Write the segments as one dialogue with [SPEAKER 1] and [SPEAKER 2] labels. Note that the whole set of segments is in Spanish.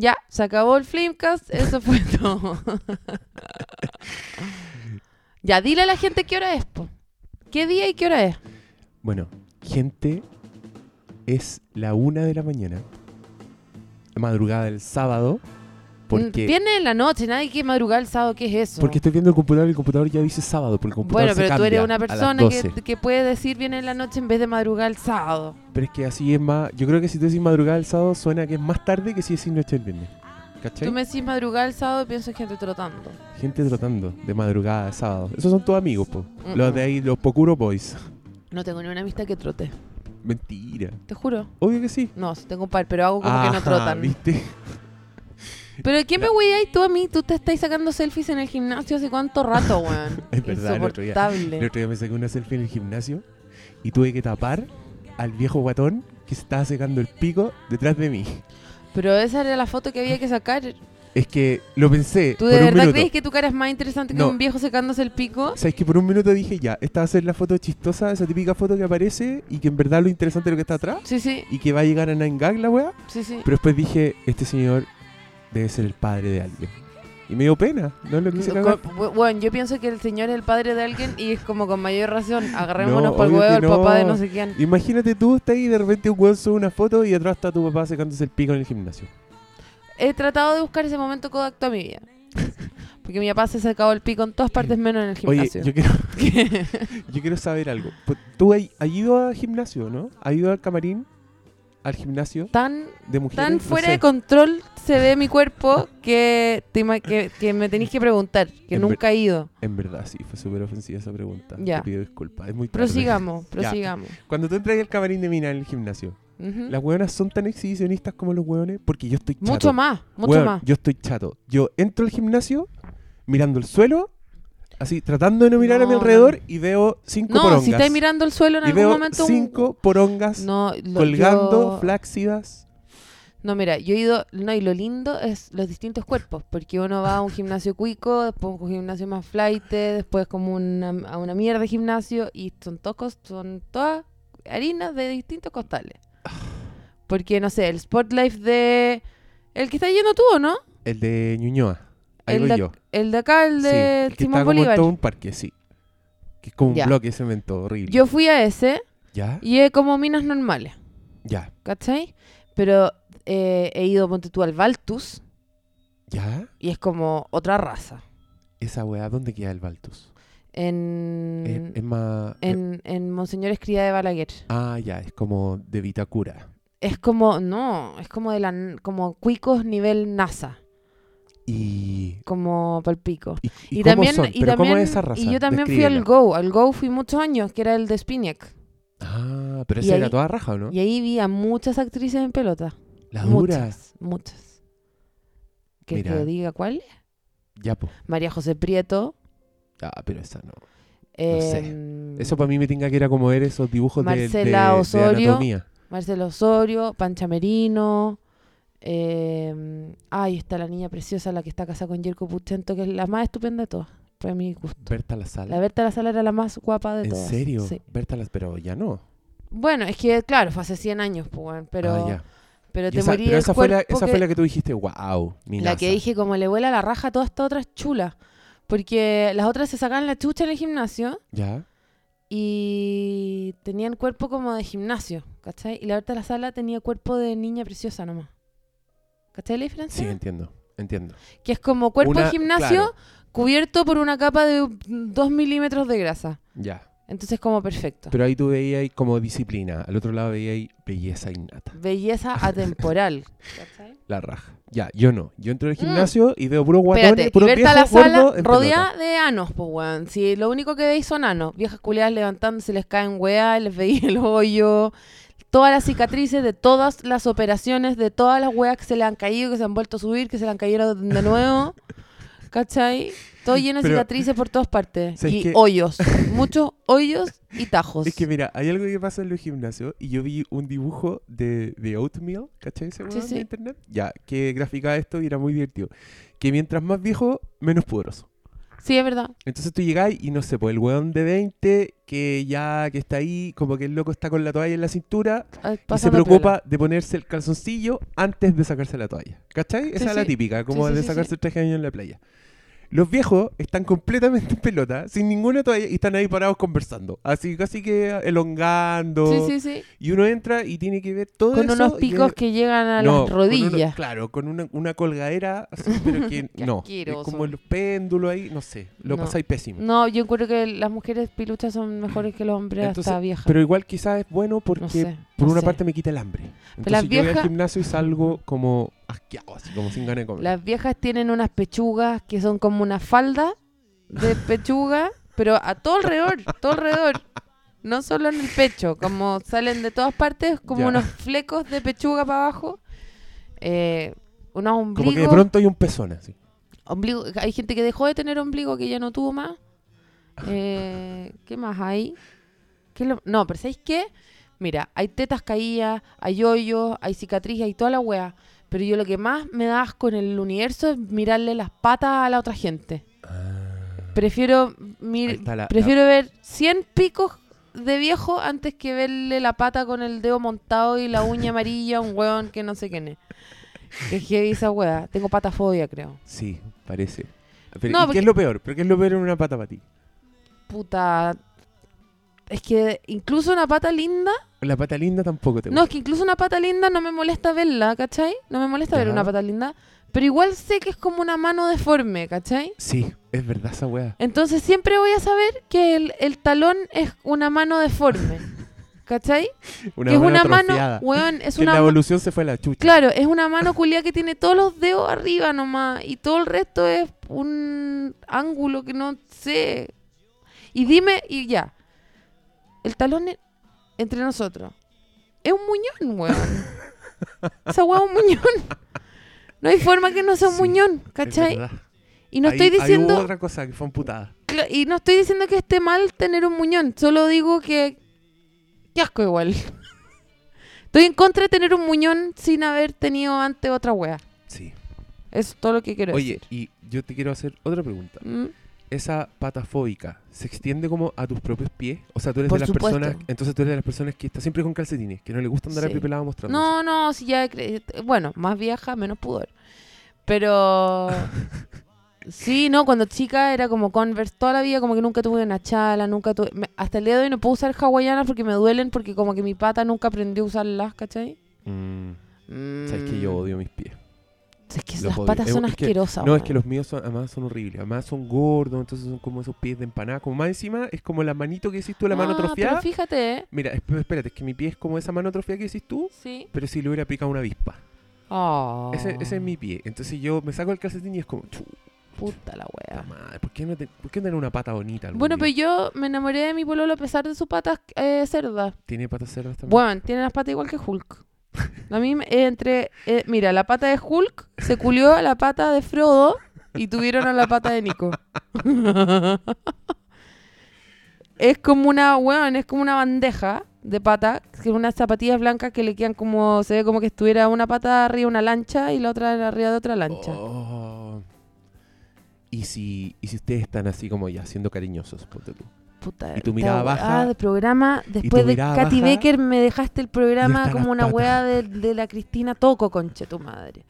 [SPEAKER 1] Ya, se acabó el Flimcast, eso fue todo. ya, dile a la gente qué hora es, po. ¿Qué día y qué hora es?
[SPEAKER 2] Bueno, gente, es la una de la mañana, la madrugada del sábado, porque,
[SPEAKER 1] Viene en la noche, nadie quiere madrugar el sábado, ¿qué es eso?
[SPEAKER 2] porque estoy viendo el computador y el computador ya dice sábado, porque el computador
[SPEAKER 1] bueno,
[SPEAKER 2] se
[SPEAKER 1] pero tú eres
[SPEAKER 2] cambia
[SPEAKER 1] una
[SPEAKER 2] a las
[SPEAKER 1] persona
[SPEAKER 2] 12.
[SPEAKER 1] que, que puede decir viene en la noche en vez de madrugar el sábado.
[SPEAKER 2] Pero es que así es más... Yo creo que si tú decís madrugada el sábado suena que es más tarde que si decís noche el viernes. ¿Cachai?
[SPEAKER 1] Tú me decís madrugar el sábado y pienso en gente trotando.
[SPEAKER 2] Gente tratando de madrugada de sábado. Esos son tus amigos, po.
[SPEAKER 1] Mm,
[SPEAKER 2] Los
[SPEAKER 1] mm.
[SPEAKER 2] de ahí, los Pocuro Boys.
[SPEAKER 1] No tengo ni una amistad que trote,
[SPEAKER 2] Mentira.
[SPEAKER 1] te juro.
[SPEAKER 2] Obvio que sí.
[SPEAKER 1] No, sí tengo un par, pero hago como que no
[SPEAKER 2] Ajá,
[SPEAKER 1] trotan.
[SPEAKER 2] ¿Viste?
[SPEAKER 1] Pero ¿quién me
[SPEAKER 2] La-
[SPEAKER 1] y tú a mí? Tú te estás sacando selfies en el gimnasio hace cuánto rato, weón.
[SPEAKER 2] Es verdad, el otro día- El
[SPEAKER 1] Insoportable.
[SPEAKER 2] otro día me saqué una selfie en el gimnasio y tuve que tapar al viejo guatón que se estaba secando el pico detrás de mí.
[SPEAKER 1] Pero esa era la foto que había que sacar.
[SPEAKER 2] Es que lo pensé
[SPEAKER 1] ¿Tú
[SPEAKER 2] por
[SPEAKER 1] de
[SPEAKER 2] un
[SPEAKER 1] verdad
[SPEAKER 2] minuto.
[SPEAKER 1] crees que tu cara es más interesante que
[SPEAKER 2] No.
[SPEAKER 1] un viejo secándose el pico?
[SPEAKER 2] ¿Sabes que por un minuto dije ya, esta va a ser la foto chistosa, esa típica foto que aparece y que en verdad lo interesante es lo que está atrás
[SPEAKER 1] Sí, sí,
[SPEAKER 2] y que va a llegar a Nine Gag la weá?
[SPEAKER 1] sí, sí.
[SPEAKER 2] Pero después dije, este señor debe ser el padre de alguien. Y me dio pena, no lo quise cagar.
[SPEAKER 1] Co- we- Bueno, yo pienso que el señor es el padre de alguien y es como con mayor razón. Agarrémonos
[SPEAKER 2] No,
[SPEAKER 1] para el
[SPEAKER 2] obvio
[SPEAKER 1] huevo
[SPEAKER 2] que
[SPEAKER 1] al papá de
[SPEAKER 2] no.
[SPEAKER 1] no sé quién.
[SPEAKER 2] Imagínate tú, estás ahí y de repente un weón sube una foto y atrás está tu papá secándose el pico en el gimnasio.
[SPEAKER 1] He tratado de buscar ese momento Kodak toda mi vida. Porque mi papá se ha sacado el pico en todas partes menos en el gimnasio.
[SPEAKER 2] Oye, yo quiero, yo quiero saber algo. Pues, Tú has has ido al gimnasio, ¿no? ¿Has ido al camarín? ¿Al gimnasio
[SPEAKER 1] tan
[SPEAKER 2] de mujeres?
[SPEAKER 1] tan
[SPEAKER 2] No
[SPEAKER 1] fuera
[SPEAKER 2] sé.
[SPEAKER 1] de control se ve mi cuerpo que, te ima- que, que me tenéis que preguntar, que
[SPEAKER 2] En ver-
[SPEAKER 1] nunca he ido.
[SPEAKER 2] En verdad, sí, fue súper ofensiva esa pregunta.
[SPEAKER 1] Ya.
[SPEAKER 2] Te pido disculpas, es muy tarde.
[SPEAKER 1] Prosigamos, prosigamos.
[SPEAKER 2] Cuando tú entras al camarín de mina en el gimnasio,
[SPEAKER 1] Ujú.
[SPEAKER 2] ¿las hueonas son tan exhibicionistas como los hueones? Porque yo estoy chato.
[SPEAKER 1] ¿Mm? Mucho más, mucho
[SPEAKER 2] Weón,
[SPEAKER 1] más.
[SPEAKER 2] Yo estoy chato. Yo entro al gimnasio mirando el suelo, así tratando de no mirar a mi
[SPEAKER 1] No,
[SPEAKER 2] alrededor y veo cinco
[SPEAKER 1] No,
[SPEAKER 2] porongas.
[SPEAKER 1] si estáis mirando el suelo en
[SPEAKER 2] y
[SPEAKER 1] algún
[SPEAKER 2] veo
[SPEAKER 1] momento... un-
[SPEAKER 2] cinco porongas
[SPEAKER 1] no, lo-
[SPEAKER 2] colgando,
[SPEAKER 1] yo-
[SPEAKER 2] flácidas.
[SPEAKER 1] No, mira, yo he ido, no, y lo lindo es los distintos cuerpos, porque uno va a un gimnasio cuico, después un gimnasio más flight, después como una, a una mierda de gimnasio, y son tocos, son todas harinas de distintos costales. Porque, no sé, el Spotlife de... El que está yendo tú, ¿o ¿no?
[SPEAKER 2] El de Ñuñoa. Ahí
[SPEAKER 1] El
[SPEAKER 2] voy
[SPEAKER 1] de,
[SPEAKER 2] yo.
[SPEAKER 1] el de acá, el
[SPEAKER 2] Sí,
[SPEAKER 1] de
[SPEAKER 2] el que está
[SPEAKER 1] Simón
[SPEAKER 2] como en
[SPEAKER 1] Bolívar.
[SPEAKER 2] todo un parque, sí. Que es como un
[SPEAKER 1] Ya.
[SPEAKER 2] bloque de cemento horrible.
[SPEAKER 1] Yo fui a ese
[SPEAKER 2] ¿Ya?
[SPEAKER 1] y es como minas normales,
[SPEAKER 2] ¿Ya?
[SPEAKER 1] ¿cachai? Pero eh, he ido, ponte tú, al Baltus
[SPEAKER 2] ¿Ya?
[SPEAKER 1] y es como otra raza.
[SPEAKER 2] Esa weá, ¿dónde queda el Baltus?
[SPEAKER 1] En...
[SPEAKER 2] Es, es más... es-
[SPEAKER 1] en, en Monseñor Escriba de Balaguer.
[SPEAKER 2] ah, ya, es como de Vitacura.
[SPEAKER 1] Es como, no, es como de la, n- como cuicos nivel NASA,
[SPEAKER 2] Y...
[SPEAKER 1] como palpico.
[SPEAKER 2] ¿Y, y cómo son?
[SPEAKER 1] y
[SPEAKER 2] ¿Pero cómo
[SPEAKER 1] también-
[SPEAKER 2] es esa raza?
[SPEAKER 1] Y yo también fui
[SPEAKER 2] Descríbela.
[SPEAKER 1] al Go, al Go fui muchos años, que era el de Spinac.
[SPEAKER 2] Ah, pero
[SPEAKER 1] Y
[SPEAKER 2] esa era
[SPEAKER 1] ahí-
[SPEAKER 2] toda raja, ¿o no?
[SPEAKER 1] Y ahí vi a muchas actrices en pelota.
[SPEAKER 2] La dura.
[SPEAKER 1] muchas, muchas. ¿Quieres que
[SPEAKER 2] Mira.
[SPEAKER 1] te diga cuál?
[SPEAKER 2] Ya, po.
[SPEAKER 1] María José Prieto.
[SPEAKER 2] Ah, pero esa no. sé.
[SPEAKER 1] em,
[SPEAKER 2] Eso para mí me tenga que era como ver esos dibujos de- de,
[SPEAKER 1] Marcela
[SPEAKER 2] de
[SPEAKER 1] Osorio.
[SPEAKER 2] anatomía.
[SPEAKER 1] Marcelo Osorio, Pancha Merino. eh, ay, está la niña preciosa, la que está casada con Jerko Puchento, que es la más estupenda de todas, para mi gusto.
[SPEAKER 2] Berta la sala.
[SPEAKER 1] La Berta de la Sala era la más guapa de
[SPEAKER 2] ¿En
[SPEAKER 1] todas.
[SPEAKER 2] serio?
[SPEAKER 1] Sí.
[SPEAKER 2] Berta la pero ya no.
[SPEAKER 1] Bueno, es que, claro, fue hace 100 años, pues, weón, pero,
[SPEAKER 2] ah, ya.
[SPEAKER 1] pero
[SPEAKER 2] Y
[SPEAKER 1] te
[SPEAKER 2] esa,
[SPEAKER 1] morí
[SPEAKER 2] pero
[SPEAKER 1] el
[SPEAKER 2] esa, fue la,
[SPEAKER 1] cuerpo
[SPEAKER 2] esa
[SPEAKER 1] que-
[SPEAKER 2] fue la que tú dijiste, wow, mi
[SPEAKER 1] la que dije, como le vuela la raja a todas estas otras chulas. Porque las otras se sacaban la chucha en el gimnasio
[SPEAKER 2] Ya.
[SPEAKER 1] y tenían cuerpo como de gimnasio, ¿cachai? Y la Berta de la Sala tenía cuerpo de niña preciosa nomás. ¿Cachai la diferencia?
[SPEAKER 2] Sí, entiendo. Entiendo.
[SPEAKER 1] que es como cuerpo
[SPEAKER 2] Una-
[SPEAKER 1] de gimnasio
[SPEAKER 2] claro.
[SPEAKER 1] cubierto por una capa de 2 milímetros de grasa.
[SPEAKER 2] Ya.
[SPEAKER 1] Entonces, como perfecto.
[SPEAKER 2] Pero ahí tú veías ahí como disciplina. Al otro lado veías ahí belleza innata.
[SPEAKER 1] Belleza atemporal. ¿cachai?
[SPEAKER 2] La raja. Ya, yo no. Yo entro al
[SPEAKER 1] Mm.
[SPEAKER 2] gimnasio y veo puro guatones,
[SPEAKER 1] Espérate, y
[SPEAKER 2] puro
[SPEAKER 1] Berta
[SPEAKER 2] viejo
[SPEAKER 1] la sala
[SPEAKER 2] gordo en pelota.
[SPEAKER 1] rodeada de anos, pues, weón. Si lo único que veis son anos. Viejas culiadas levantándose, les caen weá, les veía el hoyo. Todas las cicatrices de todas las operaciones, de todas las weas que se le han caído, que se han vuelto a subir, que se le han caído de nuevo. ¿Cachai? Todo lleno de
[SPEAKER 2] Pero-
[SPEAKER 1] cicatrices por todas partes.
[SPEAKER 2] ¿Sabes
[SPEAKER 1] Y
[SPEAKER 2] qué?
[SPEAKER 1] hoyos. Muchos hoyos y tajos.
[SPEAKER 2] Es que mira, hay algo que pasa en los gimnasios y yo vi un dibujo de, de Oatmeal, ¿cachai ese
[SPEAKER 1] Sí,
[SPEAKER 2] weón
[SPEAKER 1] sí.
[SPEAKER 2] de internet? Ya, que graficaba esto y era muy divertido. Que mientras más viejo, menos poderoso.
[SPEAKER 1] Sí, es verdad.
[SPEAKER 2] Entonces tú llegás y no sé, pues el weón de 20 que ya que está ahí, como que el loco está con la toalla en la cintura
[SPEAKER 1] Ah,
[SPEAKER 2] y se
[SPEAKER 1] pasando
[SPEAKER 2] preocupa de ponerse el calzoncillo antes de sacarse la toalla. ¿Cachai? Esa es la
[SPEAKER 1] sí.
[SPEAKER 2] típica, como
[SPEAKER 1] Sí, sí,
[SPEAKER 2] de
[SPEAKER 1] sí,
[SPEAKER 2] sacarse
[SPEAKER 1] sí.
[SPEAKER 2] el traje de baño en la playa. Los viejos están completamente en pelota, sin ninguna toalla y están ahí parados conversando. Así casi que elongando.
[SPEAKER 1] piola. Sí, sí, sí.
[SPEAKER 2] Y uno entra y tiene que ver todo
[SPEAKER 1] Con
[SPEAKER 2] eso.
[SPEAKER 1] unos
[SPEAKER 2] y-
[SPEAKER 1] picos que llegan a
[SPEAKER 2] No,
[SPEAKER 1] las
[SPEAKER 2] con uno-
[SPEAKER 1] rodillas.
[SPEAKER 2] claro, con una, una colgadera, así, pero que
[SPEAKER 1] Qué
[SPEAKER 2] no. Es
[SPEAKER 1] asqueroso.
[SPEAKER 2] como los péndulos ahí, no sé, lo
[SPEAKER 1] No.
[SPEAKER 2] pasáis pésimo.
[SPEAKER 1] No, yo encuentro que las mujeres piluchas son mejores que los hombres hasta
[SPEAKER 2] Entonces,
[SPEAKER 1] viejas.
[SPEAKER 2] Pero igual quizás es bueno porque
[SPEAKER 1] no sé.
[SPEAKER 2] por
[SPEAKER 1] no
[SPEAKER 2] una
[SPEAKER 1] sé.
[SPEAKER 2] parte me quita el hambre. Entonces
[SPEAKER 1] las
[SPEAKER 2] yo voy
[SPEAKER 1] viejas-
[SPEAKER 2] al gimnasio y salgo como asqueado, así como sin ganas de comer.
[SPEAKER 1] Las viejas tienen unas pechugas que son como una falda de pechuga, pero a todo alrededor, todo alrededor. No solo en el pecho, como salen de todas partes, como
[SPEAKER 2] Ya.
[SPEAKER 1] unos flecos de pechuga para abajo. Eh, unos ombligos.
[SPEAKER 2] Como que de pronto hay un pezón así.
[SPEAKER 1] ombligo- Hay gente que dejó de tener ombligo que ya no tuvo más. Eh, ¿Qué más hay? ¿Qué lo- No, pero ¿sabéis qué? Mira, hay tetas caídas, hay hoyos, hay cicatrices, hay toda la wea. Pero yo lo que más me da asco en el universo es mirarle las patas a la otra gente. Ah. Prefiero, mir-
[SPEAKER 2] Ahí está la-
[SPEAKER 1] prefiero ver 100 picos de viejo antes que verle la pata con el dedo montado y la uña amarilla a un weón que no sé quién es. Que heavy esa wea. Tengo patafobia, creo.
[SPEAKER 2] Sí, parece. Pero,
[SPEAKER 1] No,
[SPEAKER 2] ¿y
[SPEAKER 1] porque-
[SPEAKER 2] ¿Qué es lo peor? ¿Pero qué es lo peor en una pata para ti?
[SPEAKER 1] puta. Es que incluso una pata linda.
[SPEAKER 2] La pata linda tampoco te
[SPEAKER 1] No,
[SPEAKER 2] gusta.
[SPEAKER 1] es que incluso una pata linda no me molesta verla, ¿cachai? No me molesta ver
[SPEAKER 2] Ya.
[SPEAKER 1] una pata linda. Pero igual sé que es como una mano deforme, ¿cachai?
[SPEAKER 2] Sí, es verdad esa weá.
[SPEAKER 1] Entonces siempre voy a saber que el, el talón es una mano deforme. ¿Cachai?
[SPEAKER 2] Una
[SPEAKER 1] que es
[SPEAKER 2] mano
[SPEAKER 1] una
[SPEAKER 2] atrofiada.
[SPEAKER 1] mano, weón, es
[SPEAKER 2] Que la
[SPEAKER 1] una ma-
[SPEAKER 2] evolución se fue a la chucha.
[SPEAKER 1] Claro, es una mano culia que tiene todos los dedos arriba nomás y todo el resto es un ángulo que no sé. Y dime, y ya. El talón e- entre nosotros. Es un muñón, weón. Esa weá es un muñón. No hay forma que no sea un
[SPEAKER 2] Sí,
[SPEAKER 1] muñón,
[SPEAKER 2] Es
[SPEAKER 1] ¿cachai?
[SPEAKER 2] verdad.
[SPEAKER 1] Y no
[SPEAKER 2] Ahí-
[SPEAKER 1] estoy
[SPEAKER 2] ahí hubo
[SPEAKER 1] diciendo
[SPEAKER 2] otra cosa que fue amputada.
[SPEAKER 1] cla- y no estoy diciendo que esté mal tener un muñón, solo digo que qué asco igual. Estoy en contra de tener un muñón sin haber tenido antes otra wea.
[SPEAKER 2] Sí.
[SPEAKER 1] Es todo lo que quiero
[SPEAKER 2] Oye,
[SPEAKER 1] decir.
[SPEAKER 2] y yo te quiero hacer otra pregunta.
[SPEAKER 1] Mm,
[SPEAKER 2] esa pata fóbica se extiende como a tus propios pies. O sea, tú eres
[SPEAKER 1] Por
[SPEAKER 2] de las
[SPEAKER 1] supuesto.
[SPEAKER 2] personas, entonces tú eres de las personas que está siempre con calcetines, que no le gusta andar
[SPEAKER 1] Sí.
[SPEAKER 2] a pie pelado mostrando.
[SPEAKER 1] No, no, si ya. cre- Bueno, más vieja, menos pudor. Pero. Sí, no, cuando chica era como Converse toda la vida, como que nunca tuve una chala, nunca tuve. me- hasta el día de hoy no puedo usar hawaianas porque me duelen, porque como que mi pata nunca aprendió a usarlas, ¿cachai?
[SPEAKER 2] Mm,
[SPEAKER 1] Mm.
[SPEAKER 2] Sabes que yo odio mis pies.
[SPEAKER 1] Es que
[SPEAKER 2] los
[SPEAKER 1] las
[SPEAKER 2] odio.
[SPEAKER 1] patas
[SPEAKER 2] Es-
[SPEAKER 1] son
[SPEAKER 2] es que-
[SPEAKER 1] asquerosas.
[SPEAKER 2] No, es
[SPEAKER 1] weón.
[SPEAKER 2] que los míos son, además son horribles. Además son gordos, entonces son como esos pies de empanada. Como más encima es como la manito que decís tú, la mano
[SPEAKER 1] Ah, Pero
[SPEAKER 2] atrofiada.
[SPEAKER 1] fíjate, ¿eh?
[SPEAKER 2] Mira, esp- espérate, es que mi pie es como esa mano atrofiada que decís tú,
[SPEAKER 1] Sí.
[SPEAKER 2] pero si le hubiera picado una avispa.
[SPEAKER 1] Ah,
[SPEAKER 2] Ese, ese es mi pie. Entonces yo me saco el calcetín y es como, chuta
[SPEAKER 1] Puta la wea.
[SPEAKER 2] madre, ¿por qué no, te- por qué no tener una pata bonita? algún
[SPEAKER 1] Bueno,
[SPEAKER 2] día?
[SPEAKER 1] pero yo me enamoré de mi pololo a pesar de sus patas eh, cerdas.
[SPEAKER 2] ¿Tiene patas cerdas también?
[SPEAKER 1] Bueno, tiene las patas igual que Hulk. La misma, eh, entre, eh, mira, la pata de Hulk se culió a la pata de Frodo y tuvieron a la pata de Nico. es como una, weón, es como una bandeja de pata, que unas zapatillas blancas que le quedan como, se ve como que estuviera una pata arriba de una lancha y la otra arriba de otra lancha.
[SPEAKER 2] Oh. Y si, y si ustedes están así como ya siendo cariñosos, ponte tú.
[SPEAKER 1] Puta,
[SPEAKER 2] Y tu
[SPEAKER 1] esta
[SPEAKER 2] mirada
[SPEAKER 1] weá
[SPEAKER 2] baja-
[SPEAKER 1] de programa, después de
[SPEAKER 2] mirada
[SPEAKER 1] Katy
[SPEAKER 2] baja,
[SPEAKER 1] Becker me dejaste el programa
[SPEAKER 2] están
[SPEAKER 1] como
[SPEAKER 2] las
[SPEAKER 1] una
[SPEAKER 2] patas.
[SPEAKER 1] weá de, de la Cristina Toco, conche tu madre.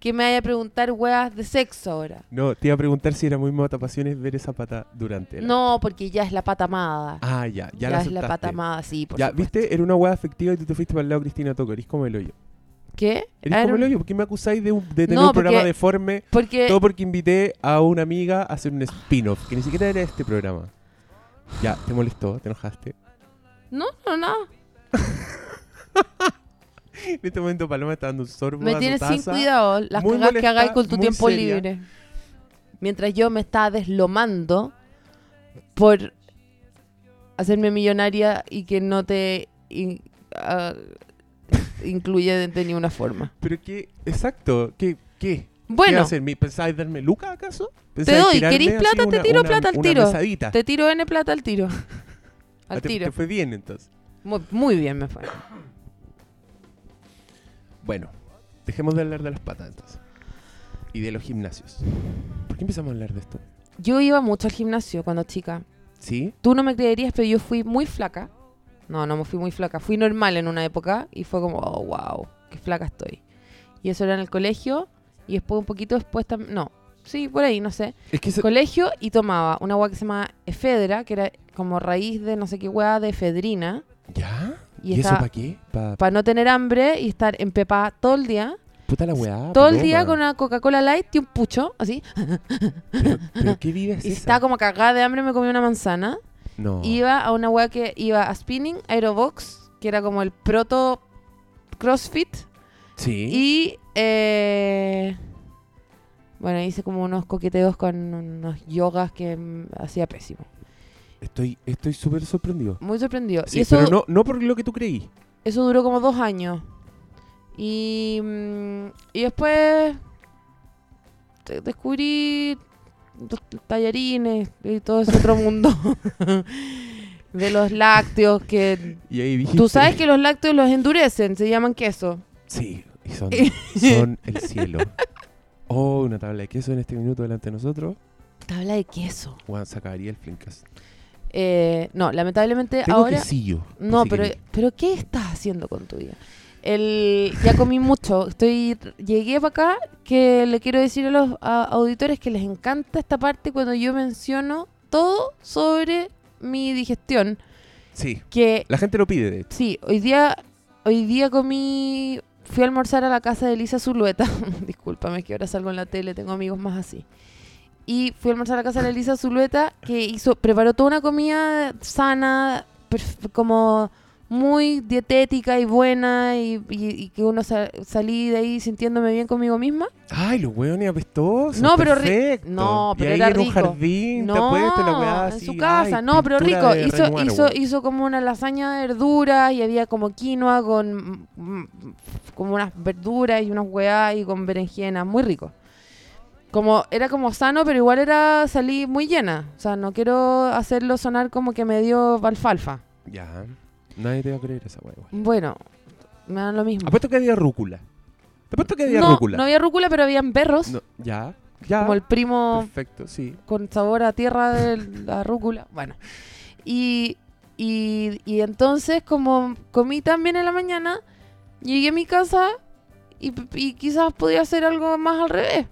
[SPEAKER 1] Que me vaya a preguntar weas de sexo ahora.
[SPEAKER 2] No, te iba a preguntar si era muy matapasiones ver esa pata durante la...
[SPEAKER 1] No, porque ya es la pata amada.
[SPEAKER 2] Ah, ya, ya,
[SPEAKER 1] ya
[SPEAKER 2] la
[SPEAKER 1] es la
[SPEAKER 2] aceptaste.
[SPEAKER 1] pata amada, sí, por
[SPEAKER 2] Ya,
[SPEAKER 1] supuesto.
[SPEAKER 2] ¿viste? Era una hueá afectiva y tú te fuiste para el lado de Cristina Toco. Eres como el hoyo.
[SPEAKER 1] ¿Qué? Ah,
[SPEAKER 2] Eres
[SPEAKER 1] A ver,
[SPEAKER 2] como el hoyo. ¿Por qué me acusáis de, un- de tener
[SPEAKER 1] No,
[SPEAKER 2] un programa
[SPEAKER 1] porque- eh,
[SPEAKER 2] deforme?
[SPEAKER 1] porque
[SPEAKER 2] Todo porque invité a una amiga a hacer un spin-off, que ni siquiera era este programa. Ya, te molestó, te enojaste.
[SPEAKER 1] no, no, no.
[SPEAKER 2] En este momento Paloma está dando un sorbo a
[SPEAKER 1] Me
[SPEAKER 2] su
[SPEAKER 1] tienes sin
[SPEAKER 2] taza.
[SPEAKER 1] cuidado las cagadas
[SPEAKER 2] muy
[SPEAKER 1] que
[SPEAKER 2] molesta,
[SPEAKER 1] hagáis con tu
[SPEAKER 2] muy
[SPEAKER 1] tiempo
[SPEAKER 2] seria.
[SPEAKER 1] libre. Mientras yo me estaba deslomando por hacerme millonaria y que no te in- ah, incluye de, de ninguna forma.
[SPEAKER 2] Pero que, exacto, ¿qué? ¿Qué? ¿Qué
[SPEAKER 1] Bueno,
[SPEAKER 2] hacer? ¿Mi- ¿Pensáis darme lucas acaso?
[SPEAKER 1] Te
[SPEAKER 2] ¿Pensáis
[SPEAKER 1] doy,
[SPEAKER 2] tirarme
[SPEAKER 1] ¿querís
[SPEAKER 2] así
[SPEAKER 1] plata? Te
[SPEAKER 2] una-
[SPEAKER 1] tiro
[SPEAKER 2] una-
[SPEAKER 1] plata al
[SPEAKER 2] una
[SPEAKER 1] tiro.
[SPEAKER 2] mesadita?
[SPEAKER 1] te tiro N plata al tiro.
[SPEAKER 2] Ah,
[SPEAKER 1] Al
[SPEAKER 2] te-
[SPEAKER 1] tiro.
[SPEAKER 2] te fue bien entonces.
[SPEAKER 1] Muy, muy bien me fue.
[SPEAKER 2] Bueno, dejemos de hablar de las patas entonces. Y de los gimnasios. ¿Por qué empezamos a hablar de esto?
[SPEAKER 1] Yo iba mucho al gimnasio cuando chica.
[SPEAKER 2] ¿Sí?
[SPEAKER 1] Tú no me creerías, pero yo fui muy flaca. No, no me fui muy flaca. Fui normal en una época y fue como, oh, wow, qué flaca estoy. Y eso era en el colegio y después un poquito después también... No, sí, por ahí, no sé.
[SPEAKER 2] Es que eso-
[SPEAKER 1] Colegio y tomaba una agua que se llamaba efedra, que era como raíz de no sé qué hueá de efedrina,
[SPEAKER 2] ¿Ya?
[SPEAKER 1] Y
[SPEAKER 2] ¿Y, eso
[SPEAKER 1] está-
[SPEAKER 2] para qué? ¿Para
[SPEAKER 1] para no tener hambre y estar empepada todo el día.
[SPEAKER 2] puta la weá?
[SPEAKER 1] todo el
[SPEAKER 2] Ah, paloma.
[SPEAKER 1] día con una Coca-Cola Light y un pucho, así.
[SPEAKER 2] ¿Pero, pero qué vida es
[SPEAKER 1] Y si
[SPEAKER 2] esa?
[SPEAKER 1] estaba como cagada de hambre, me comí una manzana.
[SPEAKER 2] No.
[SPEAKER 1] Iba a una weá que iba a spinning, aerobox, que era como el proto crossfit.
[SPEAKER 2] ¿Sí?
[SPEAKER 1] Y. eh, bueno, hice como unos coqueteos con unos yogas que mm, hacía pésimo.
[SPEAKER 2] Estoy estoy súper sorprendido.
[SPEAKER 1] Muy sorprendido.
[SPEAKER 2] Sí,
[SPEAKER 1] y eso,
[SPEAKER 2] pero no, no por lo que tú creí.
[SPEAKER 1] eso duró como dos años. Y, mm, y después te- descubrí los tallarines y todo ese otro mundo de los lácteos que...
[SPEAKER 2] Y ahí dijiste...
[SPEAKER 1] Tú sabes que los lácteos los endurecen, se llaman queso.
[SPEAKER 2] Sí, y son, son el cielo. Oh, una tabla de queso en este minuto delante de nosotros.
[SPEAKER 1] Tabla de queso.
[SPEAKER 2] Juan sacaría el flincast.
[SPEAKER 1] Eh, no, lamentablemente
[SPEAKER 2] Tengo
[SPEAKER 1] ahora...
[SPEAKER 2] quesillo. por
[SPEAKER 1] No,
[SPEAKER 2] si
[SPEAKER 1] pero,
[SPEAKER 2] queréis.
[SPEAKER 1] pero ¿qué estás haciendo con tu vida? El, ya comí mucho. Estoy Llegué para acá que le quiero decir a los a- auditores que les encanta esta parte cuando yo menciono todo sobre mi digestión.
[SPEAKER 2] Sí,
[SPEAKER 1] Que
[SPEAKER 2] la gente lo pide, de hecho.
[SPEAKER 1] sí, hoy día, hoy día comí... Fui a almorzar a la casa de Elisa Zulueta. Discúlpame, es que ahora salgo en la tele, tengo amigos más así. Y fui a almorzar a la casa de la Elisa Zulueta, que hizo, preparó toda una comida sana, perf- como muy dietética y buena, y, y- y que uno sa- salí de ahí sintiéndome bien conmigo misma.
[SPEAKER 2] Ay, los hueones apestosos.
[SPEAKER 1] No, pero ri-
[SPEAKER 2] perfecto.
[SPEAKER 1] no,
[SPEAKER 2] Y
[SPEAKER 1] pero
[SPEAKER 2] ahí
[SPEAKER 1] era
[SPEAKER 2] en un
[SPEAKER 1] rico.
[SPEAKER 2] jardín, te
[SPEAKER 1] No,
[SPEAKER 2] apuesto, la weá
[SPEAKER 1] en
[SPEAKER 2] así,
[SPEAKER 1] su casa,
[SPEAKER 2] ay,
[SPEAKER 1] no, pero rico.
[SPEAKER 2] pintura de
[SPEAKER 1] Hizo,
[SPEAKER 2] Renoir,
[SPEAKER 1] hizo,
[SPEAKER 2] weón.
[SPEAKER 1] hizo como una lasaña de verduras y había como quinoa con mm, como unas verduras y unas hueá y con berenjena, muy rico. Como, era como sano, pero igual era salí muy llena. O sea, no quiero hacerlo sonar como que me dio alfalfa.
[SPEAKER 2] Ya. Nadie te va a creer esa weá. igual.
[SPEAKER 1] Bueno, me dan lo mismo.
[SPEAKER 2] Apuesto que había rúcula. Te apuesto que había
[SPEAKER 1] no,
[SPEAKER 2] rúcula.
[SPEAKER 1] no había rúcula, pero habían berros,
[SPEAKER 2] No, Ah, ya. Ya.
[SPEAKER 1] como el primo
[SPEAKER 2] Perfecto, sí.
[SPEAKER 1] con sabor a tierra de la rúcula. Bueno, y, y, y entonces como comí tan bien en la mañana, llegué a mi casa y, y quizás podía hacer algo más al revés.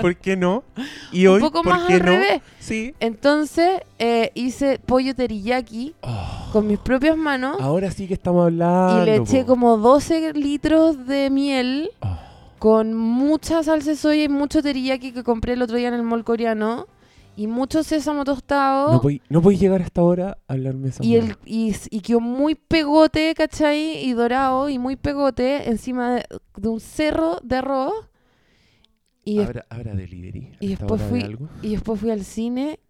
[SPEAKER 2] ¿Por qué no? Y
[SPEAKER 1] Un
[SPEAKER 2] hoy,
[SPEAKER 1] poco
[SPEAKER 2] ¿por
[SPEAKER 1] más
[SPEAKER 2] qué
[SPEAKER 1] al
[SPEAKER 2] no?
[SPEAKER 1] revés.
[SPEAKER 2] Sí.
[SPEAKER 1] Entonces eh, hice pollo teriyaki
[SPEAKER 2] Oh,
[SPEAKER 1] con mis propias manos
[SPEAKER 2] ahora sí que estamos hablando.
[SPEAKER 1] y le eché
[SPEAKER 2] po.
[SPEAKER 1] como 12 litros de miel
[SPEAKER 2] Oh,
[SPEAKER 1] con mucha salsa de soya y mucho teriyaki que compré el otro día en el mall coreano y mucho sésamo tostado.
[SPEAKER 2] Oh, no podí no podí llegar hasta ahora a hablarme esa
[SPEAKER 1] Y,
[SPEAKER 2] weá.
[SPEAKER 1] el, y, s- y quedó muy pegote, ¿cachai? Y dorado y muy pegote encima de, de un cerro de arroz. Y, des-
[SPEAKER 2] ¿Habrá, habrá delivery?
[SPEAKER 1] y
[SPEAKER 2] ¿A esta
[SPEAKER 1] después
[SPEAKER 2] hora de
[SPEAKER 1] fui-
[SPEAKER 2] algo?
[SPEAKER 1] y después fui al cine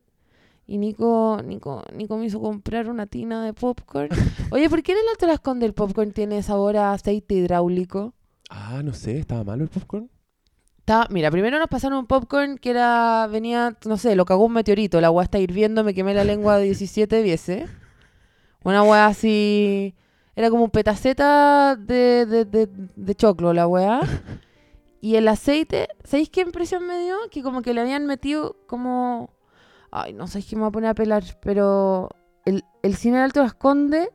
[SPEAKER 1] y Nico, Nico, Nico me hizo comprar una tina de popcorn. Oye, ¿por qué en el otro lascón del popcorn tiene sabor a aceite hidráulico?
[SPEAKER 2] Ah, no sé, ¿estaba malo el popcorn?
[SPEAKER 1] Estaba- mira, primero nos pasaron un popcorn que era, venía, no sé, lo cagó un meteorito, la agua está hirviendo, me quemé la lengua 17 veces. Una agua así, era como un petaceta de, de, de- de choclo la weá. Y el aceite, ¿sabéis qué impresión me dio? Que como que le habían metido como, ay, no sé qué me va a poner a pelar, pero el, el cine del Alto Esconde,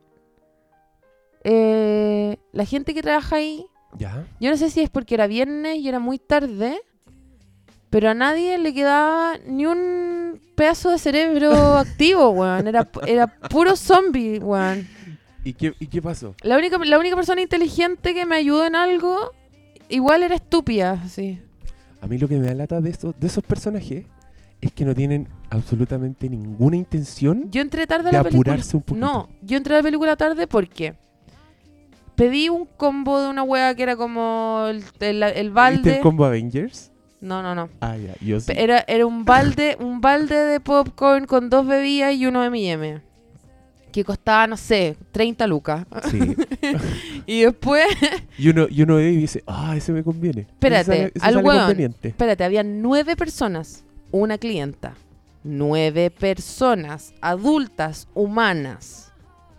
[SPEAKER 1] eh, la gente que trabaja ahí
[SPEAKER 2] Ya.
[SPEAKER 1] yo no sé si es porque era viernes y era muy tarde, pero a nadie le quedaba ni un pedazo de cerebro activo, weón. Era, pu- era puro zombie, weón.
[SPEAKER 2] ¿Y qué, ¿Y qué pasó?
[SPEAKER 1] La única, la única persona inteligente que me ayudó en algo, igual era estúpida, sí.
[SPEAKER 2] A mí lo que me da lata de esos, de esos personajes es que no tienen absolutamente ninguna intención
[SPEAKER 1] Yo entré tarde a
[SPEAKER 2] de
[SPEAKER 1] la película.
[SPEAKER 2] apurarse un poquito.
[SPEAKER 1] No, yo entré a la película tarde porque pedí un combo de una wea que era como el, el- el
[SPEAKER 2] ¿Viste
[SPEAKER 1] balde.
[SPEAKER 2] el combo Avengers?
[SPEAKER 1] No, no, no.
[SPEAKER 2] Ah, ya, yo sí.
[SPEAKER 1] Era, era un balde, un balde de popcorn con dos bebidas y uno M&M. Que costaba, no sé, 30 lucas.
[SPEAKER 2] Sí.
[SPEAKER 1] Y después,
[SPEAKER 2] Y uno, y uno ve y dice, ah, ese me conviene. Ese
[SPEAKER 1] Espérate,
[SPEAKER 2] sale- ese
[SPEAKER 1] al
[SPEAKER 2] sale
[SPEAKER 1] hueón.
[SPEAKER 2] conveniente.
[SPEAKER 1] espérate, había nueve personas. Una clienta. Nueve personas adultas, humanas.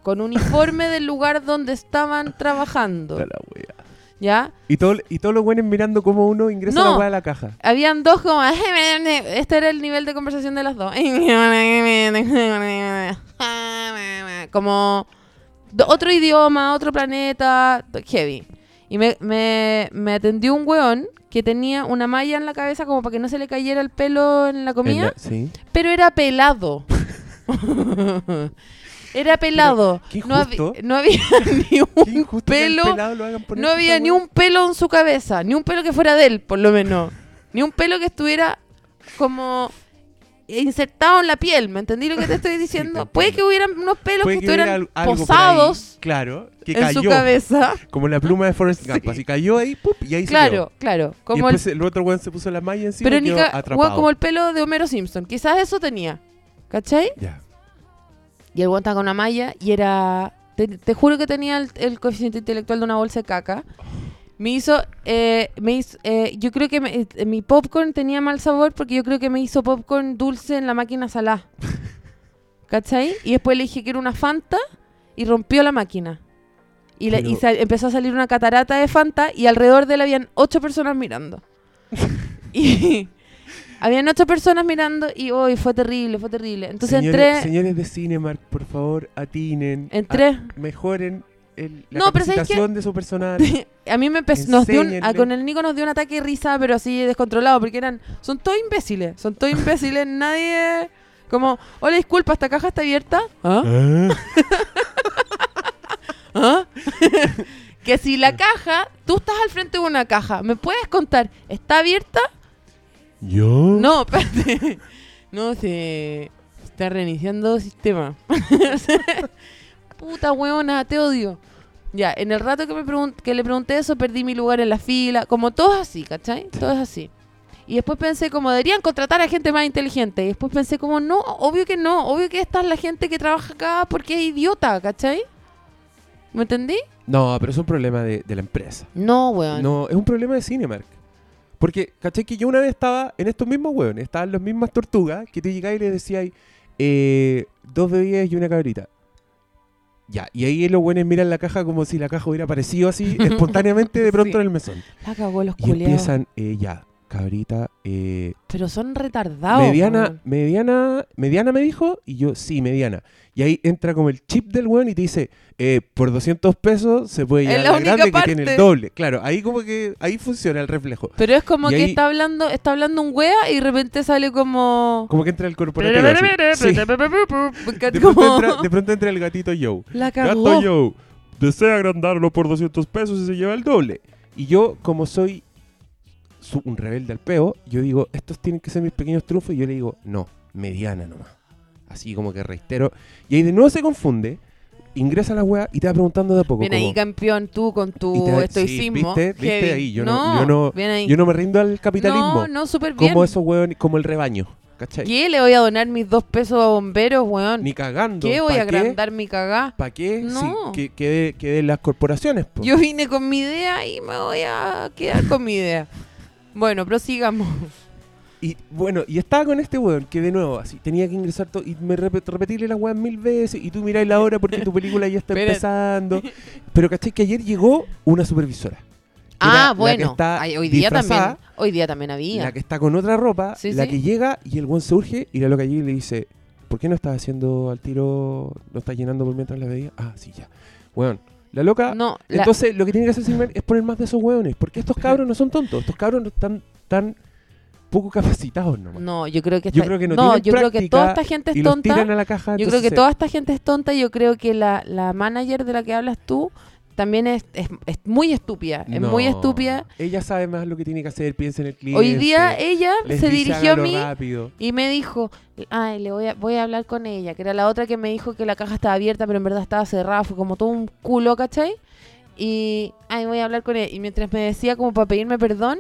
[SPEAKER 1] Con uniforme del lugar donde estaban trabajando.
[SPEAKER 2] Puta la wea.
[SPEAKER 1] ¿ya?
[SPEAKER 2] Y, todo, y todos los buenos mirando cómo uno ingresa
[SPEAKER 1] No.
[SPEAKER 2] la weá a la caja.
[SPEAKER 1] Habían dos como... Este era el nivel de conversación de las dos. Como do- otro idioma, otro planeta, heavy. Y me, me, me atendió un weón que tenía una malla en la cabeza como para que no se le cayera el pelo en la
[SPEAKER 2] En
[SPEAKER 1] comida,
[SPEAKER 2] la- sí.
[SPEAKER 1] pero era pelado. era pelado.
[SPEAKER 2] qué
[SPEAKER 1] no, habi-
[SPEAKER 2] injusto.
[SPEAKER 1] no había ni
[SPEAKER 2] Qué
[SPEAKER 1] un
[SPEAKER 2] injusto que al
[SPEAKER 1] pelo
[SPEAKER 2] pelado lo hagan poner
[SPEAKER 1] no
[SPEAKER 2] esa
[SPEAKER 1] había ni
[SPEAKER 2] weá.
[SPEAKER 1] un pelo en su cabeza, ni un pelo que fuera de él, por lo menos. ni un pelo que estuviera como insertado en la piel, ¿me entendí lo que te estoy diciendo?
[SPEAKER 2] entiendo.
[SPEAKER 1] Puede que hubieran unos pelos
[SPEAKER 2] Puede
[SPEAKER 1] que,
[SPEAKER 2] hubiera
[SPEAKER 1] estuvieran
[SPEAKER 2] al- algo por ahí,
[SPEAKER 1] posados
[SPEAKER 2] claro, que
[SPEAKER 1] en
[SPEAKER 2] cayó.
[SPEAKER 1] su cabeza.
[SPEAKER 2] Como la pluma de Forrest Gump.
[SPEAKER 1] Sí.
[SPEAKER 2] Así cayó ahí, ¡pup! y ahí se
[SPEAKER 1] Claro,
[SPEAKER 2] quedó.
[SPEAKER 1] claro.
[SPEAKER 2] y
[SPEAKER 1] Como el,
[SPEAKER 2] después el... otro weón se puso la malla encima
[SPEAKER 1] pero
[SPEAKER 2] y
[SPEAKER 1] ni
[SPEAKER 2] quedó
[SPEAKER 1] ca- weón,
[SPEAKER 2] atrapado.
[SPEAKER 1] como el pelo de Homero Simpson. Quizás eso tenía. ¿Cachai?
[SPEAKER 2] Ya.
[SPEAKER 1] Y el weón estaba con una malla y era. Te, te juro que tenía el, el coeficiente intelectual de una bolsa de caca. Me hizo. eh, me hizo eh, yo creo que me- eh, mi popcorn tenía mal sabor porque yo creo que me hizo popcorn dulce en la máquina salá. ¿Cachai? Y después le dije que era una Fanta y rompió la máquina. Y, la- y
[SPEAKER 2] Pero-
[SPEAKER 1] sa- empezó a salir una catarata de Fanta y alrededor de él habían ocho personas mirando. y. Habían ocho personas mirando y hoy fue terrible, fue terrible. Entonces
[SPEAKER 2] señores,
[SPEAKER 1] entré.
[SPEAKER 2] señores de Cinemark, por favor, atinen.
[SPEAKER 1] Entré.
[SPEAKER 2] a- mejoren el- la
[SPEAKER 1] No, pero ¿sabes qué?
[SPEAKER 2] capacitación de su personal.
[SPEAKER 1] A mí me empezó, nos dio un- a-
[SPEAKER 2] Enséñenle.
[SPEAKER 1] con el Nico nos dio un ataque de risa, pero así descontrolado, porque eran, son todos imbéciles, son todos imbéciles, nadie, como, hola, disculpa, ¿esta caja está abierta? ¿Ah?
[SPEAKER 2] Ah.
[SPEAKER 1] ¿Ah? que si la caja, tú estás al frente de una caja, ¿me puedes contar? ¿Está abierta?
[SPEAKER 2] ¿Yo?
[SPEAKER 1] No, espérate. No, se está reiniciando sistema. Puta huevona, te odio. Ya, en el rato que, me pregun- que le pregunté eso, perdí mi lugar en la fila. Como todos así, ¿cachai? Todos así. Y después pensé como, deberían contratar a gente más inteligente. Y después pensé como, no, obvio que no. Obvio que esta es la gente que trabaja acá porque es idiota, ¿cachai? ¿Me entendí?
[SPEAKER 2] No, pero es un problema de, de la empresa.
[SPEAKER 1] No, weón.
[SPEAKER 2] No, es un problema de Cinemark. Porque, ¿cachai? Que yo una vez estaba en estos mismos hueones, estaban las mismas tortugas, que tú llegabas y les decías, eh, dos bebidas y una cabrita. Ya, y ahí los hueones miran la caja como si la caja hubiera aparecido así espontáneamente de pronto
[SPEAKER 1] Sí.
[SPEAKER 2] en el mesón.
[SPEAKER 1] La cagó los
[SPEAKER 2] Y
[SPEAKER 1] culiados.
[SPEAKER 2] empiezan, eh, ya, cabrita, eh,
[SPEAKER 1] Pero son retardados.
[SPEAKER 2] mediana,
[SPEAKER 1] weón.
[SPEAKER 2] mediana, mediana me dijo, y yo, sí, mediana. Y ahí entra como el chip del weón y te dice, eh, por 200 pesos se puede
[SPEAKER 1] Es
[SPEAKER 2] llevar
[SPEAKER 1] la
[SPEAKER 2] la,
[SPEAKER 1] única
[SPEAKER 2] grande
[SPEAKER 1] parte.
[SPEAKER 2] que tiene el doble. Claro, ahí como que, ahí funciona el reflejo.
[SPEAKER 1] Pero es como
[SPEAKER 2] Y
[SPEAKER 1] que
[SPEAKER 2] ahí-
[SPEAKER 1] está hablando, está hablando un wea y de repente sale como.
[SPEAKER 2] Como que entra el corporativo así. Sí. De pronto,
[SPEAKER 1] Como-
[SPEAKER 2] entra, de pronto entra el gatito Joe.
[SPEAKER 1] La
[SPEAKER 2] Gato
[SPEAKER 1] cagó.
[SPEAKER 2] Joe, desea agrandarlo por 200 pesos y se lleva el doble. Y yo, como soy su- un rebelde al peo, yo digo, estos tienen que ser mis pequeños triunfos. Y yo le digo, no, mediana nomás. Así como que reitero. Y ahí de nuevo se confunde, ingresa a la wea y te va preguntando de a poco.
[SPEAKER 1] Bien ahí,
[SPEAKER 2] como,
[SPEAKER 1] campeón, tú con
[SPEAKER 2] Y
[SPEAKER 1] tu
[SPEAKER 2] te-
[SPEAKER 1] estoicismo.
[SPEAKER 2] sí, viste, viste
[SPEAKER 1] Heavy.
[SPEAKER 2] ahí, yo no- yo no-
[SPEAKER 1] bien ahí.
[SPEAKER 2] yo no me rindo al capitalismo.
[SPEAKER 1] No, no, súper bien.
[SPEAKER 2] como esos hueones, como el rebaño. ¿Cachai?
[SPEAKER 1] ¿Qué? Le voy a donar mis dos pesos a bomberos, weón.
[SPEAKER 2] Ni cagando.
[SPEAKER 1] ¿Qué voy a
[SPEAKER 2] ¿pa' qué?
[SPEAKER 1] agrandar mi cagá?
[SPEAKER 2] ¿Para qué? Sí,
[SPEAKER 1] No.
[SPEAKER 2] que, que, de, que de las corporaciones. po.
[SPEAKER 1] Yo vine con mi idea y me voy a quedar con mi idea. Bueno, prosigamos.
[SPEAKER 2] Y bueno, y estaba con este weón que de nuevo así tenía que ingresar todo y me rep- repetirle las weas mil veces y tú miráis la hora porque tu película ya está
[SPEAKER 1] Espérate.
[SPEAKER 2] empezando. Pero caché que ayer llegó una supervisora. Que era
[SPEAKER 1] Ah,
[SPEAKER 2] la que
[SPEAKER 1] bueno.
[SPEAKER 2] está
[SPEAKER 1] Ay, hoy día
[SPEAKER 2] disfrazada,
[SPEAKER 1] también. Hoy día también había.
[SPEAKER 2] La que está con otra ropa,
[SPEAKER 1] Sí,
[SPEAKER 2] la
[SPEAKER 1] sí.
[SPEAKER 2] que llega y el weón se urge y la loca llega y le dice, ¿por qué no estás haciendo al tiro, no estás llenando por mientras la veía? Ah, sí, ya. Weón, la loca...
[SPEAKER 1] No, la-
[SPEAKER 2] Entonces lo que tiene que hacer Silver es poner más de esos weones, porque estos cabros no son tontos, estos cabros no están tan poco capacitados nomás.
[SPEAKER 1] No, yo creo que
[SPEAKER 2] Yo
[SPEAKER 1] esta-
[SPEAKER 2] creo que no tienen
[SPEAKER 1] yo creo que
[SPEAKER 2] práctica
[SPEAKER 1] toda esta gente
[SPEAKER 2] y
[SPEAKER 1] es
[SPEAKER 2] los
[SPEAKER 1] tonta.
[SPEAKER 2] tiran a la caja.
[SPEAKER 1] Yo creo
[SPEAKER 2] entonces
[SPEAKER 1] que
[SPEAKER 2] se-
[SPEAKER 1] toda esta gente es tonta. Yo creo que la, la manager de la que hablas tú también es, es- es muy estúpida. Es
[SPEAKER 2] No.
[SPEAKER 1] muy estúpida.
[SPEAKER 2] Ella sabe más lo que tiene que hacer, piensa en el cliente.
[SPEAKER 1] Hoy día ella
[SPEAKER 2] les
[SPEAKER 1] se
[SPEAKER 2] dice,
[SPEAKER 1] dirigió a
[SPEAKER 2] "Hágalo
[SPEAKER 1] mí
[SPEAKER 2] rápido".
[SPEAKER 1] y me dijo, ay, le voy a, voy a hablar con ella, que era la otra que me dijo que la caja estaba abierta, pero en verdad estaba cerrada, fue como todo un culo, ¿cachai? Y, ay, voy a hablar con ella. Y mientras me decía como para pedirme perdón,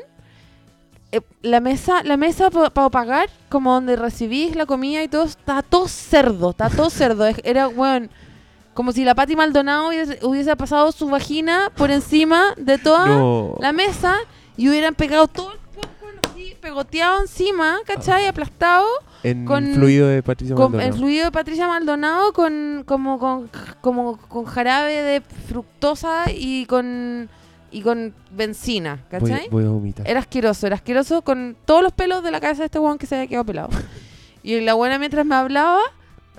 [SPEAKER 1] eh, la mesa, la mesa para pagar, como donde recibís la comida y todo, está todo cerdo, está todo cerdo. Es- Era, weón, como si la Pati Maldonado hubiese, hubiese pasado su vagina por encima de toda
[SPEAKER 2] No.
[SPEAKER 1] la mesa y hubieran pegado todo el popcorn así, pegoteado encima, ¿cachai? Aplastado
[SPEAKER 2] En
[SPEAKER 1] con-
[SPEAKER 2] fluido de Patricia
[SPEAKER 1] con el
[SPEAKER 2] Maldonado.
[SPEAKER 1] fluido de Patricia Maldonado con como con como con jarabe de fructosa y con y con benzina,
[SPEAKER 2] Voy,
[SPEAKER 1] ¿cachai? Eh,
[SPEAKER 2] voy a vomitar.
[SPEAKER 1] Era asqueroso, era asqueroso con todos los pelos de la cabeza de este weón que se había quedado pelado. Y la buena mientras me hablaba,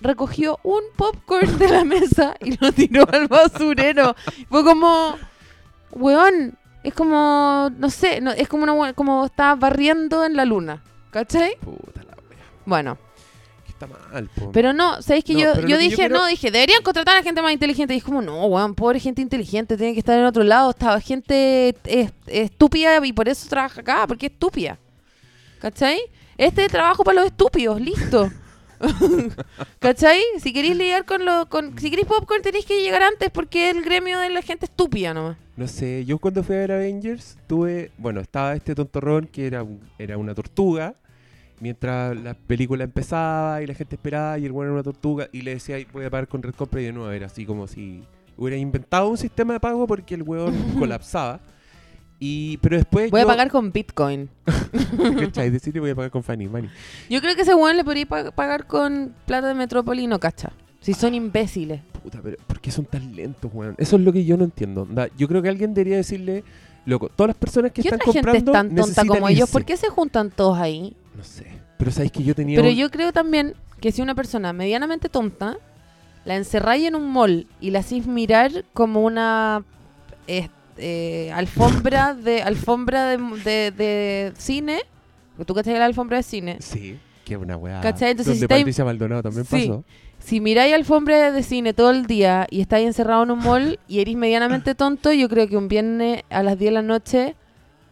[SPEAKER 1] recogió un popcorn de la mesa y lo tiró al basurero. Fue como, weón, es como, no sé, no, es como, una, we- como estaba barriendo en la luna, ¿cachai?
[SPEAKER 2] Puta la wea.
[SPEAKER 1] Bueno,
[SPEAKER 2] Que está mal, po.
[SPEAKER 1] pero no, ¿sabéis que
[SPEAKER 2] No,
[SPEAKER 1] yo,
[SPEAKER 2] pero lo
[SPEAKER 1] yo
[SPEAKER 2] que yo
[SPEAKER 1] dije,
[SPEAKER 2] quiero-
[SPEAKER 1] no, dije, deberían contratar a gente más inteligente? Y es como, no, weón, pobre gente inteligente, tiene que estar en otro lado, estaba gente es- estúpida y por eso trabaja acá, porque es estúpida. ¿Cachai? Este es trabajo para los estúpidos, listo. ¿Cachai? Si queréis lidiar con los... Con, si queréis popcorn tenéis que llegar antes porque es el gremio de la gente estúpida nomás.
[SPEAKER 2] No sé, yo cuando fui a ver Avengers tuve, bueno, estaba este tontorrón que era, un- era una tortuga, mientras la película empezaba y la gente esperaba y el bueno era una tortuga y le decía, "Ay, voy a pagar con Red Compra y de nuevo era así como si hubiera inventado un sistema de pago porque el huevón colapsaba. Y, pero después
[SPEAKER 1] Voy a
[SPEAKER 2] yo-
[SPEAKER 1] pagar con Bitcoin.
[SPEAKER 2] ¿cachai? Decirle voy a pagar con Fanny Money.
[SPEAKER 1] Yo creo que ese weón le podría pa- pagar con plata de Metrópoli y no cacha. Si son imbéciles.
[SPEAKER 2] Puta, pero ¿por qué son tan lentos, weón? Eso es lo que yo no entiendo. Onda, yo creo que alguien debería decirle, loco, todas las personas que
[SPEAKER 1] ¿Qué
[SPEAKER 2] están
[SPEAKER 1] otra gente es
[SPEAKER 2] comprando
[SPEAKER 1] tan tonta
[SPEAKER 2] necesitan
[SPEAKER 1] como ellos?
[SPEAKER 2] irse.
[SPEAKER 1] ¿Por qué se juntan todos ahí?
[SPEAKER 2] No sé. Pero sabéis que yo tenía
[SPEAKER 1] Pero
[SPEAKER 2] un-
[SPEAKER 1] yo creo también que si una persona medianamente tonta la encerráis en un mall y la hacís mirar como una eh, eh, alfombra de alfombra de, de- de cine, tú cachai la alfombra de cine.
[SPEAKER 2] Sí, que una weá.
[SPEAKER 1] ¿Cachai? Entonces,
[SPEAKER 2] Donde
[SPEAKER 1] si estáis-
[SPEAKER 2] Patricia Maldonado también
[SPEAKER 1] Sí.
[SPEAKER 2] pasó.
[SPEAKER 1] Si miráis alfombra de cine todo el día y estáis encerrado en un mall y eres medianamente tonto, yo creo que un viernes a las 10 de la noche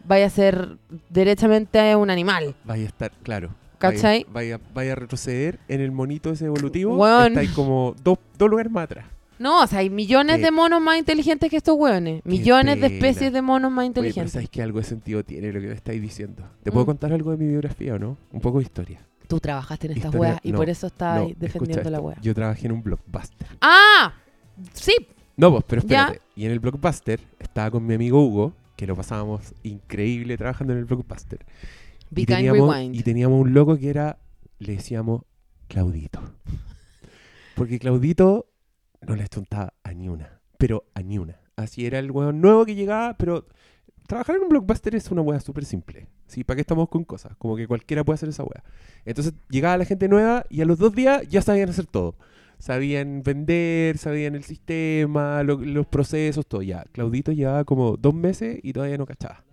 [SPEAKER 1] vaya a ser derechamente un animal.
[SPEAKER 2] Vaya a estar, claro.
[SPEAKER 1] ¿Cachai?
[SPEAKER 2] Vaya, vaya, vaya a retroceder en el monito ese evolutivo.
[SPEAKER 1] Weón.
[SPEAKER 2] Está ahí como dos, dos lugares más atrás.
[SPEAKER 1] No, o sea, hay millones
[SPEAKER 2] Qué-
[SPEAKER 1] de monos más inteligentes que estos hueones. Millones de
[SPEAKER 2] pena.
[SPEAKER 1] especies de monos más
[SPEAKER 2] Oye, pero
[SPEAKER 1] inteligentes.
[SPEAKER 2] sabes que algo de sentido tiene lo que me estáis diciendo. ¿Te puedo
[SPEAKER 1] Mm.
[SPEAKER 2] contar algo de mi biografía o no? Un poco de historia.
[SPEAKER 1] Tú trabajaste en estas
[SPEAKER 2] Historia-
[SPEAKER 1] hueas y
[SPEAKER 2] no,
[SPEAKER 1] por eso estás
[SPEAKER 2] no,
[SPEAKER 1] ahí defendiendo
[SPEAKER 2] escucha
[SPEAKER 1] la
[SPEAKER 2] esto.
[SPEAKER 1] hueá.
[SPEAKER 2] Yo trabajé en un blockbuster.
[SPEAKER 1] ¡Ah! Sí,
[SPEAKER 2] No, pues, pero
[SPEAKER 1] Ya.
[SPEAKER 2] espérate. Y en el blockbuster estaba con mi amigo Hugo, que lo pasábamos increíble trabajando en el blockbuster.
[SPEAKER 1] Be
[SPEAKER 2] y,
[SPEAKER 1] Kind
[SPEAKER 2] teníamos,
[SPEAKER 1] Rewind.
[SPEAKER 2] y teníamos un loco que era, le decíamos Claudito. Porque Claudito no le estuntaba a ni una, pero a ni una. Así era el weón nuevo que llegaba, pero trabajar en un blockbuster es una wea súper simple. ¿Sí? ¿Para qué estamos con cosas? Como que cualquiera puede hacer esa wea. Entonces llegaba la gente nueva y a los dos días ya sabían hacer todo. Sabían vender, sabían el sistema, lo- los procesos, todo ya. Claudito llevaba como dos meses y todavía no cachaba.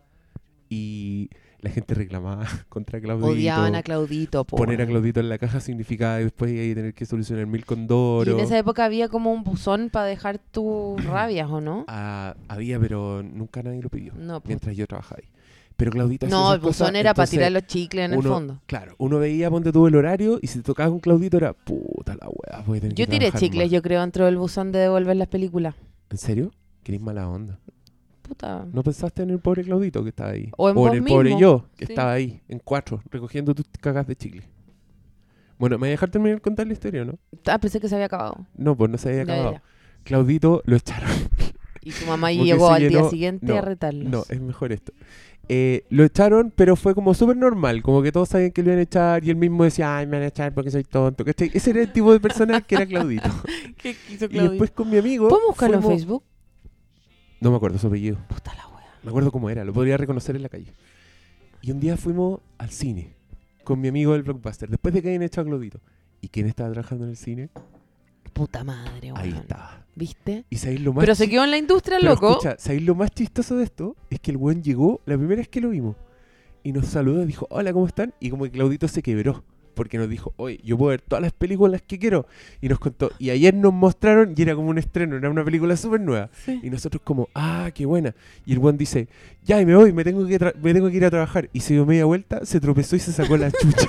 [SPEAKER 2] Y la gente reclamaba contra Claudito.
[SPEAKER 1] Odiaban a Claudito. po,
[SPEAKER 2] Poner a
[SPEAKER 1] weón.
[SPEAKER 2] Claudito en la caja significaba después ahí tener que solucionar mil
[SPEAKER 1] Y
[SPEAKER 2] condoros.
[SPEAKER 1] en esa época había como un buzón para dejar tus rabias, ¿o no?
[SPEAKER 2] Ah, había, pero nunca nadie lo pidió.
[SPEAKER 1] No, po.
[SPEAKER 2] Mientras yo trabajaba ahí. Pero Claudito hacía
[SPEAKER 1] no
[SPEAKER 2] esas
[SPEAKER 1] el buzón
[SPEAKER 2] cosas,
[SPEAKER 1] era para
[SPEAKER 2] entonces
[SPEAKER 1] tirar los chicles en el
[SPEAKER 2] uno-
[SPEAKER 1] fondo.
[SPEAKER 2] Claro, uno veía, ponte tú el horario, y si te tocaba con Claudito era puta la weá. voy a tener
[SPEAKER 1] Yo
[SPEAKER 2] que
[SPEAKER 1] tiré
[SPEAKER 2] trabajar
[SPEAKER 1] chicles,
[SPEAKER 2] más".
[SPEAKER 1] yo creo, dentro del buzón de devolver las películas.
[SPEAKER 2] ¿En serio? Querés mala onda.
[SPEAKER 1] Puta.
[SPEAKER 2] ¿No pensaste en el pobre Claudito que estaba ahí?
[SPEAKER 1] Mm. O en vos
[SPEAKER 2] el
[SPEAKER 1] mismo.
[SPEAKER 2] pobre yo, que
[SPEAKER 1] Sí.
[SPEAKER 2] estaba ahí, en cuatro, recogiendo tus cagas de chicle. Bueno, ¿me voy a dejar terminar de contar la historia o no?
[SPEAKER 1] Ah, pensé que se había acabado.
[SPEAKER 2] No, pues no se había
[SPEAKER 1] Ya, ya,
[SPEAKER 2] acabado.
[SPEAKER 1] ya.
[SPEAKER 2] Claudito lo echaron.
[SPEAKER 1] Y tu mamá
[SPEAKER 2] Porque
[SPEAKER 1] llegó
[SPEAKER 2] se
[SPEAKER 1] al día
[SPEAKER 2] llenó-
[SPEAKER 1] siguiente
[SPEAKER 2] no,
[SPEAKER 1] a retarlos.
[SPEAKER 2] No, es mejor esto. Eh, lo echaron, pero fue como súper normal, como que todos sabían que lo iban a echar y él mismo decía, ay, me van a echar porque soy tonto. ¿cachai? Ese era el tipo de persona que era Claudito.
[SPEAKER 1] ¿Qué quiso
[SPEAKER 2] y después con mi amigo...
[SPEAKER 1] ¿Podemos buscarlo en
[SPEAKER 2] fuimos-
[SPEAKER 1] Facebook?
[SPEAKER 2] No me acuerdo su apellido.
[SPEAKER 1] Puta la wea.
[SPEAKER 2] Me acuerdo cómo era, lo podría reconocer en la calle. Y un día fuimos al cine con mi amigo del Blockbuster, después de que hayan hecho a Claudito. ¿Y quién estaba trabajando en el cine?
[SPEAKER 1] Puta madre, weón.
[SPEAKER 2] Ahí estaba.
[SPEAKER 1] ¿Viste?
[SPEAKER 2] ¿Y sabéis lo más
[SPEAKER 1] Pero se quedó en la industria,
[SPEAKER 2] Pero
[SPEAKER 1] loco.
[SPEAKER 2] escucha, ¿sabéis lo más chistoso de esto? Es que el weón llegó la primera vez que lo vimos y nos saludó, dijo, hola, ¿cómo están? Y como que Claudito se quebró. Porque nos dijo, oye, yo puedo ver todas las películas que quiero. Y nos contó, y ayer nos mostraron, y era como un estreno, era una película súper nueva.
[SPEAKER 1] Sí.
[SPEAKER 2] Y nosotros como, ah, qué buena. Y el weón dice, ya, y me voy, me tengo, que tra- me tengo que ir a trabajar. Y se dio media vuelta, se tropezó y se sacó la chucha.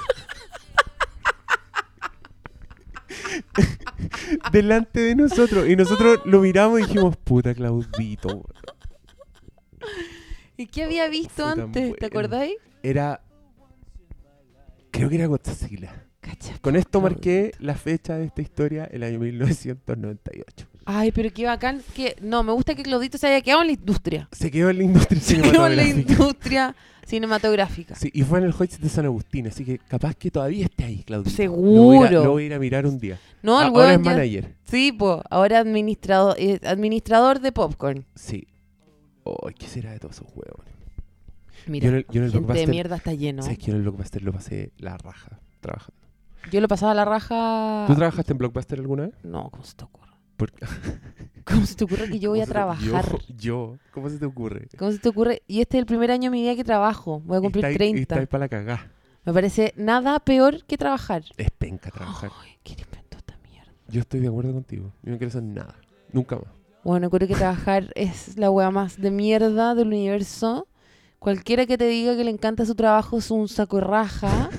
[SPEAKER 2] Delante de nosotros. Y nosotros lo miramos y dijimos, puta Claudito. weón".
[SPEAKER 1] ¿Y qué había visto
[SPEAKER 2] Fue tan
[SPEAKER 1] antes? ¿Te
[SPEAKER 2] bueno.
[SPEAKER 1] acordáis?
[SPEAKER 2] Era... Creo que era Godzilla.
[SPEAKER 1] Cacha.
[SPEAKER 2] Con esto marqué la fecha de esta historia, el año 1998.
[SPEAKER 1] Ay, pero qué bacán. Que... No, me gusta que Claudito se haya quedado en la industria.
[SPEAKER 2] Se quedó en la industria
[SPEAKER 1] Se quedó en la
[SPEAKER 2] cinematográfica.
[SPEAKER 1] industria cinematográfica.
[SPEAKER 2] Sí, y fue en el Hoyts de San Agustín, así que capaz que todavía esté ahí, Claudio. Lo voy, a,
[SPEAKER 1] Seguro.
[SPEAKER 2] lo voy a ir a mirar un día. Ah,
[SPEAKER 1] No, el
[SPEAKER 2] Ahora es
[SPEAKER 1] weón ya-
[SPEAKER 2] manager.
[SPEAKER 1] Sí, po. Ahora administrador, administrador de eh, popcorn.
[SPEAKER 2] Sí. Oh, ¿Qué será de todos esos huevos?
[SPEAKER 1] Mira,
[SPEAKER 2] yo en el, yo en el
[SPEAKER 1] gente de
[SPEAKER 2] Blockbuster-
[SPEAKER 1] mierda está lleno.
[SPEAKER 2] ¿Sabes que yo en el Blockbuster lo pasé la raja trabajando?
[SPEAKER 1] Yo lo pasaba la raja.
[SPEAKER 2] ¿Tú trabajaste en Blockbuster alguna vez?
[SPEAKER 1] No, ¿cómo se te ocurre?
[SPEAKER 2] ¿Por
[SPEAKER 1] ¿Cómo se te ocurre que yo voy a
[SPEAKER 2] ¿Cómo se te-
[SPEAKER 1] trabajar?
[SPEAKER 2] Yo, yo, ¿cómo se te ocurre?
[SPEAKER 1] ¿Cómo se te ocurre? Y este es el primer año de mi vida que trabajo. Voy a cumplir
[SPEAKER 2] Estáis-
[SPEAKER 1] 30.
[SPEAKER 2] estáis para la cagá.
[SPEAKER 1] Me parece nada peor que trabajar.
[SPEAKER 2] Es penca trabajar.
[SPEAKER 1] Ay, ¿quién inventó esta mierda?
[SPEAKER 2] Yo estoy de acuerdo contigo. Yo no quiero hacer nada. Nunca más.
[SPEAKER 1] Bueno, creo que trabajar es la wea más de mierda del universo. Cualquiera que te diga que le encanta su trabajo es un saco de raja.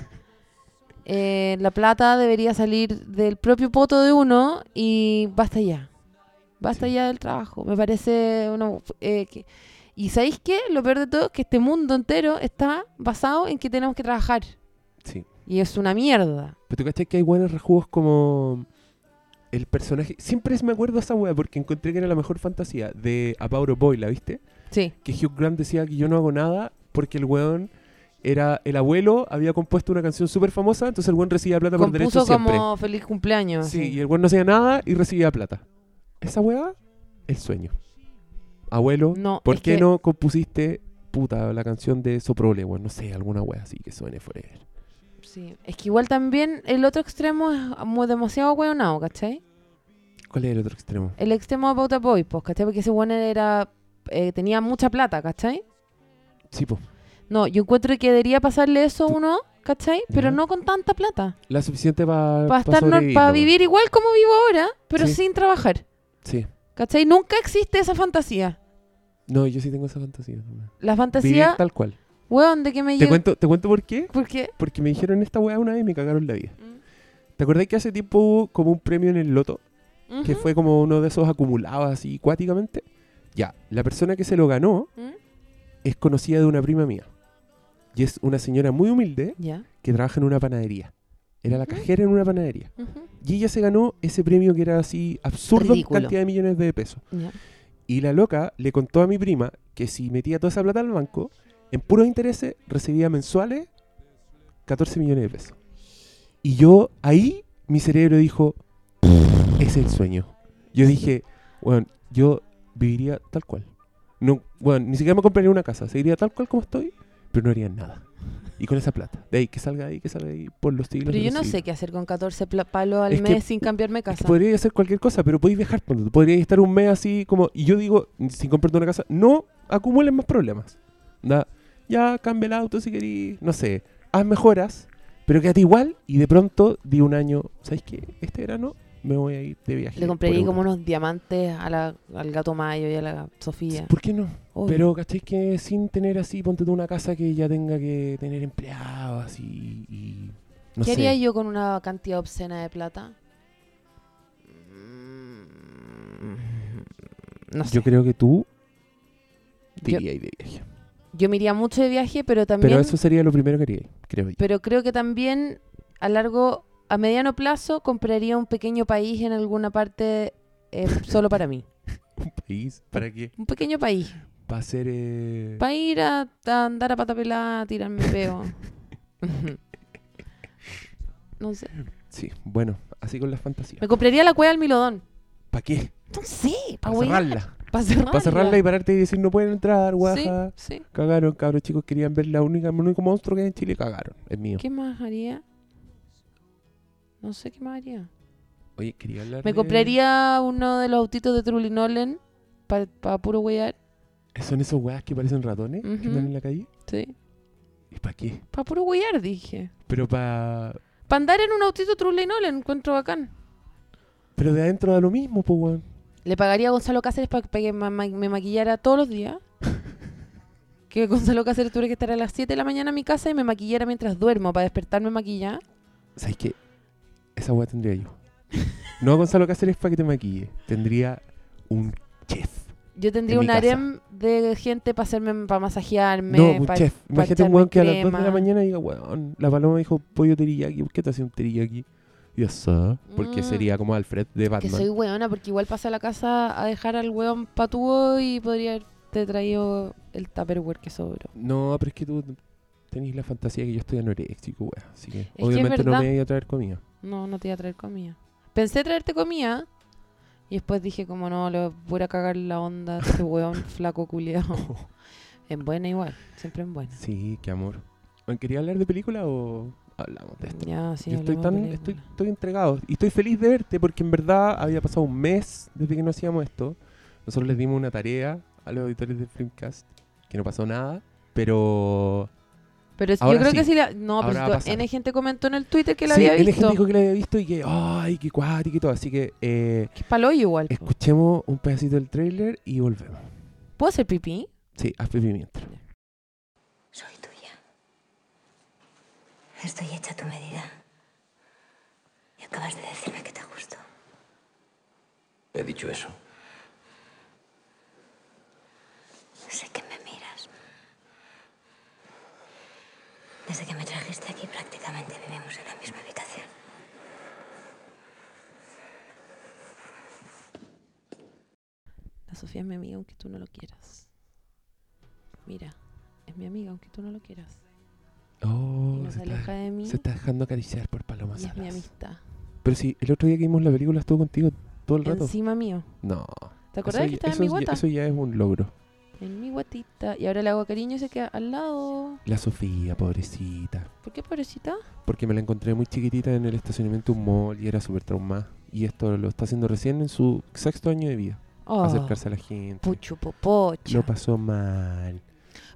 [SPEAKER 1] Eh, la plata debería salir del propio poto de uno y basta ya. Basta
[SPEAKER 2] Sí.
[SPEAKER 1] ya del trabajo. Me parece uno... eh, que- Y ¿sabéis qué? Lo peor de todo es que este mundo entero está basado en que tenemos que trabajar.
[SPEAKER 2] Sí.
[SPEAKER 1] Y es una mierda.
[SPEAKER 2] Pero tú cachai que hay buenos rejugos como el personaje. Siempre me acuerdo de esa wea porque encontré que era la mejor fantasía de A Power Boy, ¿la viste?
[SPEAKER 1] Sí.
[SPEAKER 2] Que Hugh Grant decía que yo no hago nada porque el weón era. El abuelo había compuesto una canción súper famosa, entonces el weón recibía plata por
[SPEAKER 1] Compuso
[SPEAKER 2] derecho siempre.
[SPEAKER 1] como ah, feliz cumpleaños.
[SPEAKER 2] Sí,
[SPEAKER 1] así.
[SPEAKER 2] y el weón no hacía nada y recibía plata. Esa wea, el sueño. Abuelo,
[SPEAKER 1] No,
[SPEAKER 2] ¿Por
[SPEAKER 1] es
[SPEAKER 2] qué
[SPEAKER 1] que-
[SPEAKER 2] no compusiste, puta, la canción de Soprole, weón? No sé, alguna wea así que suene forever.
[SPEAKER 1] Sí, es que igual también el otro extremo es mu- demasiado hueonado, ¿cachai?
[SPEAKER 2] ¿Cuál es el otro extremo?
[SPEAKER 1] El extremo de Pauta Boy, pues, ¿cachai? Porque ese weón era, eh, tenía mucha plata, ¿cachai?
[SPEAKER 2] Sí, po.
[SPEAKER 1] No, yo encuentro que debería pasarle eso a
[SPEAKER 2] Tú-
[SPEAKER 1] uno, ¿cachai? Pero
[SPEAKER 2] Ya. Eh,
[SPEAKER 1] no con tanta plata.
[SPEAKER 2] La suficiente para
[SPEAKER 1] Para estar nor- para vivir igual como vivo ahora, pero
[SPEAKER 2] Sí.
[SPEAKER 1] sin trabajar.
[SPEAKER 2] Sí.
[SPEAKER 1] ¿Cachai? Nunca existe esa fantasía.
[SPEAKER 2] No, yo sí tengo esa fantasía. weón.
[SPEAKER 1] La
[SPEAKER 2] Vivir
[SPEAKER 1] fantasía,
[SPEAKER 2] tal cual.
[SPEAKER 1] weón, de que me
[SPEAKER 2] ¿Te
[SPEAKER 1] llegue.
[SPEAKER 2] cuento, ¿Te cuento por qué?
[SPEAKER 1] Porque.
[SPEAKER 2] Porque me dijeron esta wea una vez y me cagaron la vida.
[SPEAKER 1] Mm.
[SPEAKER 2] ¿Te acordás que hace tiempo hubo como un premio en el loto? Que
[SPEAKER 1] Ujú.
[SPEAKER 2] fue como uno de esos acumulados así cuáticamente. Ya, la persona que se lo ganó
[SPEAKER 1] Mm.
[SPEAKER 2] es conocida de una prima mía. Y es una señora muy humilde
[SPEAKER 1] Ya.
[SPEAKER 2] que trabaja en una panadería. Era la
[SPEAKER 1] Ujú.
[SPEAKER 2] cajera en una panadería.
[SPEAKER 1] Ujú.
[SPEAKER 2] Y ella se ganó ese premio que era así absurdo en
[SPEAKER 1] Ridículo.
[SPEAKER 2] cantidad de millones de pesos.
[SPEAKER 1] Ya.
[SPEAKER 2] Y la loca le contó a mi prima que si metía toda esa plata al banco, en puros intereses recibía mensuales 14 millones de pesos. Y yo ahí mi cerebro dijo, es el sueño. Yo dije, bueno, yo viviría tal cual. No, bueno, ni siquiera me compraría una casa, seguiría tal cual como estoy, pero no haría nada. Y con esa plata, de ahí, que salga de ahí, que salga de ahí, por los siglos.
[SPEAKER 1] Pero
[SPEAKER 2] de
[SPEAKER 1] yo
[SPEAKER 2] los
[SPEAKER 1] no sé
[SPEAKER 2] siglos.
[SPEAKER 1] qué hacer con 14 pla- palos al
[SPEAKER 2] Es que-
[SPEAKER 1] mes sin cambiarme
[SPEAKER 2] Es que
[SPEAKER 1] casa.
[SPEAKER 2] podría hacer cualquier cosa, pero podéis viajar. ponte tú, Podríais estar un mes así como... Y yo digo, sin comprarte una casa, no acumulen más problemas. Da, ya, cambia el auto si querís, no sé. Haz mejoras, pero quédate igual. Y de pronto, di un año, ¿sabes qué? Este verano me voy a ir de viaje.
[SPEAKER 1] Le
[SPEAKER 2] por
[SPEAKER 1] compraría como
[SPEAKER 2] Europa".
[SPEAKER 1] unos diamantes a la- al gato Mayo y a la Sofía.
[SPEAKER 2] ¿Por qué no?
[SPEAKER 1] Obvio.
[SPEAKER 2] Pero, ¿cachai? Que sin tener así, ponte tú una casa que ya tenga que tener empleados así y... No
[SPEAKER 1] ¿Qué
[SPEAKER 2] sé.
[SPEAKER 1] haría yo con una cantidad obscena de plata? Mm, No sé.
[SPEAKER 2] Yo
[SPEAKER 1] Yo,
[SPEAKER 2] creo que tú... Te
[SPEAKER 1] Yo-
[SPEAKER 2] irías de viaje.
[SPEAKER 1] me iría mucho de viaje, pero también.
[SPEAKER 2] Pero eso sería lo primero que haría, creo yo.
[SPEAKER 1] pero creo que también a largo, a mediano plazo, compraría un pequeño país en alguna parte eh, solo para mí.
[SPEAKER 2] ¿Un país? ¿Para qué?
[SPEAKER 1] Un pequeño país.
[SPEAKER 2] Para ser. eh,
[SPEAKER 1] Para ir a, a andar a pata pelada, a tirarme peo. no sé.
[SPEAKER 2] Sí, bueno, así con las fantasías.
[SPEAKER 1] Me compraría la cueva del Milodón.
[SPEAKER 2] ¿Para qué?
[SPEAKER 1] No sé,
[SPEAKER 2] Para cerrarla.
[SPEAKER 1] Para cerrarla.
[SPEAKER 2] Para cerrarla y pararte y decir no pueden entrar, guaja.
[SPEAKER 1] Sí, sí.
[SPEAKER 2] Cagaron, cabros chicos, querían ver la única, el único monstruo que hay en Chile, cagaron. Es mío.
[SPEAKER 1] ¿Qué más haría? No sé qué más haría.
[SPEAKER 2] Oye, quería hablar.
[SPEAKER 1] Me
[SPEAKER 2] de-
[SPEAKER 1] compraría uno de los autitos de Trulinolen para puro huear.
[SPEAKER 2] ¿Son esos weas que parecen ratones que
[SPEAKER 1] Ujú.
[SPEAKER 2] andan en la calle?
[SPEAKER 1] Sí.
[SPEAKER 2] ¿Y para qué?
[SPEAKER 1] Para puro huear, dije.
[SPEAKER 2] Pero para.
[SPEAKER 1] Para andar en un autito Trulinolen, encuentro bacán.
[SPEAKER 2] Pero de adentro da lo mismo, pues, weón.
[SPEAKER 1] Le pagaría a Gonzalo Cáceres para que ma- ma- me maquillara todos los días. que Gonzalo Cáceres tuviera que estar a las 7 de la mañana en mi casa y me maquillara mientras duermo para despertarme maquillada.
[SPEAKER 2] ¿Sabes qué? Esa wea tendría yo. No a Gonzalo Cáceres para que te maquille. Tendría un chef.
[SPEAKER 1] Yo tendría
[SPEAKER 2] En mi
[SPEAKER 1] un
[SPEAKER 2] casa.
[SPEAKER 1] harem de gente para hacerme, para masajearme.
[SPEAKER 2] No, un
[SPEAKER 1] pa-
[SPEAKER 2] chef. Imagínate un
[SPEAKER 1] echarme
[SPEAKER 2] weón que a las 2 de la
[SPEAKER 1] crema.
[SPEAKER 2] mañana diga, weón, la paloma dijo pollo teriyaki, ¿por qué te hace un teriyaki? Y eso, porque
[SPEAKER 1] Mm.
[SPEAKER 2] sería como Alfred de
[SPEAKER 1] Que
[SPEAKER 2] Batman.
[SPEAKER 1] soy weona, porque igual pasé a la casa a dejar al weón patúo y podría haberte traído el Tupperware que sobró.
[SPEAKER 2] No, pero es que tú tenés la fantasía que yo estoy anoréxico, weón. Así que
[SPEAKER 1] que es
[SPEAKER 2] obviamente no
[SPEAKER 1] verdad.
[SPEAKER 2] me voy a traer comida.
[SPEAKER 1] No, no te iba a traer comida. Pensé traerte comida, Y después dije como no, le voy a cagar la onda a este weón flaco culiado. en buena igual, siempre en buena.
[SPEAKER 2] Sí, qué amor. Bueno, ¿Quería hablar de película o hablamos de esto?
[SPEAKER 1] Ya, sí,
[SPEAKER 2] Yo estoy
[SPEAKER 1] hablemos
[SPEAKER 2] tan,
[SPEAKER 1] película.
[SPEAKER 2] estoy, estoy entregado y estoy feliz de verte porque en verdad había pasado un mes desde que no hacíamos esto. Nosotros les dimos una tarea a los auditores de Filmcast que no pasó nada, pero
[SPEAKER 1] Pero es-
[SPEAKER 2] ahora
[SPEAKER 1] yo creo
[SPEAKER 2] sí.
[SPEAKER 1] que sí la... No,
[SPEAKER 2] Ahora
[SPEAKER 1] pero
[SPEAKER 2] va
[SPEAKER 1] si
[SPEAKER 2] a
[SPEAKER 1] to-
[SPEAKER 2] pasar.
[SPEAKER 1] N gente comentó en el Twitter que la
[SPEAKER 2] Sí,
[SPEAKER 1] había
[SPEAKER 2] N gente
[SPEAKER 1] visto.
[SPEAKER 2] dijo que la había visto y que ay, qué cuático y todo, así que eh,
[SPEAKER 1] Que es paloyo igual. po.
[SPEAKER 2] escuchemos un pedacito del tráiler y volvemos.
[SPEAKER 1] ¿Puedo hacer pipí?
[SPEAKER 2] Sí, haz pipí mientras.
[SPEAKER 3] Soy tuya. Estoy hecha a tu medida. Y acabas de decirme que te gusto.
[SPEAKER 4] He dicho eso.
[SPEAKER 3] Sé que me miras. Desde que me trajiste aquí prácticamente vivimos en la misma habitación.
[SPEAKER 1] La Sofía es mi amiga aunque tú no lo quieras. Mira, es mi amiga aunque tú no lo quieras. Y
[SPEAKER 2] Oh,
[SPEAKER 1] no
[SPEAKER 2] se
[SPEAKER 1] se
[SPEAKER 2] está,
[SPEAKER 1] aleja de mí
[SPEAKER 2] se está dejando acariciar por Paloma
[SPEAKER 1] y es mi
[SPEAKER 2] Salas.
[SPEAKER 1] amistad.
[SPEAKER 2] Pero sí, el otro día que vimos la película estuvo contigo todo el rato.
[SPEAKER 1] Encima mío.
[SPEAKER 2] No.
[SPEAKER 1] ¿Te acordás
[SPEAKER 2] eso
[SPEAKER 1] que
[SPEAKER 2] ya-
[SPEAKER 1] estaba en
[SPEAKER 2] eso
[SPEAKER 1] mi
[SPEAKER 2] ya-
[SPEAKER 1] guata?
[SPEAKER 2] Eso ya es un logro.
[SPEAKER 1] En mi guatita. Y ahora le hago cariño y se queda al lado.
[SPEAKER 2] La Sofía, pobrecita.
[SPEAKER 1] ¿Por qué, pobrecita?
[SPEAKER 2] Porque me la encontré muy chiquitita en el estacionamiento de un mall y era súper traumada. Y esto lo está haciendo recién en su sexto año de vida.
[SPEAKER 1] Oh,
[SPEAKER 2] Acercarse a la gente.
[SPEAKER 1] puchu, popocha.
[SPEAKER 2] Lo pasó mal.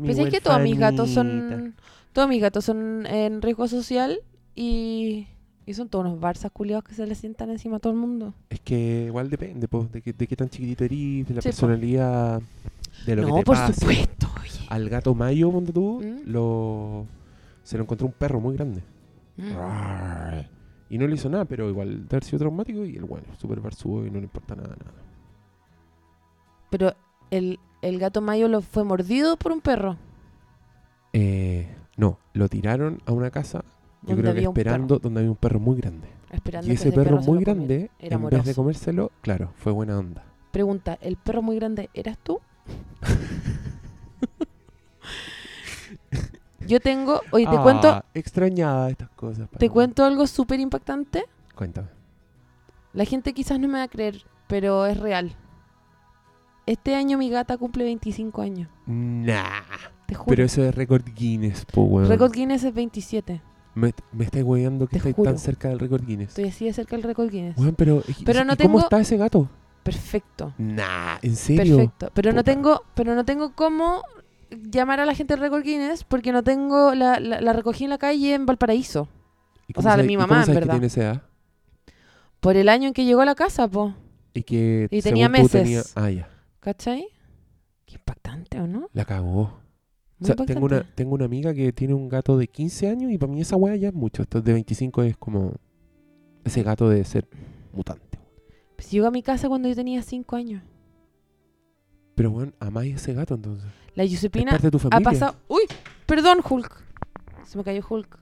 [SPEAKER 2] Mi
[SPEAKER 1] Pues es que todos mis gatos
[SPEAKER 2] huerfanita.
[SPEAKER 1] son. Todos mis gatos son en riesgo social y. Y son todos unos barzas culiados que se le sientan encima a todo el mundo.
[SPEAKER 2] Es que igual depende, po, de, que, de qué tan chiquitito eres, de la
[SPEAKER 1] Sí, po.
[SPEAKER 2] personalidad, de lo
[SPEAKER 1] no,
[SPEAKER 2] que te
[SPEAKER 1] por
[SPEAKER 2] pase. Ah,
[SPEAKER 1] supuesto, oye.
[SPEAKER 2] Al gato Mayo, ponte tú,
[SPEAKER 1] ¿Mm?
[SPEAKER 2] lo, se lo encontró un perro muy grande.
[SPEAKER 1] Mm.
[SPEAKER 2] Rar. Y no le hizo nada, pero igual de haber sido traumático y el bueno, super barzudo y no le importa nada, nada.
[SPEAKER 1] Pero el, el gato mayo lo fue mordido por un perro.
[SPEAKER 2] Eh, no, lo tiraron a una casa, yo
[SPEAKER 1] Donde
[SPEAKER 2] creo que
[SPEAKER 1] había un perro.
[SPEAKER 2] esperando, donde había un perro muy grande.
[SPEAKER 1] Esperando
[SPEAKER 2] y
[SPEAKER 1] que
[SPEAKER 2] ese perro,
[SPEAKER 1] se lo
[SPEAKER 2] muy
[SPEAKER 1] comiera.
[SPEAKER 2] grande, en
[SPEAKER 1] Era
[SPEAKER 2] vez de
[SPEAKER 1] amoroso.
[SPEAKER 2] comérselo, claro, fue buena onda.
[SPEAKER 1] Pregunta, ¿el perro muy grande eras tú? Yo tengo, oye, te
[SPEAKER 2] Ah,
[SPEAKER 1] cuento,
[SPEAKER 2] Extrañaba estas cosas.
[SPEAKER 1] te
[SPEAKER 2] Paloma.
[SPEAKER 1] cuento algo súper impactante.
[SPEAKER 2] Cuéntame.
[SPEAKER 1] La gente quizás no me va a creer, pero es real. Este año mi gata cumple 25 años,
[SPEAKER 2] Nah.
[SPEAKER 1] te juro.
[SPEAKER 2] Pero eso es récord Guinness, po, weón.
[SPEAKER 1] Record Guinness es 27.
[SPEAKER 2] Me, me estáis weyando que
[SPEAKER 1] Te
[SPEAKER 2] estáis
[SPEAKER 1] juro.
[SPEAKER 2] tan cerca del récord Guinness.
[SPEAKER 1] Estoy así de cerca del Record Guinness.
[SPEAKER 2] Weón, pero. ¿y-
[SPEAKER 1] Pero
[SPEAKER 2] y
[SPEAKER 1] no
[SPEAKER 2] ¿Cómo
[SPEAKER 1] tengo-
[SPEAKER 2] está ese gato?
[SPEAKER 1] Perfecto.
[SPEAKER 2] Nah, ¿en serio?
[SPEAKER 1] Perfecto. Pero no
[SPEAKER 2] Puta.
[SPEAKER 1] tengo, pero no tengo cómo llamar a la gente de Record Guinness porque no tengo la, la, la recogí en la calle en Valparaíso.
[SPEAKER 2] ¿Y
[SPEAKER 1] O
[SPEAKER 2] cómo
[SPEAKER 1] sea, de
[SPEAKER 2] sabes-
[SPEAKER 1] mi
[SPEAKER 2] y cómo
[SPEAKER 1] mamá, en
[SPEAKER 2] sabes que
[SPEAKER 1] verdad.
[SPEAKER 2] tiene ah? esa edad?
[SPEAKER 1] Por el año en que llegó a la casa, po.
[SPEAKER 2] Y que
[SPEAKER 1] Y
[SPEAKER 2] según
[SPEAKER 1] tenía
[SPEAKER 2] tú
[SPEAKER 1] meses.
[SPEAKER 2] tenía- Ah, ya.
[SPEAKER 1] ¿Cachai? Qué impactante, ¿o no?
[SPEAKER 2] La cagó. O
[SPEAKER 1] Muy
[SPEAKER 2] sea, tengo
[SPEAKER 1] impactante.
[SPEAKER 2] una, tengo una amiga que tiene un gato de 15 años y para mí esa wea ya es mucho. Esto de 25 es como. Ese gato debe ser mutante.
[SPEAKER 1] Pues llegó a mi casa cuando yo tenía 5 años.
[SPEAKER 2] Pero bueno, amáis ese gato entonces.
[SPEAKER 1] La
[SPEAKER 2] Es
[SPEAKER 1] Giuseppina
[SPEAKER 2] parte de tu
[SPEAKER 1] ha
[SPEAKER 2] familia.
[SPEAKER 1] pasado... ¡Uy! Perdón, Hulk. Se me cayó Hulk.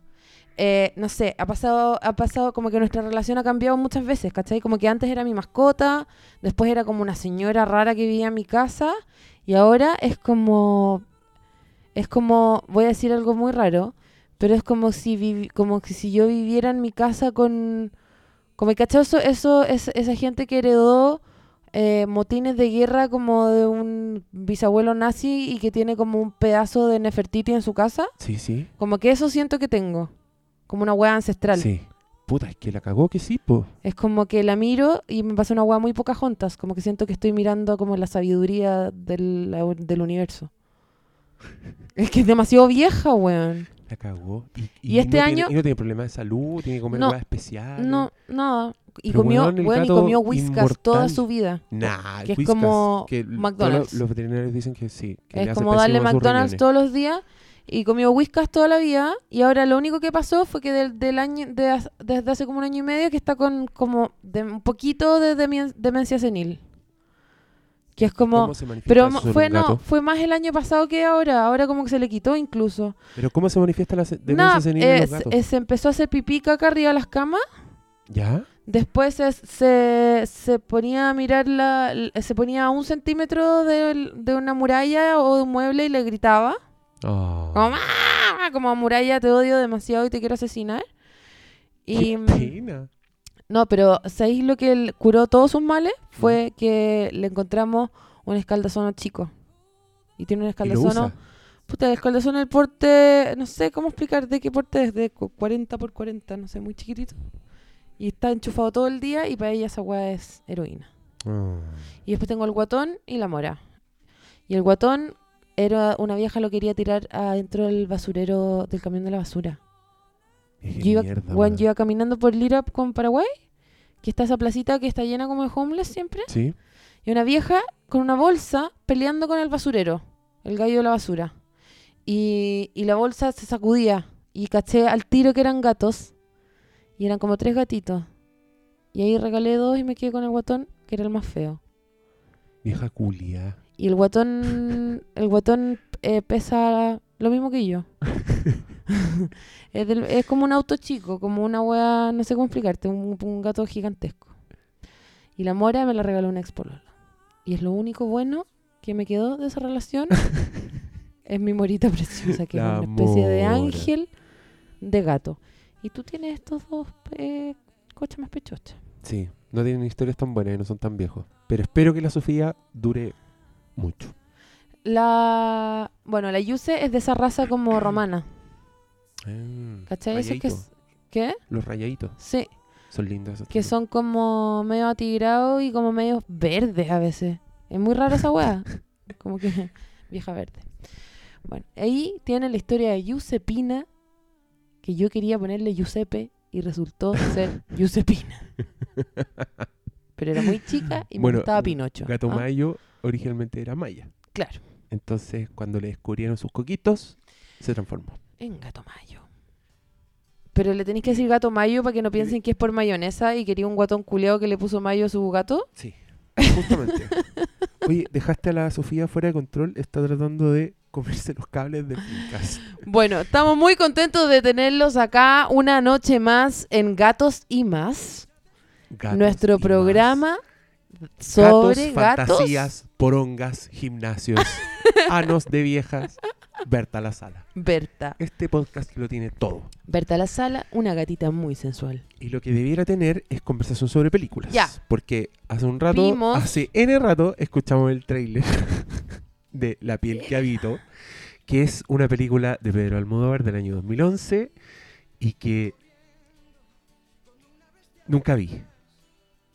[SPEAKER 1] Eh, no sé, ha pasado, ha pasado como que nuestra relación ha cambiado muchas veces, ¿cachai? Como que antes era mi mascota, después era como una señora rara que vivía en mi casa, y ahora es como... Es como, voy a decir algo muy raro, pero es como si, vivi- como que si yo viviera en mi casa con... Como que ¿cachai? eso, eso es, esa gente que heredó eh, motines de guerra como de un bisabuelo nazi y que tiene como un pedazo de Nefertiti en su casa.
[SPEAKER 2] Sí, sí.
[SPEAKER 1] Como que eso siento que tengo. Como una hueá ancestral.
[SPEAKER 2] Sí. Puta, es que la cagó que sí, po.
[SPEAKER 1] Es como que la miro y me pasa una hueá muy pocas juntas. Como que siento que estoy mirando como la sabiduría del, la- del universo. es que es demasiado vieja, weón.
[SPEAKER 2] La cagó. Y,
[SPEAKER 1] Y este
[SPEAKER 2] no
[SPEAKER 1] año-
[SPEAKER 2] Tiene, y no tiene problema de salud, tiene que comer
[SPEAKER 1] No,
[SPEAKER 2] weas especiales.
[SPEAKER 1] No, nada. Y
[SPEAKER 2] Pero,
[SPEAKER 1] comió,
[SPEAKER 2] weón, el
[SPEAKER 1] weón, y
[SPEAKER 2] gato
[SPEAKER 1] comió Whiskas
[SPEAKER 2] inmortal.
[SPEAKER 1] toda su vida.
[SPEAKER 2] Nah,
[SPEAKER 1] Que es
[SPEAKER 2] Whiskas,
[SPEAKER 1] como
[SPEAKER 2] que l-
[SPEAKER 1] McDonald's.
[SPEAKER 2] todos Los, veterinarios dicen que sí. Que le
[SPEAKER 1] Es
[SPEAKER 2] hace
[SPEAKER 1] como
[SPEAKER 2] pésimo
[SPEAKER 1] darle
[SPEAKER 2] a sus
[SPEAKER 1] McDonald's
[SPEAKER 2] riñones.
[SPEAKER 1] todos los días y comió Whiskas toda la vida y ahora lo único que pasó fue que del, del año de hace- desde hace como un año y medio que está con como de- un poquito de demien- demencia senil. Que es como
[SPEAKER 2] ¿Cómo se manifiesta
[SPEAKER 1] pero
[SPEAKER 2] eso
[SPEAKER 1] mo-
[SPEAKER 2] en
[SPEAKER 1] fue
[SPEAKER 2] un
[SPEAKER 1] no,
[SPEAKER 2] gato?
[SPEAKER 1] fue más el año pasado que ahora, ahora como que se le quitó incluso.
[SPEAKER 2] Pero ¿cómo se manifiesta la se- demencia
[SPEAKER 1] Nada,
[SPEAKER 2] senil en
[SPEAKER 1] eh,
[SPEAKER 2] los
[SPEAKER 1] se-
[SPEAKER 2] gatos?
[SPEAKER 1] eh, se empezó a hacer pipí caca arriba de las camas
[SPEAKER 2] ¿Ya?
[SPEAKER 1] Después es- se, se ponía a mirar la, l- se ponía a un centímetro de, de una muralla o de un mueble y le gritaba.
[SPEAKER 2] Oh.
[SPEAKER 1] Como, "Ah", como muralla, te odio demasiado y te quiero asesinar. Y,
[SPEAKER 2] ¡Qué pena!
[SPEAKER 1] No, pero ¿sabéis lo que él curó todos sus males?
[SPEAKER 2] Mm.
[SPEAKER 1] Fue que le encontramos un escaldazono chico. Y tiene un
[SPEAKER 2] Y lo usa.
[SPEAKER 1] escaldazono. Puta, el escaldazono el porte, no sé cómo explicar de qué porte es, de cu- 40 por 40, no sé, muy chiquitito. Y está enchufado todo el día y para ella esa weá es heroína.
[SPEAKER 2] Ah.
[SPEAKER 1] Y después tengo el guatón y la mora. Y el guatón era una vieja lo quería tirar adentro del basurero del camión de la basura.
[SPEAKER 2] Dije,
[SPEAKER 1] Yo iba,
[SPEAKER 2] "Mierda,
[SPEAKER 1] weón,
[SPEAKER 2] weón".
[SPEAKER 1] yo iba caminando por Lira con Paraguay, que está esa placita que está llena como de homeless siempre,
[SPEAKER 2] Sí.
[SPEAKER 1] y una vieja con una bolsa peleando con el basurero, el gallo de la basura. Y, y la bolsa se sacudía y caché al tiro que eran gatos, y eran como tres gatitos. Y ahí regalé dos y me quedé con el guatón, que era el más feo.
[SPEAKER 2] Vieja culia.
[SPEAKER 1] Y el guatón, el guatón eh, pesa lo mismo que yo. es, del- es como un auto chico, como una wea, no sé cómo explicarte, un, un gato gigantesco. Y la mora me la regaló un ex polola. Y es lo único bueno que me quedó de esa relación. es mi morita preciosa, que
[SPEAKER 2] La
[SPEAKER 1] es una especie de
[SPEAKER 2] Mora.
[SPEAKER 1] ángel de gato. Y tú tienes estos dos eh, coches más pechochas.
[SPEAKER 2] Sí. No tienen historias tan buenas y no son tan viejos. Pero espero que la Sofía dure mucho.
[SPEAKER 1] La, bueno, la Yuse es de esa raza como romana. ¿Cachai? Esos que,
[SPEAKER 2] Rayadito.
[SPEAKER 1] s- ¿Qué?
[SPEAKER 2] Los rayaditos.
[SPEAKER 1] Sí,
[SPEAKER 2] Son lindos esos.
[SPEAKER 1] que
[SPEAKER 2] tipos.
[SPEAKER 1] son como medio atigrados y como medio verdes a veces. Es muy rara esa weá. como que vieja verde. Bueno, ahí tiene la historia de Giuseppina, que yo quería ponerle Giuseppe y resultó ser Giuseppina. Pero era muy chica y
[SPEAKER 2] Bueno,
[SPEAKER 1] me gustaba Pinocho.
[SPEAKER 2] Gato
[SPEAKER 1] ¿ah?
[SPEAKER 2] Mayo originalmente era Maya.
[SPEAKER 1] Claro,
[SPEAKER 2] Entonces, cuando le descubrieron sus coquitos, se transformó.
[SPEAKER 1] en Gato Mayo. Pero le tenéis que decir Gato Mayo para que no piensen que es por mayonesa y quería un guatón culeado que le puso mayo a su gato.
[SPEAKER 2] Sí. Justamente. Oye, dejaste a la Sofía fuera de control. Está tratando de comerse los cables de fincas.
[SPEAKER 1] Bueno, estamos muy contentos de tenerlos acá una noche más en Gatos y Más,
[SPEAKER 2] Gatos y
[SPEAKER 1] nuestro
[SPEAKER 2] más.
[SPEAKER 1] programa sobre gatos.
[SPEAKER 2] fantasías, porongas, gimnasios, anos de viejas, Berta la Sala.
[SPEAKER 1] Berta.
[SPEAKER 2] Este podcast lo tiene todo.
[SPEAKER 1] Berta La Sala, una gatita muy sensual.
[SPEAKER 2] Y lo que debiera tener es conversación sobre películas.
[SPEAKER 1] Ya.
[SPEAKER 2] Porque hace un rato,
[SPEAKER 1] Vimos.
[SPEAKER 2] hace N rato, escuchamos el tráiler de La piel que habito, que es una película de Pedro Almodóvar del año 2011 y que nunca vi.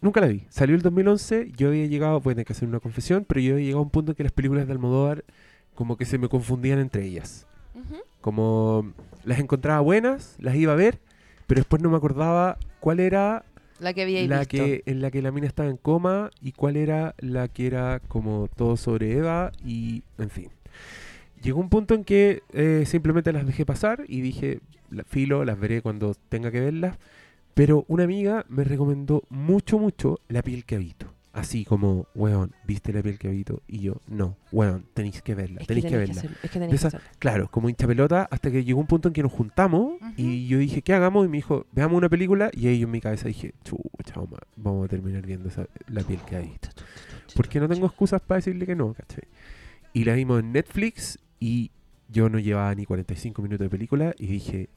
[SPEAKER 2] Nunca la vi. Salió el 2011, yo había llegado, voy a tener que hacer una confesión, pero yo había llegado a un punto en que las películas de Almodóvar como que se me confundían entre ellas. Como las encontraba buenas, las iba a ver, pero después no me acordaba cuál era
[SPEAKER 1] La que había
[SPEAKER 2] la
[SPEAKER 1] visto.
[SPEAKER 2] que en la que la mina estaba en coma y cuál era la que era como todo sobre Eva y en fin. Llegó un punto en que eh, simplemente las dejé pasar y dije, "La- filo, las veré cuando tenga que verlas. Pero una amiga me recomendó mucho, mucho La piel que habito. Así como, weón, ¿viste La piel que habito? Y yo, no, weón, tenéis que verla,
[SPEAKER 1] Es
[SPEAKER 2] tenéis que
[SPEAKER 1] tenés
[SPEAKER 2] verla.
[SPEAKER 1] hacerlo, es que tenés
[SPEAKER 2] De
[SPEAKER 1] que
[SPEAKER 2] esa-
[SPEAKER 1] hacerlo.
[SPEAKER 2] Claro, como hincha pelota, hasta que llegó un punto en que nos juntamos
[SPEAKER 1] Ujú.
[SPEAKER 2] y yo dije, ¿qué hagamos? Y me dijo, veamos una película. Y ahí yo en mi cabeza dije, chucha, vamos a- vamos a terminar viendo esa- la piel que hay. Porque no tengo excusas para decirle que no, ¿cachai? Y la vimos en Netflix y yo no llevaba ni 45 minutos de película y dije,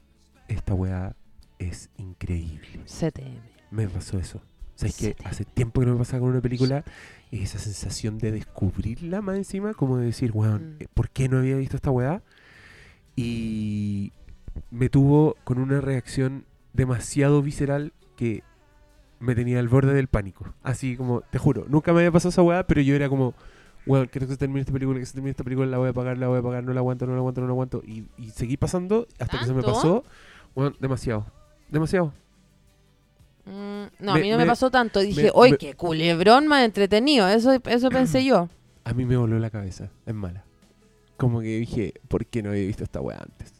[SPEAKER 2] esta weá es increíble.
[SPEAKER 1] CTM.
[SPEAKER 2] Me pasó eso. O sea, es
[SPEAKER 1] Sí,
[SPEAKER 2] que
[SPEAKER 1] te-
[SPEAKER 2] hace tiempo que no me pasaba con una película y esa sensación de descubrirla más encima, como de decir, weón,
[SPEAKER 1] Mm.
[SPEAKER 2] eh, ¿por qué no había visto esta weá? Y me tuvo con una reacción demasiado visceral que me tenía al borde del pánico. Así como, te juro, nunca me había pasado esa weá, pero yo era como, weón, quiero que se termine esta película, que se termine esta película, la voy a pagar, la voy a pagar, no la aguanto, no la aguanto, no la aguanto. Y, y seguí pasando hasta que se me
[SPEAKER 1] ¿Tanto?
[SPEAKER 2] pasó, weón, demasiado. Demasiado.
[SPEAKER 1] Mm, no,
[SPEAKER 2] Me-
[SPEAKER 1] a mí no me,
[SPEAKER 2] me-
[SPEAKER 1] pasó tanto.
[SPEAKER 2] me-
[SPEAKER 1] Dije, hoy
[SPEAKER 2] me-
[SPEAKER 1] qué culebrón más entretenido! Eso, eso pensé yo.
[SPEAKER 2] A mí me voló la cabeza, es mala. Como que dije, ¿por qué no había visto esta weá antes?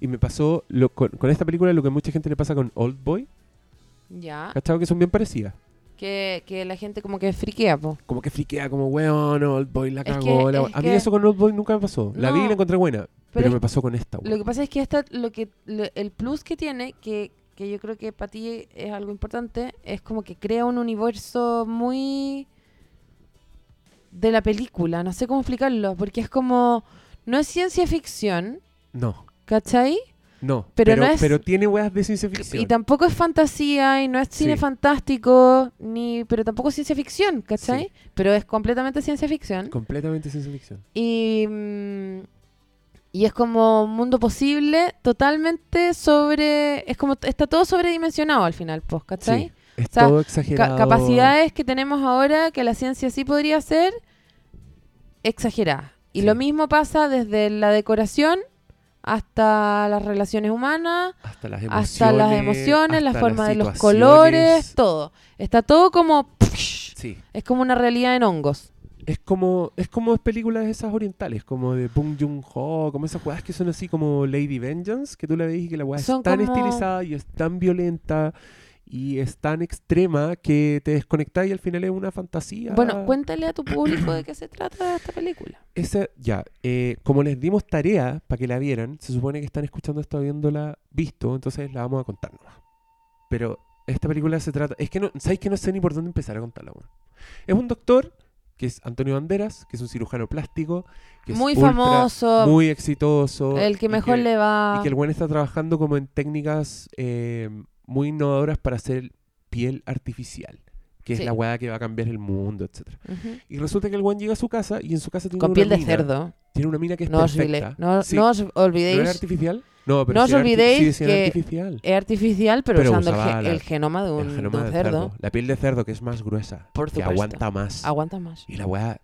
[SPEAKER 2] Y me pasó lo- con, con esta película lo que a mucha gente le pasa con Old Boy,
[SPEAKER 1] Ya.
[SPEAKER 2] ¿cachado? Que son bien parecidas.
[SPEAKER 1] Que, que la gente como que friquea, po.
[SPEAKER 2] Como que friquea, como weón, Old Boy la
[SPEAKER 1] Es que-
[SPEAKER 2] cagó. la
[SPEAKER 1] es
[SPEAKER 2] we- a mí
[SPEAKER 1] que-
[SPEAKER 2] eso con Old Boy nunca me pasó. La vi y
[SPEAKER 1] No.
[SPEAKER 2] la encontré buena, pero,
[SPEAKER 1] es
[SPEAKER 2] me pasó con esta
[SPEAKER 1] Lo
[SPEAKER 2] weá.
[SPEAKER 1] que pasa es que esta, lo que, lo- el plus que tiene, que, que yo creo que para ti es algo importante, es como que crea un universo muy de la película. No sé cómo explicarlo, porque es como, no es ciencia ficción,
[SPEAKER 2] No,
[SPEAKER 1] ¿cachai?
[SPEAKER 2] No, pero,
[SPEAKER 1] Pero
[SPEAKER 2] pero,
[SPEAKER 1] no es-
[SPEAKER 2] tiene weas de ciencia ficción.
[SPEAKER 1] Y tampoco es fantasía y no es cine
[SPEAKER 2] Sí.
[SPEAKER 1] fantástico, ni pero tampoco es ciencia ficción, ¿cachai?
[SPEAKER 2] Sí.
[SPEAKER 1] Pero es completamente ciencia ficción.
[SPEAKER 2] Completamente ciencia ficción.
[SPEAKER 1] Y, mm, y es como un mundo posible, totalmente sobre... Es como, está todo sobredimensionado al final, pues, ¿cachai?
[SPEAKER 2] Sí. Es
[SPEAKER 1] O sea,
[SPEAKER 2] todo
[SPEAKER 1] Ca-
[SPEAKER 2] exagerado.
[SPEAKER 1] capacidades que tenemos ahora que la ciencia sí podría ser exagerada. Y
[SPEAKER 2] Sí.
[SPEAKER 1] lo mismo pasa desde la decoración hasta las relaciones humanas,
[SPEAKER 2] Hasta las emociones.
[SPEAKER 1] hasta las emociones, la
[SPEAKER 2] hasta
[SPEAKER 1] forma
[SPEAKER 2] las
[SPEAKER 1] de los
[SPEAKER 2] situaciones.
[SPEAKER 1] colores, todo. Está todo como...
[SPEAKER 2] Sí.
[SPEAKER 1] Es como una realidad en hongos.
[SPEAKER 2] Es como, es como películas esas orientales, como de Bong Joon-ho, como esas weas que son así como Lady Vengeance, que tú la ves y que la wea es
[SPEAKER 1] Son
[SPEAKER 2] tan
[SPEAKER 1] como-
[SPEAKER 2] estilizada y es tan violenta y es tan extrema que te desconectas y al final es una fantasía.
[SPEAKER 1] Bueno, cuéntale a tu público de qué se trata esta película.
[SPEAKER 2] Esa, ya, eh, como les dimos tarea para que la vieran, se supone que están escuchando esto habiéndola visto, entonces la vamos a contar nomás. Pero esta película se trata. Es que no, ¿sabéis que no sé ni por dónde empezar a contarla, weón? Es un doctor, que es Antonio Banderas, que es un cirujano plástico, que es
[SPEAKER 1] Muy
[SPEAKER 2] ultra-
[SPEAKER 1] famoso,
[SPEAKER 2] muy exitoso.
[SPEAKER 1] el que
[SPEAKER 2] y
[SPEAKER 1] mejor le va...
[SPEAKER 2] Y que el buen está trabajando como en técnicas eh, muy innovadoras para hacer piel artificial, que
[SPEAKER 1] Sí.
[SPEAKER 2] es la weá que va a cambiar el mundo, etcétera
[SPEAKER 1] Ujú.
[SPEAKER 2] Y resulta que el buen llega a su casa y en su casa tiene
[SPEAKER 1] Con
[SPEAKER 2] una
[SPEAKER 1] piel de
[SPEAKER 2] mina-
[SPEAKER 1] cerdo.
[SPEAKER 2] tiene una mina que es
[SPEAKER 1] No os,
[SPEAKER 2] perfecta.
[SPEAKER 1] olvidé- no,
[SPEAKER 2] Sí.
[SPEAKER 1] no os
[SPEAKER 2] ¿No era
[SPEAKER 1] olvidéis
[SPEAKER 2] artificial? No, pero
[SPEAKER 1] No os
[SPEAKER 2] sí era arti-
[SPEAKER 1] olvidéis
[SPEAKER 2] sí, sí era
[SPEAKER 1] que-
[SPEAKER 2] artificial.
[SPEAKER 1] Es artificial, pero,
[SPEAKER 2] Pero
[SPEAKER 1] usando el,
[SPEAKER 2] usaba
[SPEAKER 1] ge-
[SPEAKER 2] la-
[SPEAKER 1] el genoma de un,
[SPEAKER 2] El genoma
[SPEAKER 1] de un
[SPEAKER 2] del
[SPEAKER 1] cerdo.
[SPEAKER 2] La piel de cerdo que es más gruesa.
[SPEAKER 1] Por
[SPEAKER 2] que
[SPEAKER 1] supuesto.
[SPEAKER 2] aguanta más.
[SPEAKER 1] Aguanta más.
[SPEAKER 2] y la weá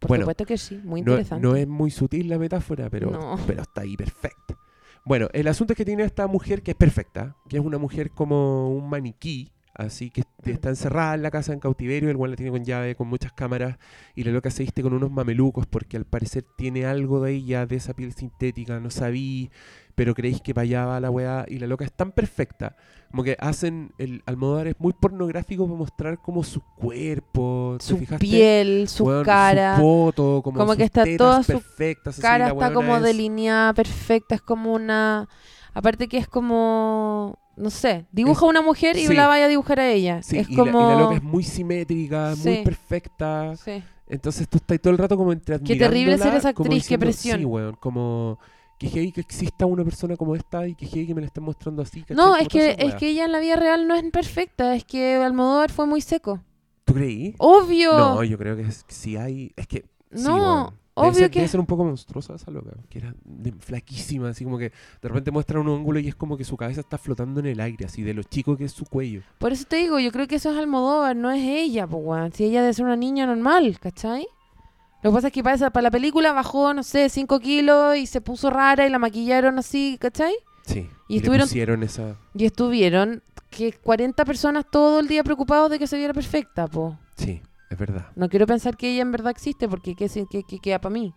[SPEAKER 1] Por
[SPEAKER 2] Bueno,
[SPEAKER 1] supuesto que sí, muy
[SPEAKER 2] no,
[SPEAKER 1] interesante.
[SPEAKER 2] no es muy sutil la metáfora, pero,
[SPEAKER 1] No.
[SPEAKER 2] pero está ahí perfecta. Bueno, el asunto es que tiene esta mujer que es perfecta, que es una mujer como un maniquí, así que est-
[SPEAKER 1] Mm.
[SPEAKER 2] está encerrada en la casa en cautiverio, el cual la tiene con llave, con muchas cámaras, y la loca se viste con unos mamelucos porque al parecer tiene algo de ella, de esa piel sintética, no sabí, pero creéis que para allá va la weá, y la loca es tan perfecta, como que hacen, el Almodóvar es muy pornográfico para mostrar como su cuerpo, ¿te
[SPEAKER 1] su
[SPEAKER 2] fijaste?
[SPEAKER 1] piel, su
[SPEAKER 2] Weón,
[SPEAKER 1] cara,
[SPEAKER 2] su poto, como,
[SPEAKER 1] como
[SPEAKER 2] sus
[SPEAKER 1] que está
[SPEAKER 2] tetas
[SPEAKER 1] toda su
[SPEAKER 2] perfectas, así,
[SPEAKER 1] cara
[SPEAKER 2] la
[SPEAKER 1] está
[SPEAKER 2] weona
[SPEAKER 1] como
[SPEAKER 2] es-
[SPEAKER 1] delineada, perfecta, es como una... Aparte que es como... No sé, dibuja una mujer y
[SPEAKER 2] sí.
[SPEAKER 1] la vaya a dibujar a ella.
[SPEAKER 2] Sí,
[SPEAKER 1] es
[SPEAKER 2] y,
[SPEAKER 1] como...
[SPEAKER 2] la, y la loca es muy simétrica, muy
[SPEAKER 1] Sí.
[SPEAKER 2] perfecta.
[SPEAKER 1] Sí.
[SPEAKER 2] Entonces tú estás todo el rato como entre
[SPEAKER 1] Qué terrible ser
[SPEAKER 2] admirándola,
[SPEAKER 1] esa
[SPEAKER 2] como
[SPEAKER 1] actriz, qué
[SPEAKER 2] diciendo,
[SPEAKER 1] presión.
[SPEAKER 2] Sí, weón, como que heavy que exista una persona como esta y que heavy que me la estén mostrando así. ¿cachai?
[SPEAKER 1] No,
[SPEAKER 2] Como
[SPEAKER 1] es
[SPEAKER 2] todas
[SPEAKER 1] que,
[SPEAKER 2] esas
[SPEAKER 1] es
[SPEAKER 2] weas.
[SPEAKER 1] que ella en la vida real no es perfecta, es que Almodóvar fue muy seco.
[SPEAKER 2] ¿Tú creí?
[SPEAKER 1] Obvio.
[SPEAKER 2] No, yo creo que es- que sí hay... Es que... sí,
[SPEAKER 1] No,
[SPEAKER 2] weón. Debe
[SPEAKER 1] obvio
[SPEAKER 2] ser-
[SPEAKER 1] que-
[SPEAKER 2] Debe ser un poco monstruosa esa loca, que era de- flaquísima, así como que de repente muestran un ángulo y es como que su cabeza está flotando en el aire, así de lo chico que es su cuello.
[SPEAKER 1] Por eso te digo, yo creo que eso es Almodóvar, no es ella, po, weón. Si ella debe ser una niña normal, ¿cachai? Lo que pasa es que para, esa- para la película bajó, no sé, 5 kilos y se puso rara y la maquillaron así, ¿cachai?
[SPEAKER 2] Sí.
[SPEAKER 1] Y
[SPEAKER 2] le
[SPEAKER 1] estuvieron-
[SPEAKER 2] pusieron esa...
[SPEAKER 1] Y estuvieron que 40 personas todo el día preocupados de que se viera perfecta, po.
[SPEAKER 2] Sí, es verdad.
[SPEAKER 1] No quiero pensar que ella en verdad existe porque qué, se- qué- qué queda para mí.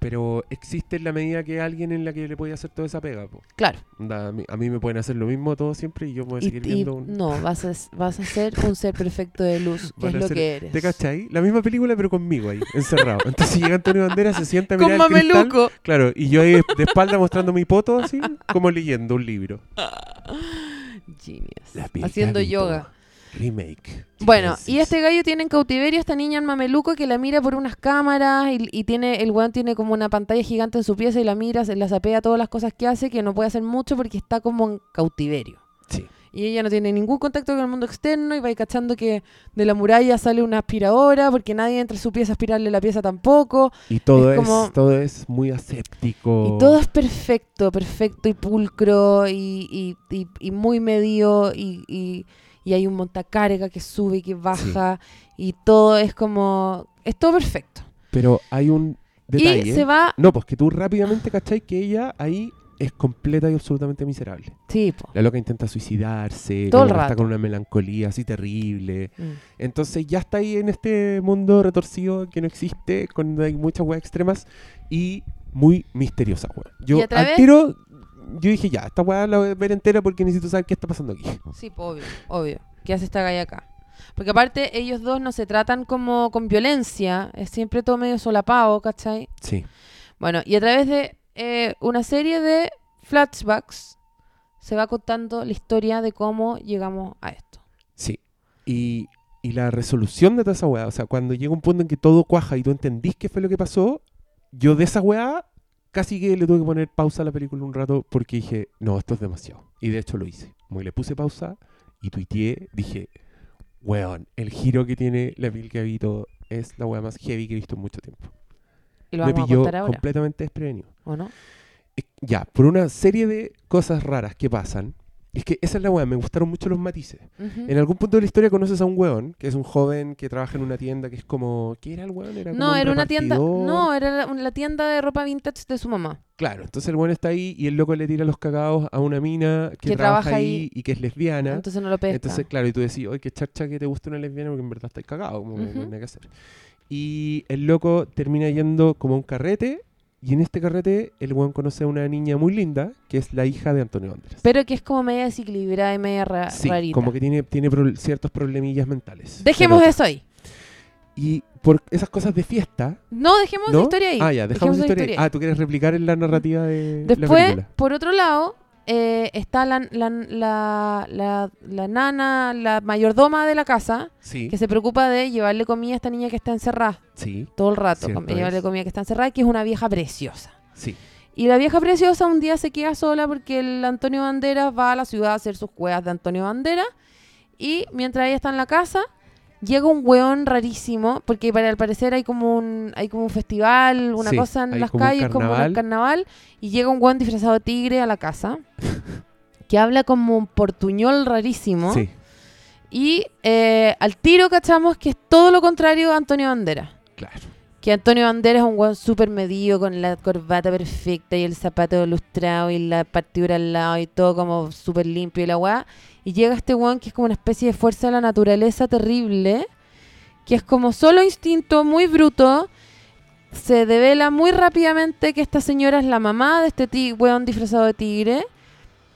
[SPEAKER 2] Pero existe en la medida que alguien en la que le podía hacer toda esa pega. po.
[SPEAKER 1] Claro.
[SPEAKER 2] Onda, a, mí, a mí me pueden hacer lo mismo todo siempre y yo voy a
[SPEAKER 1] Y,
[SPEAKER 2] seguir
[SPEAKER 1] y-
[SPEAKER 2] viendo un...
[SPEAKER 1] no, vas a, vas a ser un ser perfecto de luz, que
[SPEAKER 2] Van
[SPEAKER 1] es
[SPEAKER 2] a
[SPEAKER 1] lo
[SPEAKER 2] ser-
[SPEAKER 1] que eres.
[SPEAKER 2] ¿Te cachai? La misma película pero conmigo ahí, encerrado. Entonces llega Antonio Banderas, se sienta a mirar
[SPEAKER 1] Con
[SPEAKER 2] el cristal,
[SPEAKER 1] mameluco.
[SPEAKER 2] Claro, y yo ahí de espalda mostrando mi poto así, como leyendo un libro.
[SPEAKER 1] Genius.
[SPEAKER 2] La piel
[SPEAKER 1] Haciendo
[SPEAKER 2] que habito.
[SPEAKER 1] yoga.
[SPEAKER 2] Remake.
[SPEAKER 1] Bueno, y
[SPEAKER 2] Genesis.
[SPEAKER 1] este gallo tiene en cautiverio a esta niña en mameluco que la mira por unas cámaras y, y tiene el weón tiene como una pantalla gigante en su pieza y la mira, se la sapea todas las cosas que hace, que no puede hacer mucho porque está como en cautiverio.
[SPEAKER 2] Sí.
[SPEAKER 1] Y ella no tiene ningún contacto con el mundo externo y va ahí cachando que de la muralla sale una aspiradora porque nadie entra a su pieza a aspirarle la pieza tampoco.
[SPEAKER 2] Y todo es,
[SPEAKER 1] es como-
[SPEAKER 2] todo es muy aséptico.
[SPEAKER 1] Y todo es perfecto, perfecto y pulcro y, y- y- y muy medio y, y- y hay un montacarga que sube y que baja y todo es como... Es todo perfecto.
[SPEAKER 2] Pero hay un detalle.
[SPEAKER 1] Y se va...
[SPEAKER 2] No, pues que tú rápidamente cachai que ella ahí es completa y absolutamente miserable.
[SPEAKER 1] Tipo.
[SPEAKER 2] La loca intenta suicidarse,
[SPEAKER 1] Todo
[SPEAKER 2] la
[SPEAKER 1] el
[SPEAKER 2] loca está
[SPEAKER 1] rato.
[SPEAKER 2] con una melancolía así terrible.
[SPEAKER 1] Mm.
[SPEAKER 2] Entonces ya está ahí en este mundo retorcido que no existe, con hay muchas weas extremas y muy misteriosa, wea. Yo
[SPEAKER 1] Y a través-
[SPEAKER 2] al tiro, yo dije ya, esta wea la voy a ver entera porque necesito saber qué está pasando aquí.
[SPEAKER 1] Sí, po, obvio, obvio. ¿Qué hace esta galla acá? Porque aparte ellos dos no se tratan como con violencia, es siempre todo medio solapado, ¿cachai?
[SPEAKER 2] Sí,
[SPEAKER 1] Bueno, y a través de eh, una serie de flashbacks se va contando la historia de cómo llegamos a esto.
[SPEAKER 2] sí. Y, y la resolución de toda esa wea, o sea, cuando llega un punto en que todo cuaja y tú entendís qué fue lo que pasó, yo de esa wea Casi que le tuve que poner pausa a la película un rato porque dije, no, esto es demasiado. Y de hecho lo hice. Muy le puse pausa y tuiteé, dije, weón, el giro que tiene la piel que habito es la weá más heavy que he visto en mucho tiempo.
[SPEAKER 1] Y lo
[SPEAKER 2] Me
[SPEAKER 1] vamos a
[SPEAKER 2] pilló
[SPEAKER 1] contar ahora,
[SPEAKER 2] completamente desprevenido.
[SPEAKER 1] ¿o no?
[SPEAKER 2] Eh, Ya, por una serie de cosas raras que pasan. Es que esa es la weá, me gustaron mucho los matices.
[SPEAKER 1] Ujú.
[SPEAKER 2] En algún punto de la historia conoces a un weón, que es un joven que trabaja en una tienda que es como. ¿Qué era el weón? Era como
[SPEAKER 1] No,
[SPEAKER 2] un
[SPEAKER 1] era una tienda.
[SPEAKER 2] repartidor.
[SPEAKER 1] No, era la, un- la tienda de ropa vintage de su mamá.
[SPEAKER 2] Claro, entonces el weón está ahí y el loco le tira los cagados a una mina que,
[SPEAKER 1] Que
[SPEAKER 2] trabaja,
[SPEAKER 1] trabaja
[SPEAKER 2] ahí y que es lesbiana. Entonces,
[SPEAKER 1] Entonces no lo pesca.
[SPEAKER 2] claro, y tú decís, oye, qué charcha que te gusta una lesbiana porque en verdad estás cagado, como que no hay
[SPEAKER 1] Ujú.
[SPEAKER 2] nada que hacer. Y el loco termina yendo como a un carrete y en este carrete el weón conoce a una niña muy linda que es la hija de Antonio Banderas.
[SPEAKER 1] Pero que es como media desequilibrada y media ra-
[SPEAKER 2] Sí,
[SPEAKER 1] rarita.
[SPEAKER 2] como que tiene, tiene pro- ciertos problemillas mentales.
[SPEAKER 1] Dejemos
[SPEAKER 2] Pero-
[SPEAKER 1] eso ahí.
[SPEAKER 2] Y por esas cosas de fiesta,
[SPEAKER 1] No, dejemos
[SPEAKER 2] ¿no?
[SPEAKER 1] la historia ahí.
[SPEAKER 2] Ah, ya, dejamos, la historia. ahí.
[SPEAKER 1] ahí.
[SPEAKER 2] Ah, tú quieres replicar en la narrativa de la
[SPEAKER 1] Después,
[SPEAKER 2] película.
[SPEAKER 1] por otro lado, eh, está la, la, la, la- la nana, la mayordoma de la casa,
[SPEAKER 2] Sí,
[SPEAKER 1] que se preocupa de llevarle comida a esta niña que está encerrada
[SPEAKER 2] sí,
[SPEAKER 1] todo el rato.
[SPEAKER 2] Cierto
[SPEAKER 1] com- llevarle
[SPEAKER 2] es.
[SPEAKER 1] comida que está encerrada, que es una vieja preciosa.
[SPEAKER 2] sí.
[SPEAKER 1] Y la vieja preciosa un día se queda sola porque el Antonio Banderas va a la ciudad a hacer sus cuevas de Antonio Banderas. Y mientras ella está en la casa, llega un weón rarísimo, porque para al parecer hay como un, hay como un festival, una
[SPEAKER 2] Sí,
[SPEAKER 1] cosa en
[SPEAKER 2] hay
[SPEAKER 1] las
[SPEAKER 2] como un
[SPEAKER 1] calles, como
[SPEAKER 2] carnaval.
[SPEAKER 1] un carnaval, y llega un weón disfrazado de tigre a la casa, que habla como un portuñol rarísimo.
[SPEAKER 2] Sí,
[SPEAKER 1] Y eh, al tiro cachamos que es todo lo contrario a Antonio Banderas.
[SPEAKER 2] claro.
[SPEAKER 1] Que Antonio Banderas es un weón súper medido con la corbata perfecta y el zapato lustrado y la partitura al lado y todo como súper limpio y la weá. Y llega este weón que es como una especie de fuerza de la naturaleza terrible, que es como solo instinto, muy bruto. Se devela muy rápidamente que esta señora es la mamá de este ti- weón disfrazado de tigre.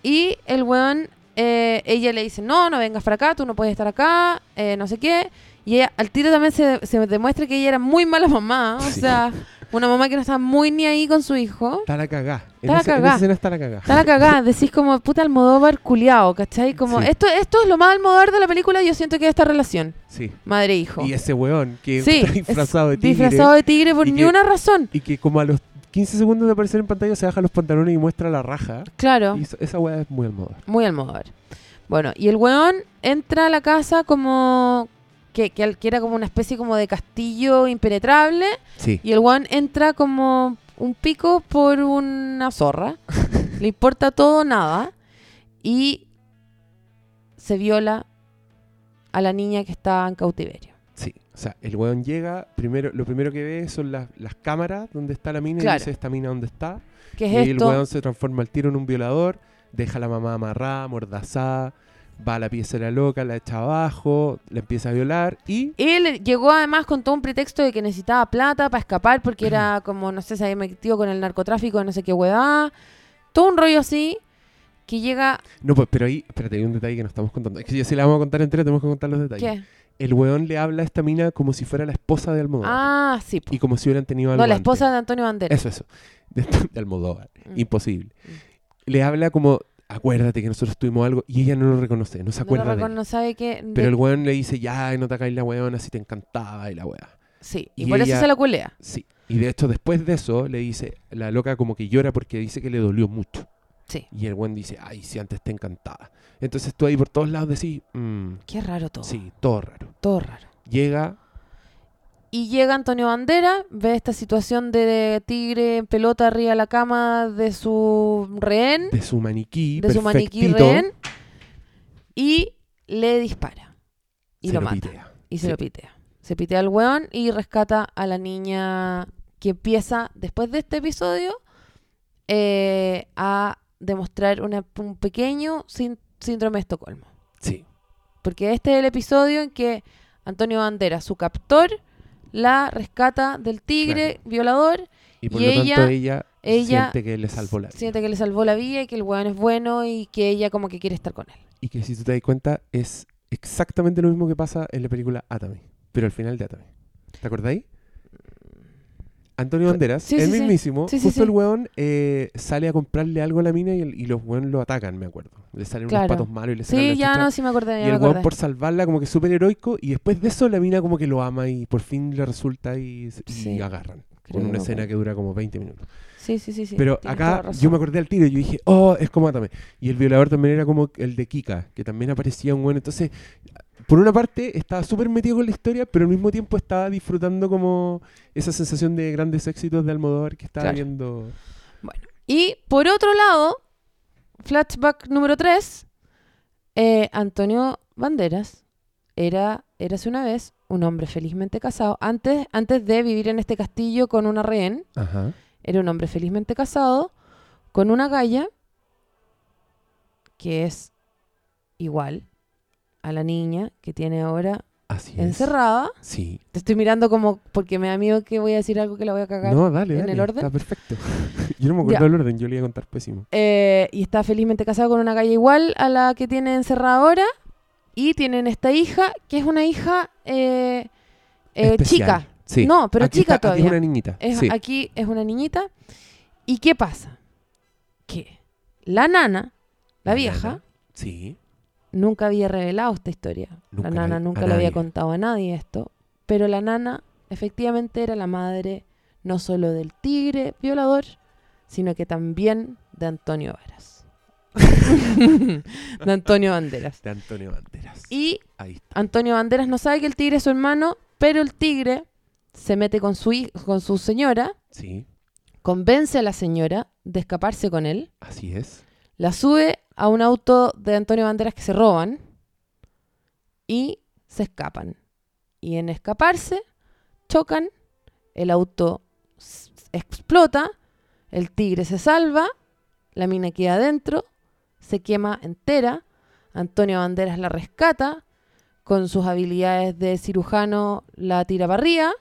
[SPEAKER 1] Y el weón, eh, ella le dice, no, no vengas para acá, tú no puedes estar acá, eh, no sé qué. Y ella, al tiro también se, se demuestra que ella era muy mala mamá, o
[SPEAKER 2] Sí.
[SPEAKER 1] sea, una mamá que no estaba muy ni ahí con su hijo.
[SPEAKER 2] Está la cagá. En,
[SPEAKER 1] Está la
[SPEAKER 2] esa, en
[SPEAKER 1] cagá.
[SPEAKER 2] esa escena está la cagá.
[SPEAKER 1] Está la cagada, decís como puta Almodóvar culiao, ¿cachai? Como
[SPEAKER 2] Sí.
[SPEAKER 1] esto, esto es lo más Almodóvar de la película, yo siento que es esta relación,
[SPEAKER 2] Sí.
[SPEAKER 1] madre-hijo.
[SPEAKER 2] Y ese weón que
[SPEAKER 1] Sí,
[SPEAKER 2] está disfrazado de
[SPEAKER 1] es
[SPEAKER 2] tigre.
[SPEAKER 1] Disfrazado de tigre por
[SPEAKER 2] y
[SPEAKER 1] ni
[SPEAKER 2] que-
[SPEAKER 1] una razón.
[SPEAKER 2] Y que como a los 15 segundos de aparecer en pantalla se baja los pantalones y muestra la raja.
[SPEAKER 1] Claro,
[SPEAKER 2] Y eso- esa weá es muy almohada.
[SPEAKER 1] muy Almodóvar. Bueno, y el weón entra a la casa como que, que, al- que era como una especie como de castillo impenetrable
[SPEAKER 2] Sí.
[SPEAKER 1] y el weón entra como un pico por una zorra. Le importa todo, nada. Y se viola a la niña que estaba en cautiverio.
[SPEAKER 2] Sí. O sea, el weón llega, primero, lo primero que ve son las, las cámaras donde está la mina y
[SPEAKER 1] Claro.
[SPEAKER 2] dice esta mina dónde está.
[SPEAKER 1] ¿Qué es
[SPEAKER 2] y el
[SPEAKER 1] esto?
[SPEAKER 2] weón se transforma al tiro en un violador, deja a la mamá amarrada, mordazada, va a la pieza de la loca, la echa abajo, la empieza a violar y...
[SPEAKER 1] Él llegó además con todo un pretexto de que necesitaba plata para escapar porque era como, no sé, se había metido con el narcotráfico, no sé qué huevada. Todo un rollo así que llega...
[SPEAKER 2] No, pues, pero ahí, espérate, hay un detalle que no estamos contando. Es que si la vamos a contar entera, tenemos que contar los detalles.
[SPEAKER 1] ¿Qué?
[SPEAKER 2] El weón le habla a esta mina como si fuera la esposa de Almodóvar.
[SPEAKER 1] Ah, sí. po.
[SPEAKER 2] Y como si hubieran tenido algo
[SPEAKER 1] No, la
[SPEAKER 2] antes.
[SPEAKER 1] esposa de Antonio Banderas.
[SPEAKER 2] Eso, eso. De, de Almodóvar.
[SPEAKER 1] Mm.
[SPEAKER 2] Imposible. Le habla como, acuérdate que nosotros tuvimos algo y ella no lo reconoce, no se
[SPEAKER 1] No,
[SPEAKER 2] acuerda
[SPEAKER 1] lo
[SPEAKER 2] de
[SPEAKER 1] recono-
[SPEAKER 2] él.
[SPEAKER 1] no sabe qué... de-
[SPEAKER 2] Pero el weón le dice, ya, no te hagáis la weona si te encantaba y la weá.
[SPEAKER 1] Sí, y,
[SPEAKER 2] y
[SPEAKER 1] por
[SPEAKER 2] ella-
[SPEAKER 1] eso se la culea.
[SPEAKER 2] Sí. Y de hecho, después de eso, le dice, la loca como que llora porque dice que le dolió mucho.
[SPEAKER 1] Sí.
[SPEAKER 2] Y el weón dice, ay, si antes te encantaba. Entonces tú ahí por todos lados decís, "Mm,
[SPEAKER 1] Qué raro todo.
[SPEAKER 2] sí, todo raro.
[SPEAKER 1] Todo raro.
[SPEAKER 2] Llega,
[SPEAKER 1] Y llega Antonio Bandera, ve esta situación de tigre en pelota arriba de la cama de su rehén,
[SPEAKER 2] de su maniquí
[SPEAKER 1] ¿Mm? de su maniquí
[SPEAKER 2] perfectito,
[SPEAKER 1] rehén, y le dispara. Y
[SPEAKER 2] se
[SPEAKER 1] lo, mata.
[SPEAKER 2] pitea.
[SPEAKER 1] Y se
[SPEAKER 2] Sí.
[SPEAKER 1] lo pitea. Se pitea al weón y rescata a la niña que empieza, después de este episodio, eh, a demostrar una- un pequeño sin- síndrome de Estocolmo.
[SPEAKER 2] Sí,
[SPEAKER 1] Porque este es el episodio en que Antonio Bandera, su captor, la rescata del tigre violador,
[SPEAKER 2] y por
[SPEAKER 1] Y
[SPEAKER 2] lo tanto
[SPEAKER 1] ella-
[SPEAKER 2] ella,
[SPEAKER 1] ella
[SPEAKER 2] siente que le salvó la vida.
[SPEAKER 1] siente que le salvó la vida y que el weón es bueno y que ella como que quiere estar con él.
[SPEAKER 2] Y que si tú te das cuenta, es exactamente lo mismo que pasa en la película Atami, pero al final de Atami. ¿Te acordáis? Antonio Banderas,
[SPEAKER 1] Mm. sí,
[SPEAKER 2] el
[SPEAKER 1] sí, sí.
[SPEAKER 2] mismísimo,
[SPEAKER 1] Sí, sí,
[SPEAKER 2] justo
[SPEAKER 1] sí.
[SPEAKER 2] el weón eh, sale a comprarle algo a la mina y, el- y los weón lo atacan, me acuerdo. Le salen
[SPEAKER 1] Claro.
[SPEAKER 2] unos patos malos y le salen
[SPEAKER 1] Sí,
[SPEAKER 2] las
[SPEAKER 1] ya
[SPEAKER 2] chuchas.
[SPEAKER 1] no, sí me acordé, ya
[SPEAKER 2] Y
[SPEAKER 1] me
[SPEAKER 2] el weón
[SPEAKER 1] acordé.
[SPEAKER 2] por salvarla como que súper heroico y después de eso la mina como que lo ama y por fin le resulta y, y
[SPEAKER 1] Sí.
[SPEAKER 2] agarran.
[SPEAKER 1] Creo
[SPEAKER 2] Con
[SPEAKER 1] que me
[SPEAKER 2] una escena que dura como 20 minutos.
[SPEAKER 1] Sí, sí, sí. sí
[SPEAKER 2] Pero
[SPEAKER 1] tienes toda la
[SPEAKER 2] acá
[SPEAKER 1] razón.
[SPEAKER 2] yo me acordé al tiro y yo dije, oh, es como Atame. Y el violador también era como el de Kika, que también aparecía un bueno. Entonces, por una parte, estaba súper metido con la historia, pero al mismo tiempo estaba disfrutando como esa sensación de grandes éxitos de Almodóvar que estaba
[SPEAKER 1] Claro.
[SPEAKER 2] viendo.
[SPEAKER 1] Y por otro lado, flashback número 3, Antonio Banderas era, érase una vez un hombre felizmente casado. Antes, antes de vivir en este castillo con una rehén,
[SPEAKER 2] Ajá.
[SPEAKER 1] era un hombre felizmente casado con una galla que es igual a la niña que tiene ahora
[SPEAKER 2] Así es.
[SPEAKER 1] encerrada.
[SPEAKER 2] Sí.
[SPEAKER 1] Te estoy mirando como porque me da miedo que voy a decir algo que la voy a cagar.
[SPEAKER 2] No, dale,
[SPEAKER 1] ¿En
[SPEAKER 2] dale,
[SPEAKER 1] el orden?
[SPEAKER 2] Está perfecto. yo no me acuerdo
[SPEAKER 1] Ya.
[SPEAKER 2] del orden, yo le iba a contar pésimo.
[SPEAKER 1] Eh, y está felizmente casado con una galla igual a la que tiene encerrada ahora. Y tienen esta hija, que es una hija eh, eh,
[SPEAKER 2] Especial.
[SPEAKER 1] chica.
[SPEAKER 2] Sí.
[SPEAKER 1] No, pero
[SPEAKER 2] Aquí
[SPEAKER 1] chica
[SPEAKER 2] está- aquí
[SPEAKER 1] todavía.
[SPEAKER 2] Es una niñita.
[SPEAKER 1] Es-
[SPEAKER 2] sí.
[SPEAKER 1] Aquí es una niñita. ¿Y qué pasa? Que la nana, la,
[SPEAKER 2] La
[SPEAKER 1] vieja,
[SPEAKER 2] nana. Sí.
[SPEAKER 1] nunca había revelado esta historia.
[SPEAKER 2] Nunca
[SPEAKER 1] la nana
[SPEAKER 2] a-
[SPEAKER 1] nunca
[SPEAKER 2] a
[SPEAKER 1] le había
[SPEAKER 2] nadie.
[SPEAKER 1] contado a nadie esto. Pero la nana efectivamente era la madre no solo del tigre violador, sino que también de Antonio Varas. de Antonio Banderas.
[SPEAKER 2] De Antonio Banderas.
[SPEAKER 1] Y
[SPEAKER 2] Ahí está.
[SPEAKER 1] Antonio Banderas no sabe que el tigre es su hermano, pero el tigre se mete con su, hij- con su señora,
[SPEAKER 2] Sí.
[SPEAKER 1] convence a la señora de escaparse con él,
[SPEAKER 2] Así es.
[SPEAKER 1] la sube a un auto de Antonio Banderas que se roban y se escapan. Y en escaparse, chocan, el auto s- explota, el tigre se salva, la mina queda adentro, se quema entera, Antonio Banderas la rescata, con sus habilidades de cirujano la tira para arriba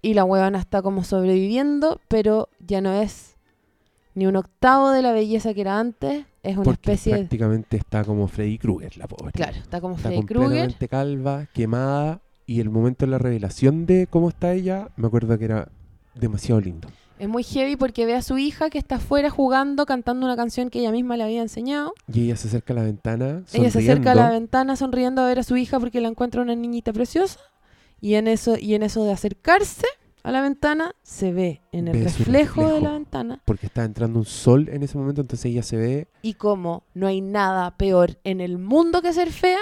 [SPEAKER 1] y la huevona está como sobreviviendo, pero ya no es ni un octavo de la belleza que era antes, es una
[SPEAKER 2] Porque
[SPEAKER 1] especie de...
[SPEAKER 2] prácticamente está como Freddy Krueger, la pobre.
[SPEAKER 1] Claro, está como
[SPEAKER 2] Está
[SPEAKER 1] Freddy Krueger.
[SPEAKER 2] completamente calva, quemada. Y el momento de la revelación de cómo está ella, me acuerdo que era demasiado lindo.
[SPEAKER 1] Es muy heavy porque ve a su hija que está afuera jugando, cantando una canción que ella misma le había enseñado.
[SPEAKER 2] Y ella se acerca a la ventana,
[SPEAKER 1] Ella se acerca a la
[SPEAKER 2] sonriendo.
[SPEAKER 1] ventana sonriendo a ver a su hija porque la encuentra una niñita preciosa. Y en eso, y en eso de acercarse a la ventana, se ve en el
[SPEAKER 2] Ve su
[SPEAKER 1] reflejo de la
[SPEAKER 2] reflejo.
[SPEAKER 1] ventana.
[SPEAKER 2] Porque está entrando un sol en ese momento, entonces ella se ve,
[SPEAKER 1] Y como no hay nada peor en el mundo que ser fea,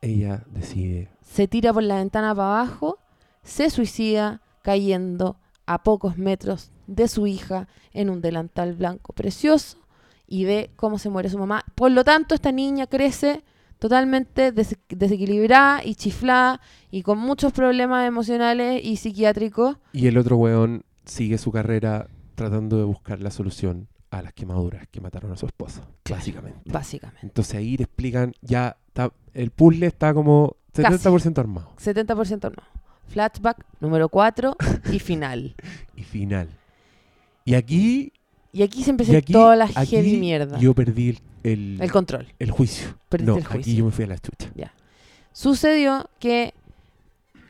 [SPEAKER 2] ella decide.
[SPEAKER 1] se tira por la ventana para abajo, se suicida cayendo a pocos metros de su hija en un delantal blanco precioso y ve cómo se muere su mamá. Por lo tanto, esta niña crece totalmente des- desequilibrada y chiflada y con muchos problemas emocionales y psiquiátricos.
[SPEAKER 2] Y el otro weón sigue su carrera tratando de buscar la solución a las quemaduras que mataron a su esposa,
[SPEAKER 1] Claro.
[SPEAKER 2] básicamente.
[SPEAKER 1] Básicamente.
[SPEAKER 2] Entonces ahí te explican, ya está, el puzzle está como
[SPEAKER 1] Casi.
[SPEAKER 2] 70% armado.
[SPEAKER 1] 70% no. Flashback número 4 y final.
[SPEAKER 2] Y final. Y aquí,
[SPEAKER 1] Y aquí se
[SPEAKER 2] y
[SPEAKER 1] empezó
[SPEAKER 2] aquí,
[SPEAKER 1] toda la
[SPEAKER 2] aquí
[SPEAKER 1] heavy mierda.
[SPEAKER 2] yo perdí el, el,
[SPEAKER 1] El control.
[SPEAKER 2] el juicio.
[SPEAKER 1] Perdiste
[SPEAKER 2] no,
[SPEAKER 1] el
[SPEAKER 2] aquí
[SPEAKER 1] juicio.
[SPEAKER 2] yo me fui a la chucha.
[SPEAKER 1] sucedió que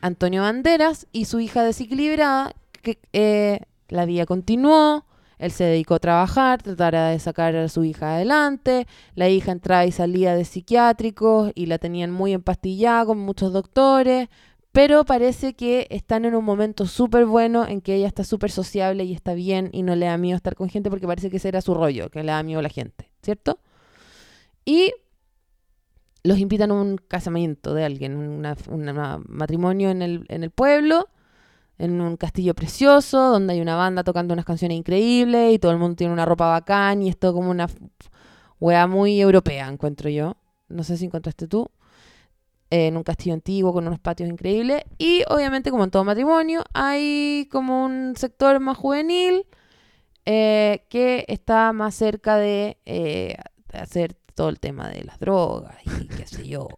[SPEAKER 1] Antonio Banderas y su hija desequilibrada, que, eh, la vida continuó, él se dedicó a trabajar, tratara de sacar a su hija adelante, la hija entraba y salía de psiquiátricos y la tenían muy empastillada con muchos doctores, pero parece que están en un momento súper bueno en que ella está súper sociable y está bien y no le da miedo estar con gente porque parece que ese era su rollo, que le da miedo a la gente, ¿cierto? Y los invitan a un casamiento de alguien, un matrimonio en el, en el pueblo, en un castillo precioso, donde hay una banda tocando unas canciones increíbles y todo el mundo tiene una ropa bacán y es todo como una f- weá muy europea, encuentro yo. No sé si encontraste tú. eh, En un castillo antiguo con unos patios increíbles. Y obviamente, como en todo matrimonio, hay como un sector más juvenil eh, que está más cerca de eh, de hacer todo el tema de las drogas y qué sé yo,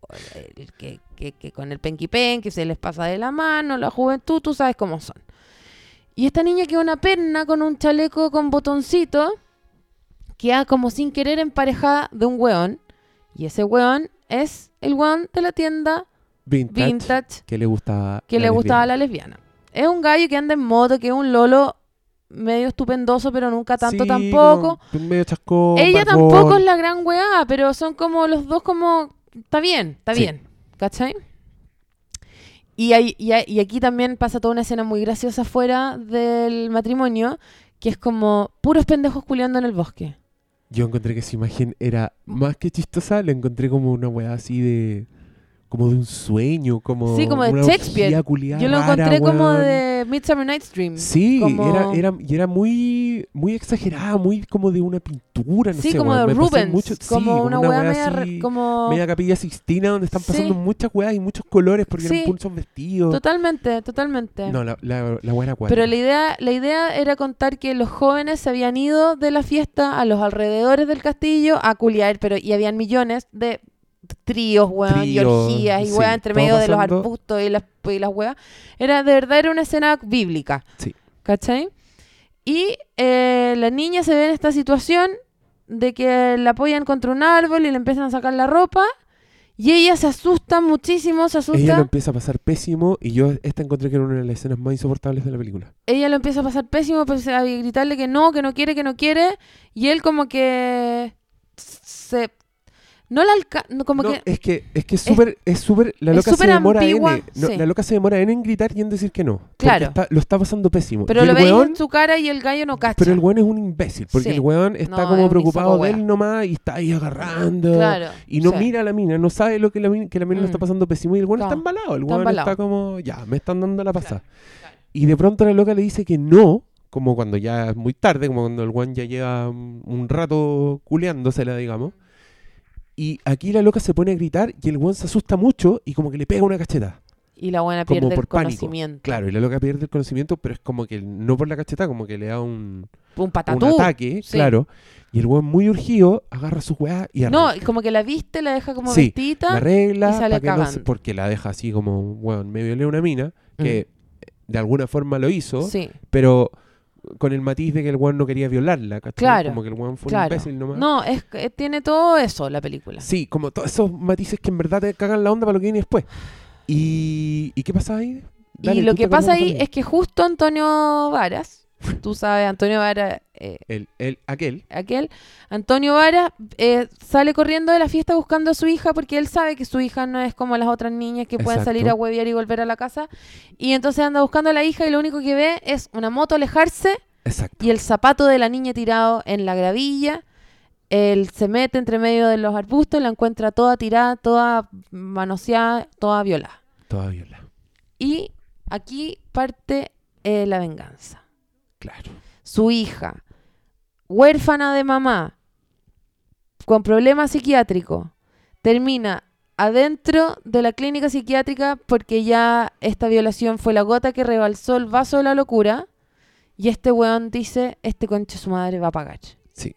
[SPEAKER 1] el que, que- que con el penqui que se les pasa de la mano, la juventud, tú sabes cómo son. Y esta niña que una perna con un chaleco con botoncito queda como sin querer emparejada de un weón. Y ese weón es el weón de la tienda
[SPEAKER 2] Vintage,
[SPEAKER 1] vintage
[SPEAKER 2] que le gustaba
[SPEAKER 1] que
[SPEAKER 2] la
[SPEAKER 1] le gustaba a la
[SPEAKER 2] lesbiana.
[SPEAKER 1] lesbiana. Es un gallo que anda en moto, que es un lolo medio estupendoso, pero nunca tanto
[SPEAKER 2] Sí,
[SPEAKER 1] tampoco.
[SPEAKER 2] como medio chascón,
[SPEAKER 1] Ella
[SPEAKER 2] barbón.
[SPEAKER 1] tampoco es la gran weá, pero son como los dos como... Está bien, está
[SPEAKER 2] Sí.
[SPEAKER 1] bien. ¿Cachai? Y, hay- y hay- y aquí también pasa toda una escena muy graciosa fuera del matrimonio, que es como puros pendejos culeando en el bosque.
[SPEAKER 2] Yo encontré que esa imagen era más que chistosa, la encontré como una weá así de. como de un sueño, como.
[SPEAKER 1] Sí, como de
[SPEAKER 2] una
[SPEAKER 1] Shakespeare.
[SPEAKER 2] orgía culiá
[SPEAKER 1] Yo lo
[SPEAKER 2] rara,
[SPEAKER 1] encontré como
[SPEAKER 2] weón.
[SPEAKER 1] de Midsummer Night's Dream.
[SPEAKER 2] Sí,
[SPEAKER 1] como-
[SPEAKER 2] era, era, y era muy, muy exagerada, muy como de una pintura, no
[SPEAKER 1] sí,
[SPEAKER 2] sé,
[SPEAKER 1] como
[SPEAKER 2] weón.
[SPEAKER 1] de
[SPEAKER 2] Me pasé
[SPEAKER 1] Rubens.
[SPEAKER 2] mucho- sí,
[SPEAKER 1] como una weá media.
[SPEAKER 2] así,
[SPEAKER 1] re- como...
[SPEAKER 2] media capilla sixtina donde están pasando
[SPEAKER 1] Sí.
[SPEAKER 2] muchas weas y muchos colores porque
[SPEAKER 1] Sí.
[SPEAKER 2] eran pulsos vestidos.
[SPEAKER 1] Totalmente, totalmente.
[SPEAKER 2] No, la, la, la wea era cuática.
[SPEAKER 1] Pero la idea, la idea era contar que los jóvenes se habían ido de la fiesta a los alrededores del castillo a culiar, pero y habían millones de tríos, weón, y
[SPEAKER 2] Tríos,
[SPEAKER 1] orgías, y
[SPEAKER 2] sí,
[SPEAKER 1] weón, entre
[SPEAKER 2] todo
[SPEAKER 1] medio de los
[SPEAKER 2] pasando.
[SPEAKER 1] arbustos y las, y las weas. Era, de verdad, era una escena bíblica.
[SPEAKER 2] Sí.
[SPEAKER 1] ¿Cachai? Y eh, la niña se ve en esta situación de que la apoyan contra un árbol y le empiezan a sacar la ropa. Y ella se asusta muchísimo, se asusta.
[SPEAKER 2] Ella lo empieza a pasar pésimo y yo esta encontré que era una de las escenas más insoportables de la película.
[SPEAKER 1] ella lo empieza a pasar pésimo, empieza a gritarle que no, que no quiere, que no quiere, y él como que se no la alca- no, como
[SPEAKER 2] No,
[SPEAKER 1] que
[SPEAKER 2] es que es que es súper es súper la
[SPEAKER 1] es
[SPEAKER 2] loca se
[SPEAKER 1] súper
[SPEAKER 2] demora
[SPEAKER 1] ambigua,
[SPEAKER 2] N, no,
[SPEAKER 1] sí.
[SPEAKER 2] la loca se demora N en gritar y en decir que no. porque
[SPEAKER 1] Claro.
[SPEAKER 2] está- lo está pasando pésimo.
[SPEAKER 1] pero
[SPEAKER 2] Y
[SPEAKER 1] lo
[SPEAKER 2] el
[SPEAKER 1] veis
[SPEAKER 2] weón-
[SPEAKER 1] en su cara y el gallo no cacha.
[SPEAKER 2] Pero el weón es un imbécil, porque
[SPEAKER 1] Sí.
[SPEAKER 2] el weón está
[SPEAKER 1] No, es
[SPEAKER 2] como
[SPEAKER 1] un
[SPEAKER 2] preocupado
[SPEAKER 1] hisopo
[SPEAKER 2] de
[SPEAKER 1] wea.
[SPEAKER 2] él nomás y está ahí agarrando.
[SPEAKER 1] Claro,
[SPEAKER 2] Y no
[SPEAKER 1] sí.
[SPEAKER 2] mira a la mina, no sabe lo que la mina, que la mina lo
[SPEAKER 1] Mm.
[SPEAKER 2] está pasando pésimo y el weón
[SPEAKER 1] No,
[SPEAKER 2] está embalado. El
[SPEAKER 1] está
[SPEAKER 2] weón
[SPEAKER 1] embalado.
[SPEAKER 2] está como, ya, me están dando la pasada. Y de pronto la loca le dice que no, como cuando ya es muy tarde, como cuando el weón ya lleva un un rato culeándosela, digamos. Y aquí la loca se pone a gritar y el weón se asusta mucho y como que le pega una cacheta.
[SPEAKER 1] y la buena
[SPEAKER 2] como
[SPEAKER 1] pierde el
[SPEAKER 2] por pánico.
[SPEAKER 1] conocimiento.
[SPEAKER 2] Claro, y la loca pierde el conocimiento, pero es como que no por la cacheta, como que le da un,
[SPEAKER 1] Un
[SPEAKER 2] un
[SPEAKER 1] patatú.
[SPEAKER 2] ataque,
[SPEAKER 1] sí.
[SPEAKER 2] claro. Y el weón muy urgido agarra su weá y
[SPEAKER 1] No,
[SPEAKER 2] arranca.
[SPEAKER 1] y como que la viste, la deja como
[SPEAKER 2] Sí,
[SPEAKER 1] vestita.
[SPEAKER 2] la regla
[SPEAKER 1] y sale cagando.
[SPEAKER 2] porque la deja así como, weón, me violé una mina, que eh, de alguna forma lo hizo,
[SPEAKER 1] Mm. Sí,
[SPEAKER 2] pero con el matiz de que el weón no quería violarla, ¿cachai?
[SPEAKER 1] Claro,
[SPEAKER 2] Como que el weón fue
[SPEAKER 1] claro.
[SPEAKER 2] un imbécil nomás.
[SPEAKER 1] No, es, que tiene todo eso la película.
[SPEAKER 2] Sí, como todos esos matices que en verdad te cagan la onda para lo que viene después. ¿Y, ¿y qué pasa ahí? Dale,
[SPEAKER 1] y lo
[SPEAKER 2] tú te
[SPEAKER 1] que pasa
[SPEAKER 2] acordás
[SPEAKER 1] ahí
[SPEAKER 2] también.
[SPEAKER 1] es que justo Antonio Varas, tú sabes, Antonio Varas eh,
[SPEAKER 2] El, el, aquel,
[SPEAKER 1] aquel, Antonio Vara eh, sale corriendo de la fiesta buscando a su hija porque él sabe que su hija no es como las otras niñas que pueden
[SPEAKER 2] Exacto.
[SPEAKER 1] salir a huevear y volver a la casa. Y entonces anda buscando a la hija y lo único que ve es una moto alejarse
[SPEAKER 2] exacto.
[SPEAKER 1] y el zapato de la niña tirado en la gravilla. Él se mete entre medio de los arbustos y la encuentra toda tirada, toda manoseada, toda violada.
[SPEAKER 2] Todavía la.
[SPEAKER 1] Y aquí parte eh, la venganza
[SPEAKER 2] Claro.
[SPEAKER 1] su hija, huérfana de mamá, con problema psiquiátrico, termina adentro de la clínica psiquiátrica porque ya esta violación fue la gota que rebalsó el vaso de la locura. Y este weón dice, este concha su madre va a pagar.
[SPEAKER 2] Sí.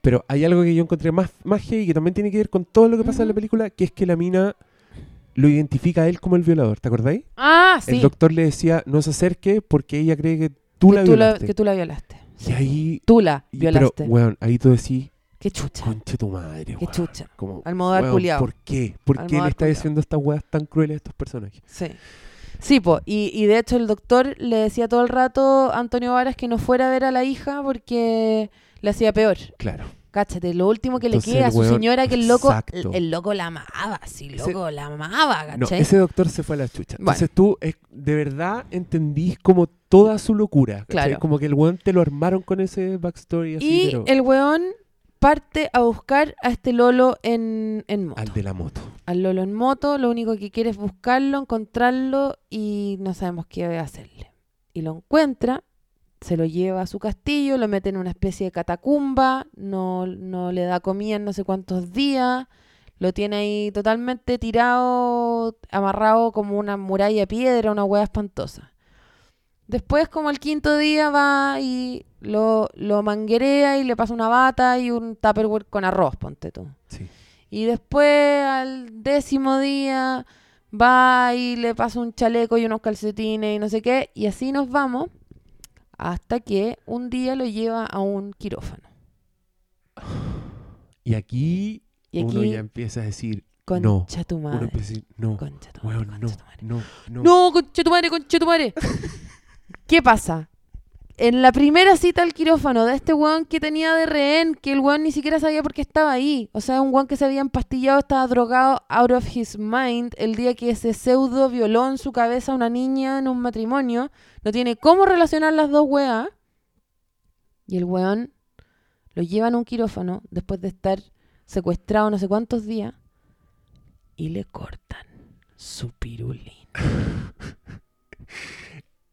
[SPEAKER 2] Pero hay algo que yo encontré más, más heavy y que también tiene que ver con todo lo que pasa en la
[SPEAKER 1] Ujú.
[SPEAKER 2] película, que es que la mina lo identifica a él como el violador, ¿te acordáis?
[SPEAKER 1] Ah, sí.
[SPEAKER 2] El doctor le decía, no se acerque porque ella cree que tú
[SPEAKER 1] que,
[SPEAKER 2] la
[SPEAKER 1] tú la,
[SPEAKER 2] violaste.
[SPEAKER 1] que tú la violaste.
[SPEAKER 2] Y ahí...
[SPEAKER 1] Tú la
[SPEAKER 2] y-
[SPEAKER 1] violaste.
[SPEAKER 2] Pero, weón, ahí tú decís,
[SPEAKER 1] Qué chucha,
[SPEAKER 2] conche tu madre,
[SPEAKER 1] qué
[SPEAKER 2] weón.
[SPEAKER 1] chucha.
[SPEAKER 2] Como,
[SPEAKER 1] Almodóvar
[SPEAKER 2] weón,
[SPEAKER 1] culiao.
[SPEAKER 2] ¿Por qué? ¿Por qué le
[SPEAKER 1] Almodóvar
[SPEAKER 2] está
[SPEAKER 1] culiao.
[SPEAKER 2] diciendo estas weas tan crueles a estos personajes?
[SPEAKER 1] Sí. Sí, po. Y, y de hecho el doctor le decía todo el rato a Antonio Varas que no fuera a ver a la hija porque le hacía peor.
[SPEAKER 2] Claro.
[SPEAKER 1] Cáchate, lo último que
[SPEAKER 2] Entonces,
[SPEAKER 1] le queda a
[SPEAKER 2] el
[SPEAKER 1] su
[SPEAKER 2] weón-
[SPEAKER 1] señora que el loco,
[SPEAKER 2] Exacto.
[SPEAKER 1] el, el loco la amaba, sí, el
[SPEAKER 2] Ese-
[SPEAKER 1] loco la amaba, ¿cachai?
[SPEAKER 2] No, ese doctor se fue a la chucha.
[SPEAKER 1] Bueno.
[SPEAKER 2] Entonces tú es- de verdad entendís como toda su locura. ¿cachai?
[SPEAKER 1] Claro.
[SPEAKER 2] Como que el weón te lo armaron con ese backstory así,
[SPEAKER 1] y
[SPEAKER 2] pero
[SPEAKER 1] el weón parte a buscar a este Lolo en, en moto.
[SPEAKER 2] al de la moto.
[SPEAKER 1] Al Lolo en moto, lo único que quiere es buscarlo, encontrarlo y no sabemos qué hacerle. Y lo encuentra, se lo lleva a su castillo, lo mete en una especie de catacumba, no, no le da comida en no sé cuántos días, lo tiene ahí totalmente tirado, amarrado como una muralla de piedra, una hueá espantosa. Después, como el quinto día, va y lo, lo manguerea y le pasa una bata y un tupperware con arroz, ponte tú.
[SPEAKER 2] Sí.
[SPEAKER 1] Y después al décimo día va y le pasa un chaleco y unos calcetines y no sé qué. Y así nos vamos hasta que un día lo lleva a un quirófano.
[SPEAKER 2] Y aquí,
[SPEAKER 1] Y aquí,
[SPEAKER 2] uno ya empieza a decir, no.
[SPEAKER 1] concha tu
[SPEAKER 2] uno
[SPEAKER 1] madre.
[SPEAKER 2] empieza a decir, no,
[SPEAKER 1] Concha tu madre.
[SPEAKER 2] weón, no,
[SPEAKER 1] concha tu madre.
[SPEAKER 2] no, no,
[SPEAKER 1] No, concha tu madre, concha tu madre. ¿Qué pasa? En la primera cita al quirófano de este weón que tenía de rehén, que el weón ni siquiera sabía por qué estaba ahí. O sea, un weón que se había empastillado, estaba drogado out of his mind el día que ese pseudo violó en su cabeza a una niña en un matrimonio. No tiene cómo relacionar las dos weas. Y el weón lo llevan a un quirófano después de estar secuestrado no sé cuántos días y le cortan su pirulín.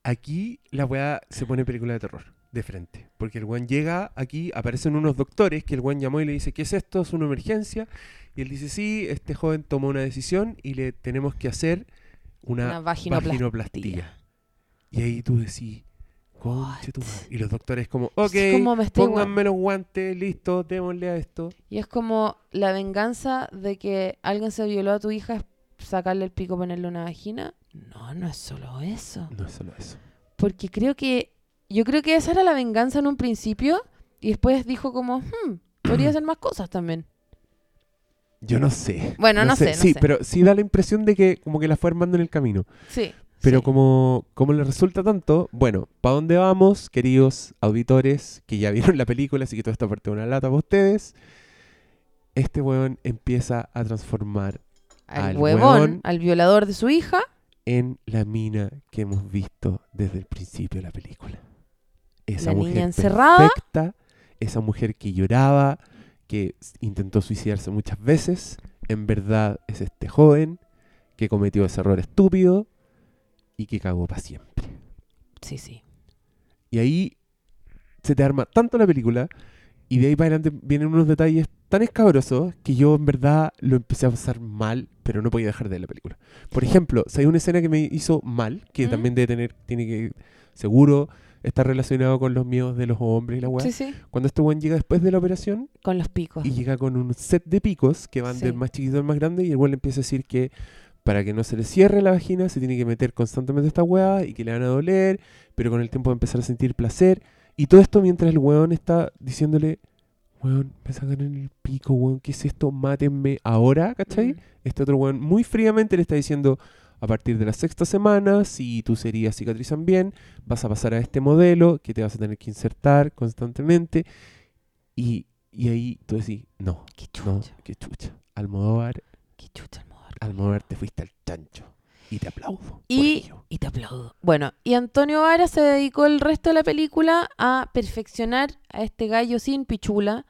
[SPEAKER 2] Aquí la weá se pone película de terror, de frente. Porque el weón llega aquí, aparecen unos doctores que el weón llamó y le dice, ¿qué es esto? ¿Es una emergencia? Y él dice, sí, este joven tomó una decisión y le tenemos que hacer una,
[SPEAKER 1] Una vaginoplastia".
[SPEAKER 2] vaginoplastía". Y ahí tú decís, "Conche tu madre". Y los doctores como, ok,
[SPEAKER 1] Sí, como me estoy
[SPEAKER 2] pónganme los guantes, listo, démosle a esto.
[SPEAKER 1] Y es como la venganza de que alguien se violó a tu hija es sacarle el pico, ponerle una vagina. No, no es solo eso.
[SPEAKER 2] No es solo eso.
[SPEAKER 1] Porque creo que. Yo creo que esa era la venganza en un principio. Y después dijo como, hmm, podría ser más cosas también.
[SPEAKER 2] Yo no sé.
[SPEAKER 1] Bueno, no sé, no
[SPEAKER 2] sí,
[SPEAKER 1] sé.
[SPEAKER 2] pero sí da la impresión de que como que la fue armando en el camino.
[SPEAKER 1] Sí.
[SPEAKER 2] Pero
[SPEAKER 1] sí.
[SPEAKER 2] como, como les resulta tanto, bueno, ¿para dónde vamos, queridos auditores que ya vieron la película, así que toda esta parte es una lata para ustedes? Este weón empieza a transformar
[SPEAKER 1] Al
[SPEAKER 2] al
[SPEAKER 1] huevón,
[SPEAKER 2] huevón-
[SPEAKER 1] al violador de su hija.
[SPEAKER 2] en la mina que hemos visto desde el principio de la película. Esa
[SPEAKER 1] La niña
[SPEAKER 2] mujer
[SPEAKER 1] encerrada.
[SPEAKER 2] perfecta, esa mujer que lloraba, que s- intentó suicidarse muchas veces, en verdad es este joven que cometió ese error estúpido y que cagó para siempre.
[SPEAKER 1] Sí, sí.
[SPEAKER 2] Y ahí se te arma tanto la película y de ahí para adelante vienen unos detalles tan escabrosos que yo en verdad lo empecé a pasar mal, pero no podía dejar de ver la película. Por ejemplo, si hay una escena que me hizo mal, que
[SPEAKER 1] ¿Mm?
[SPEAKER 2] también debe tener, tiene que, seguro, estar relacionado con los miedos de los hombres y la weá.
[SPEAKER 1] Sí, sí.
[SPEAKER 2] Cuando este weón llega después de la operación
[SPEAKER 1] Con los picos.
[SPEAKER 2] y llega con un set de picos que van del
[SPEAKER 1] Sí.
[SPEAKER 2] más chiquito al más grande y el weón le empieza a decir que para que no se le cierre la vagina se tiene que meter constantemente esta weá y que le van a doler, pero con el tiempo va a empezar a sentir placer. Y todo esto mientras el weón está diciéndole, weón, me sacan el pico, weón, ¿qué es esto? Mátenme ahora, ¿cachai?
[SPEAKER 1] Mm.
[SPEAKER 2] Este otro weón muy fríamente le está diciendo, a partir de la sexta semana, si tus heridas cicatrizan bien, vas a pasar a este modelo que te vas a tener que insertar constantemente. Y, y ahí tú decís, no,
[SPEAKER 1] Qué
[SPEAKER 2] no,
[SPEAKER 1] chucha.
[SPEAKER 2] qué chucha. Almodóvar,
[SPEAKER 1] Qué chucha el modo.
[SPEAKER 2] Almodóvar, te fuiste al chancho. Y te aplaudo. por
[SPEAKER 1] Y,
[SPEAKER 2] ello.
[SPEAKER 1] y te aplaudo. Bueno, y Antonio Vara se dedicó el resto de la película a perfeccionar a este gallo sin pichula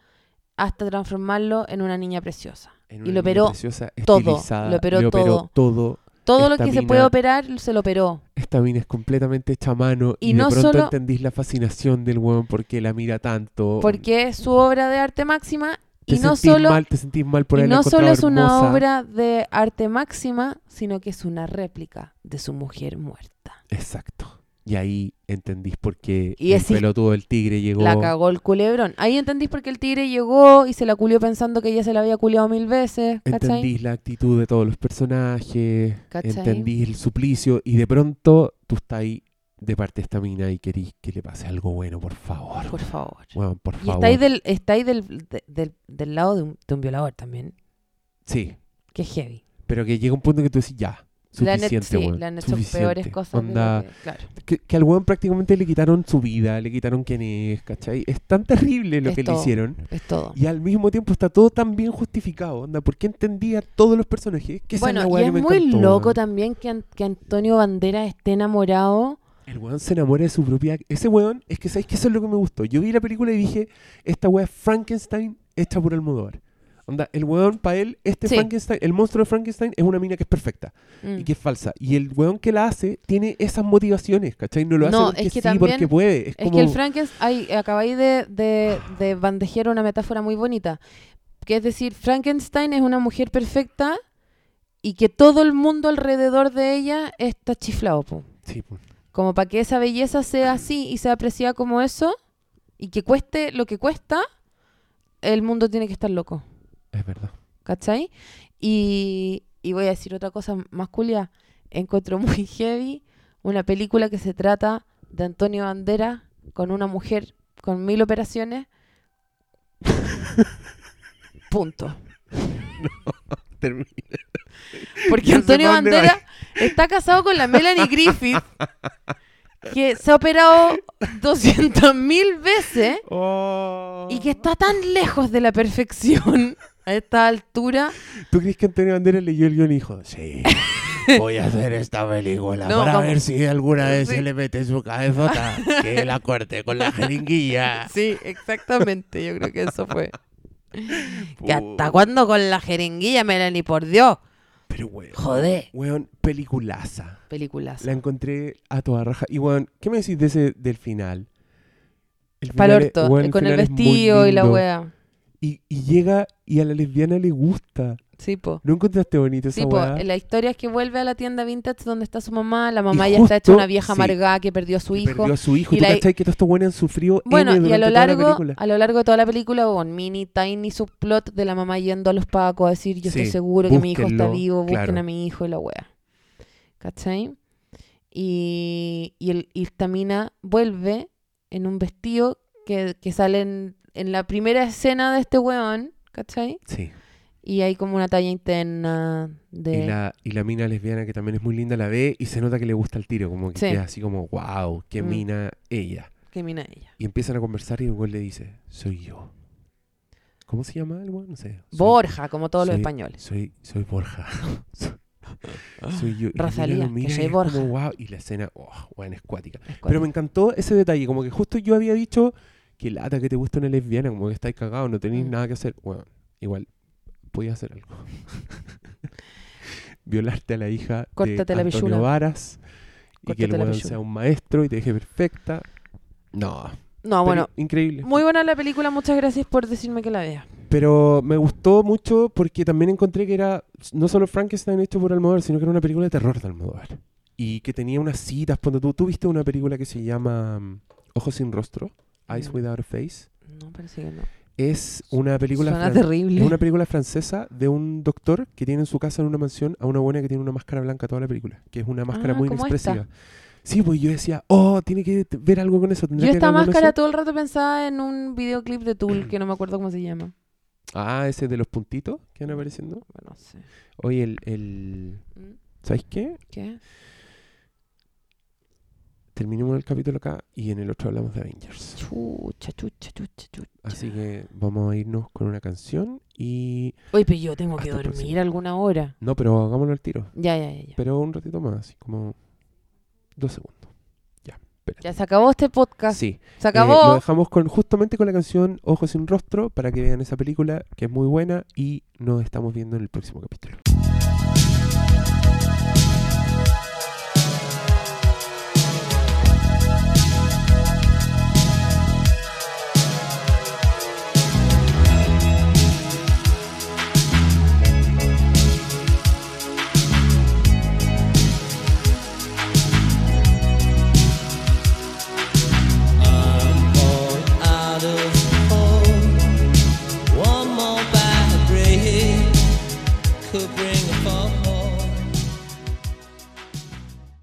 [SPEAKER 1] hasta transformarlo en una niña preciosa.
[SPEAKER 2] En
[SPEAKER 1] y
[SPEAKER 2] una
[SPEAKER 1] lo
[SPEAKER 2] niña
[SPEAKER 1] operó
[SPEAKER 2] preciosa,
[SPEAKER 1] todo,
[SPEAKER 2] estilizada,
[SPEAKER 1] lo operó
[SPEAKER 2] le
[SPEAKER 1] todo.
[SPEAKER 2] todo.
[SPEAKER 1] Todo lo
[SPEAKER 2] Esta
[SPEAKER 1] que se
[SPEAKER 2] mina-
[SPEAKER 1] puede operar se lo operó.
[SPEAKER 2] Esta mina es completamente hecha a mano. Y,
[SPEAKER 1] Y
[SPEAKER 2] de
[SPEAKER 1] no
[SPEAKER 2] pronto
[SPEAKER 1] solo-
[SPEAKER 2] entendís la fascinación del weón porque la mira tanto.
[SPEAKER 1] Porque es su obra de arte máxima
[SPEAKER 2] Oh. te
[SPEAKER 1] y no
[SPEAKER 2] sentís
[SPEAKER 1] solo,
[SPEAKER 2] mal, te sentís mal por
[SPEAKER 1] y
[SPEAKER 2] haberla
[SPEAKER 1] no
[SPEAKER 2] encontrado
[SPEAKER 1] solo es una
[SPEAKER 2] hermosa.
[SPEAKER 1] obra de arte máxima, sino que es una réplica de su mujer muerta.
[SPEAKER 2] Exacto. Y ahí entendís por qué
[SPEAKER 1] Y
[SPEAKER 2] el
[SPEAKER 1] decís,
[SPEAKER 2] pelotudo del tigre llegó.
[SPEAKER 1] La cagó el culebrón. Ahí entendís por qué el tigre llegó y se la culió pensando que ella se la había culiado mil veces. ¿Cachai?
[SPEAKER 2] Entendís la actitud de todos los personajes,
[SPEAKER 1] ¿Cachai?
[SPEAKER 2] entendís el suplicio y de pronto tú estás ahí de parte de esta mina y querís que le pase algo bueno, por favor.
[SPEAKER 1] Por favor.
[SPEAKER 2] Weón, por
[SPEAKER 1] Y
[SPEAKER 2] favor.
[SPEAKER 1] está ahí del, está ahí del, de- del, del lado de un, de un violador también,
[SPEAKER 2] Sí,
[SPEAKER 1] que es heavy.
[SPEAKER 2] pero que llega un punto que tú decís ya.
[SPEAKER 1] Le han hecho-
[SPEAKER 2] Suficiente,
[SPEAKER 1] sí,
[SPEAKER 2] weón,
[SPEAKER 1] le han hecho
[SPEAKER 2] suficiente.
[SPEAKER 1] peores cosas. de lo
[SPEAKER 2] Onda,
[SPEAKER 1] que- claro.
[SPEAKER 2] que, que al weón prácticamente le quitaron su vida, le quitaron quién es, ¿cachai? Es tan terrible lo
[SPEAKER 1] Es
[SPEAKER 2] que
[SPEAKER 1] todo.
[SPEAKER 2] le hicieron.
[SPEAKER 1] Es todo.
[SPEAKER 2] Y al mismo tiempo está todo tan bien justificado, onda, porque entendía a todos los personajes. Que esa es
[SPEAKER 1] bueno,
[SPEAKER 2] la
[SPEAKER 1] y
[SPEAKER 2] weá que
[SPEAKER 1] es
[SPEAKER 2] me
[SPEAKER 1] muy
[SPEAKER 2] encantó,
[SPEAKER 1] loco
[SPEAKER 2] weón.
[SPEAKER 1] también que, An- que Antonio Bandera esté enamorado.
[SPEAKER 2] El weón se enamora de su propia... Ese weón, es que ¿sabes que Eso es lo que me gustó. Yo vi la película y dije, esta weá es Frankenstein hecha por Almodóvar. Onda, el weón, para él, este
[SPEAKER 1] Sí.
[SPEAKER 2] Frankenstein, el monstruo de Frankenstein es una mina que es perfecta
[SPEAKER 1] Mm.
[SPEAKER 2] y que es falsa. Y el weón que la hace tiene esas motivaciones, ¿cachai? No lo hace
[SPEAKER 1] No,
[SPEAKER 2] porque
[SPEAKER 1] es que
[SPEAKER 2] sí,
[SPEAKER 1] también-
[SPEAKER 2] porque puede. Es,
[SPEAKER 1] Es
[SPEAKER 2] como...
[SPEAKER 1] que el Frankenstein, acabáis de, de, de bandejear una metáfora muy bonita, que es decir, Frankenstein es una mujer perfecta y que todo el mundo alrededor de ella está chiflado. po.
[SPEAKER 2] Sí, pues, po.
[SPEAKER 1] Como para que esa belleza sea así y sea apreciada como eso, y que cueste lo que cuesta, el mundo tiene que estar loco,
[SPEAKER 2] es verdad.
[SPEAKER 1] ¿cachai? Y, y voy a decir otra cosa más culia. Encuentro muy heavy una película que se trata de Antonio Bandera con una mujer con mil operaciones. Punto.
[SPEAKER 2] Termina.
[SPEAKER 1] Porque
[SPEAKER 2] Ya sé
[SPEAKER 1] Antonio
[SPEAKER 2] pa' dónde
[SPEAKER 1] Bandera está casado con la Melanie Griffith, que se ha operado 200 mil veces y que está tan lejos de la perfección a esta altura.
[SPEAKER 2] ¿Tú crees que Antonio Banderas leyó el guión y dijo, sí, Voy a hacer esta película
[SPEAKER 1] No,
[SPEAKER 2] para
[SPEAKER 1] vamos.
[SPEAKER 2] ver si alguna vez
[SPEAKER 1] Sí.
[SPEAKER 2] se le mete su cabezota. que la corte con la jeringuilla.
[SPEAKER 1] Sí, exactamente. Yo creo que eso fue. ¿Que hasta
[SPEAKER 2] Puh.
[SPEAKER 1] cuándo con la jeringuilla, Melanie? Por Dios.
[SPEAKER 2] Pero, weón.
[SPEAKER 1] Joder.
[SPEAKER 2] Weón, peliculaza.
[SPEAKER 1] Películas.
[SPEAKER 2] La encontré a toda raja. Y, weón, ¿qué me decís de ese, del final? El
[SPEAKER 1] Pa'l
[SPEAKER 2] final es-
[SPEAKER 1] orto,
[SPEAKER 2] weón,
[SPEAKER 1] con el
[SPEAKER 2] final es muy
[SPEAKER 1] vestido y la
[SPEAKER 2] lindo.
[SPEAKER 1] wea.
[SPEAKER 2] Y, y llega y a la lesbiana le gusta.
[SPEAKER 1] Sí, po.
[SPEAKER 2] ¿No encontraste bonito esa
[SPEAKER 1] Sí, po.
[SPEAKER 2] weá?
[SPEAKER 1] La historia es que vuelve a la tienda vintage donde está su mamá. La mamá ya está
[SPEAKER 2] justo-
[SPEAKER 1] hecha una vieja
[SPEAKER 2] sí.
[SPEAKER 1] amargada que perdió a su
[SPEAKER 2] Y
[SPEAKER 1] hijo.
[SPEAKER 2] Perdió a su hijo.
[SPEAKER 1] y
[SPEAKER 2] Y tú
[SPEAKER 1] la-
[SPEAKER 2] cachai que todos estos buenos han sufrido
[SPEAKER 1] Bueno,
[SPEAKER 2] N
[SPEAKER 1] y a lo
[SPEAKER 2] durante toda la
[SPEAKER 1] largo,
[SPEAKER 2] película.
[SPEAKER 1] a lo largo de toda la película, hubo un mini, tiny subplot de la mamá yendo a los pacos a decir, yo estoy
[SPEAKER 2] Sí,
[SPEAKER 1] seguro que mi hijo está
[SPEAKER 2] búsquenlo,
[SPEAKER 1] vivo, busquen
[SPEAKER 2] claro.
[SPEAKER 1] a mi hijo y la wea. ¿Cachai? Y, y, el, y esta mina vuelve en un vestido que, que sale en, en la primera escena de este weón, ¿cachai?
[SPEAKER 2] Sí.
[SPEAKER 1] Y hay como una talla interna
[SPEAKER 2] Y
[SPEAKER 1] de...
[SPEAKER 2] la, y la mina lesbiana que también es muy linda la ve y se nota que le gusta el tiro. Como que
[SPEAKER 1] Sí.
[SPEAKER 2] queda así como, wow, qué
[SPEAKER 1] Mm.
[SPEAKER 2] mina ella.
[SPEAKER 1] que mina ella.
[SPEAKER 2] Y empiezan a conversar y el güey le dice, soy yo. ¿Cómo se llama el güey? No sé. Soy-
[SPEAKER 1] Borja, como todos los
[SPEAKER 2] soy-
[SPEAKER 1] españoles.
[SPEAKER 2] Soy, soy Borja. soy, soy yo. Y la mina
[SPEAKER 1] Rosalía,
[SPEAKER 2] lo
[SPEAKER 1] que
[SPEAKER 2] mira y
[SPEAKER 1] soy
[SPEAKER 2] es como,
[SPEAKER 1] Borja.
[SPEAKER 2] "Guau", Y la escena, oh, bueno, es cuática.
[SPEAKER 1] Es
[SPEAKER 2] Pero
[SPEAKER 1] cuático.
[SPEAKER 2] me encantó ese detalle, como que justo yo había dicho que lata que te gusta una lesbiana, como que estáis cagados, no tenéis
[SPEAKER 1] Mm.
[SPEAKER 2] nada que hacer. Bueno, igual, podía hacer algo. Violarte a la hija
[SPEAKER 1] Córtate
[SPEAKER 2] de
[SPEAKER 1] la
[SPEAKER 2] Antonio
[SPEAKER 1] pichula.
[SPEAKER 2] Varas y que
[SPEAKER 1] Córtate
[SPEAKER 2] el
[SPEAKER 1] la
[SPEAKER 2] weón
[SPEAKER 1] pichula.
[SPEAKER 2] sea un maestro y te deje perfecta. No,
[SPEAKER 1] No,
[SPEAKER 2] peli-
[SPEAKER 1] Ah, bueno,
[SPEAKER 2] increíble.
[SPEAKER 1] muy buena la película, muchas gracias por decirme que la vea.
[SPEAKER 2] Pero me gustó mucho porque también encontré que era no solo Frankenstein hecho por Almodóvar, sino que era una película de terror de Almodóvar. Y que tenía unas citas. Cuando tú, tú viste una película que se llama mm, Ojos sin rostro, Eyes
[SPEAKER 1] Mm.
[SPEAKER 2] Without a Face,
[SPEAKER 1] No, parece que no.
[SPEAKER 2] es una película
[SPEAKER 1] Suena
[SPEAKER 2] fran-
[SPEAKER 1] terrible.
[SPEAKER 2] es una película francesa de un doctor que tiene en su casa en una mansión a una buena que tiene una máscara blanca toda la película, que es una máscara
[SPEAKER 1] Ah,
[SPEAKER 2] muy
[SPEAKER 1] como
[SPEAKER 2] inexpresiva. Sí, pues yo decía, oh, tiene que t- ver algo con eso. tendrá
[SPEAKER 1] Yo
[SPEAKER 2] que ver
[SPEAKER 1] esta
[SPEAKER 2] algo con
[SPEAKER 1] máscara
[SPEAKER 2] eso".
[SPEAKER 1] todo el rato pensaba en un videoclip de Tool que no me acuerdo cómo se llama.
[SPEAKER 2] Ah, ese de los puntitos que van apareciendo.
[SPEAKER 1] Bueno, No sé.
[SPEAKER 2] Oye, el, el...
[SPEAKER 1] Mm,
[SPEAKER 2] ¿Sabes qué?
[SPEAKER 1] ¿Qué?
[SPEAKER 2] terminemos el capítulo acá y en el otro hablamos de Avengers.
[SPEAKER 1] Chucha, chucha, chucha, chucha.
[SPEAKER 2] Así que vamos a irnos con una canción y...
[SPEAKER 1] Oye, pero yo tengo que
[SPEAKER 2] Hasta el
[SPEAKER 1] dormir
[SPEAKER 2] próximo.
[SPEAKER 1] alguna hora.
[SPEAKER 2] No, pero hagámoslo al tiro.
[SPEAKER 1] Ya, ya, ya, ya.
[SPEAKER 2] Pero un ratito más, así como dos segundos.
[SPEAKER 1] Ya se acabó este podcast.
[SPEAKER 2] Sí.
[SPEAKER 1] Se
[SPEAKER 2] Eh, lo
[SPEAKER 1] acabó.
[SPEAKER 2] dejamos con, justamente con la canción Ojos sin rostro para que vean esa película que es muy buena y nos estamos viendo en el próximo capítulo.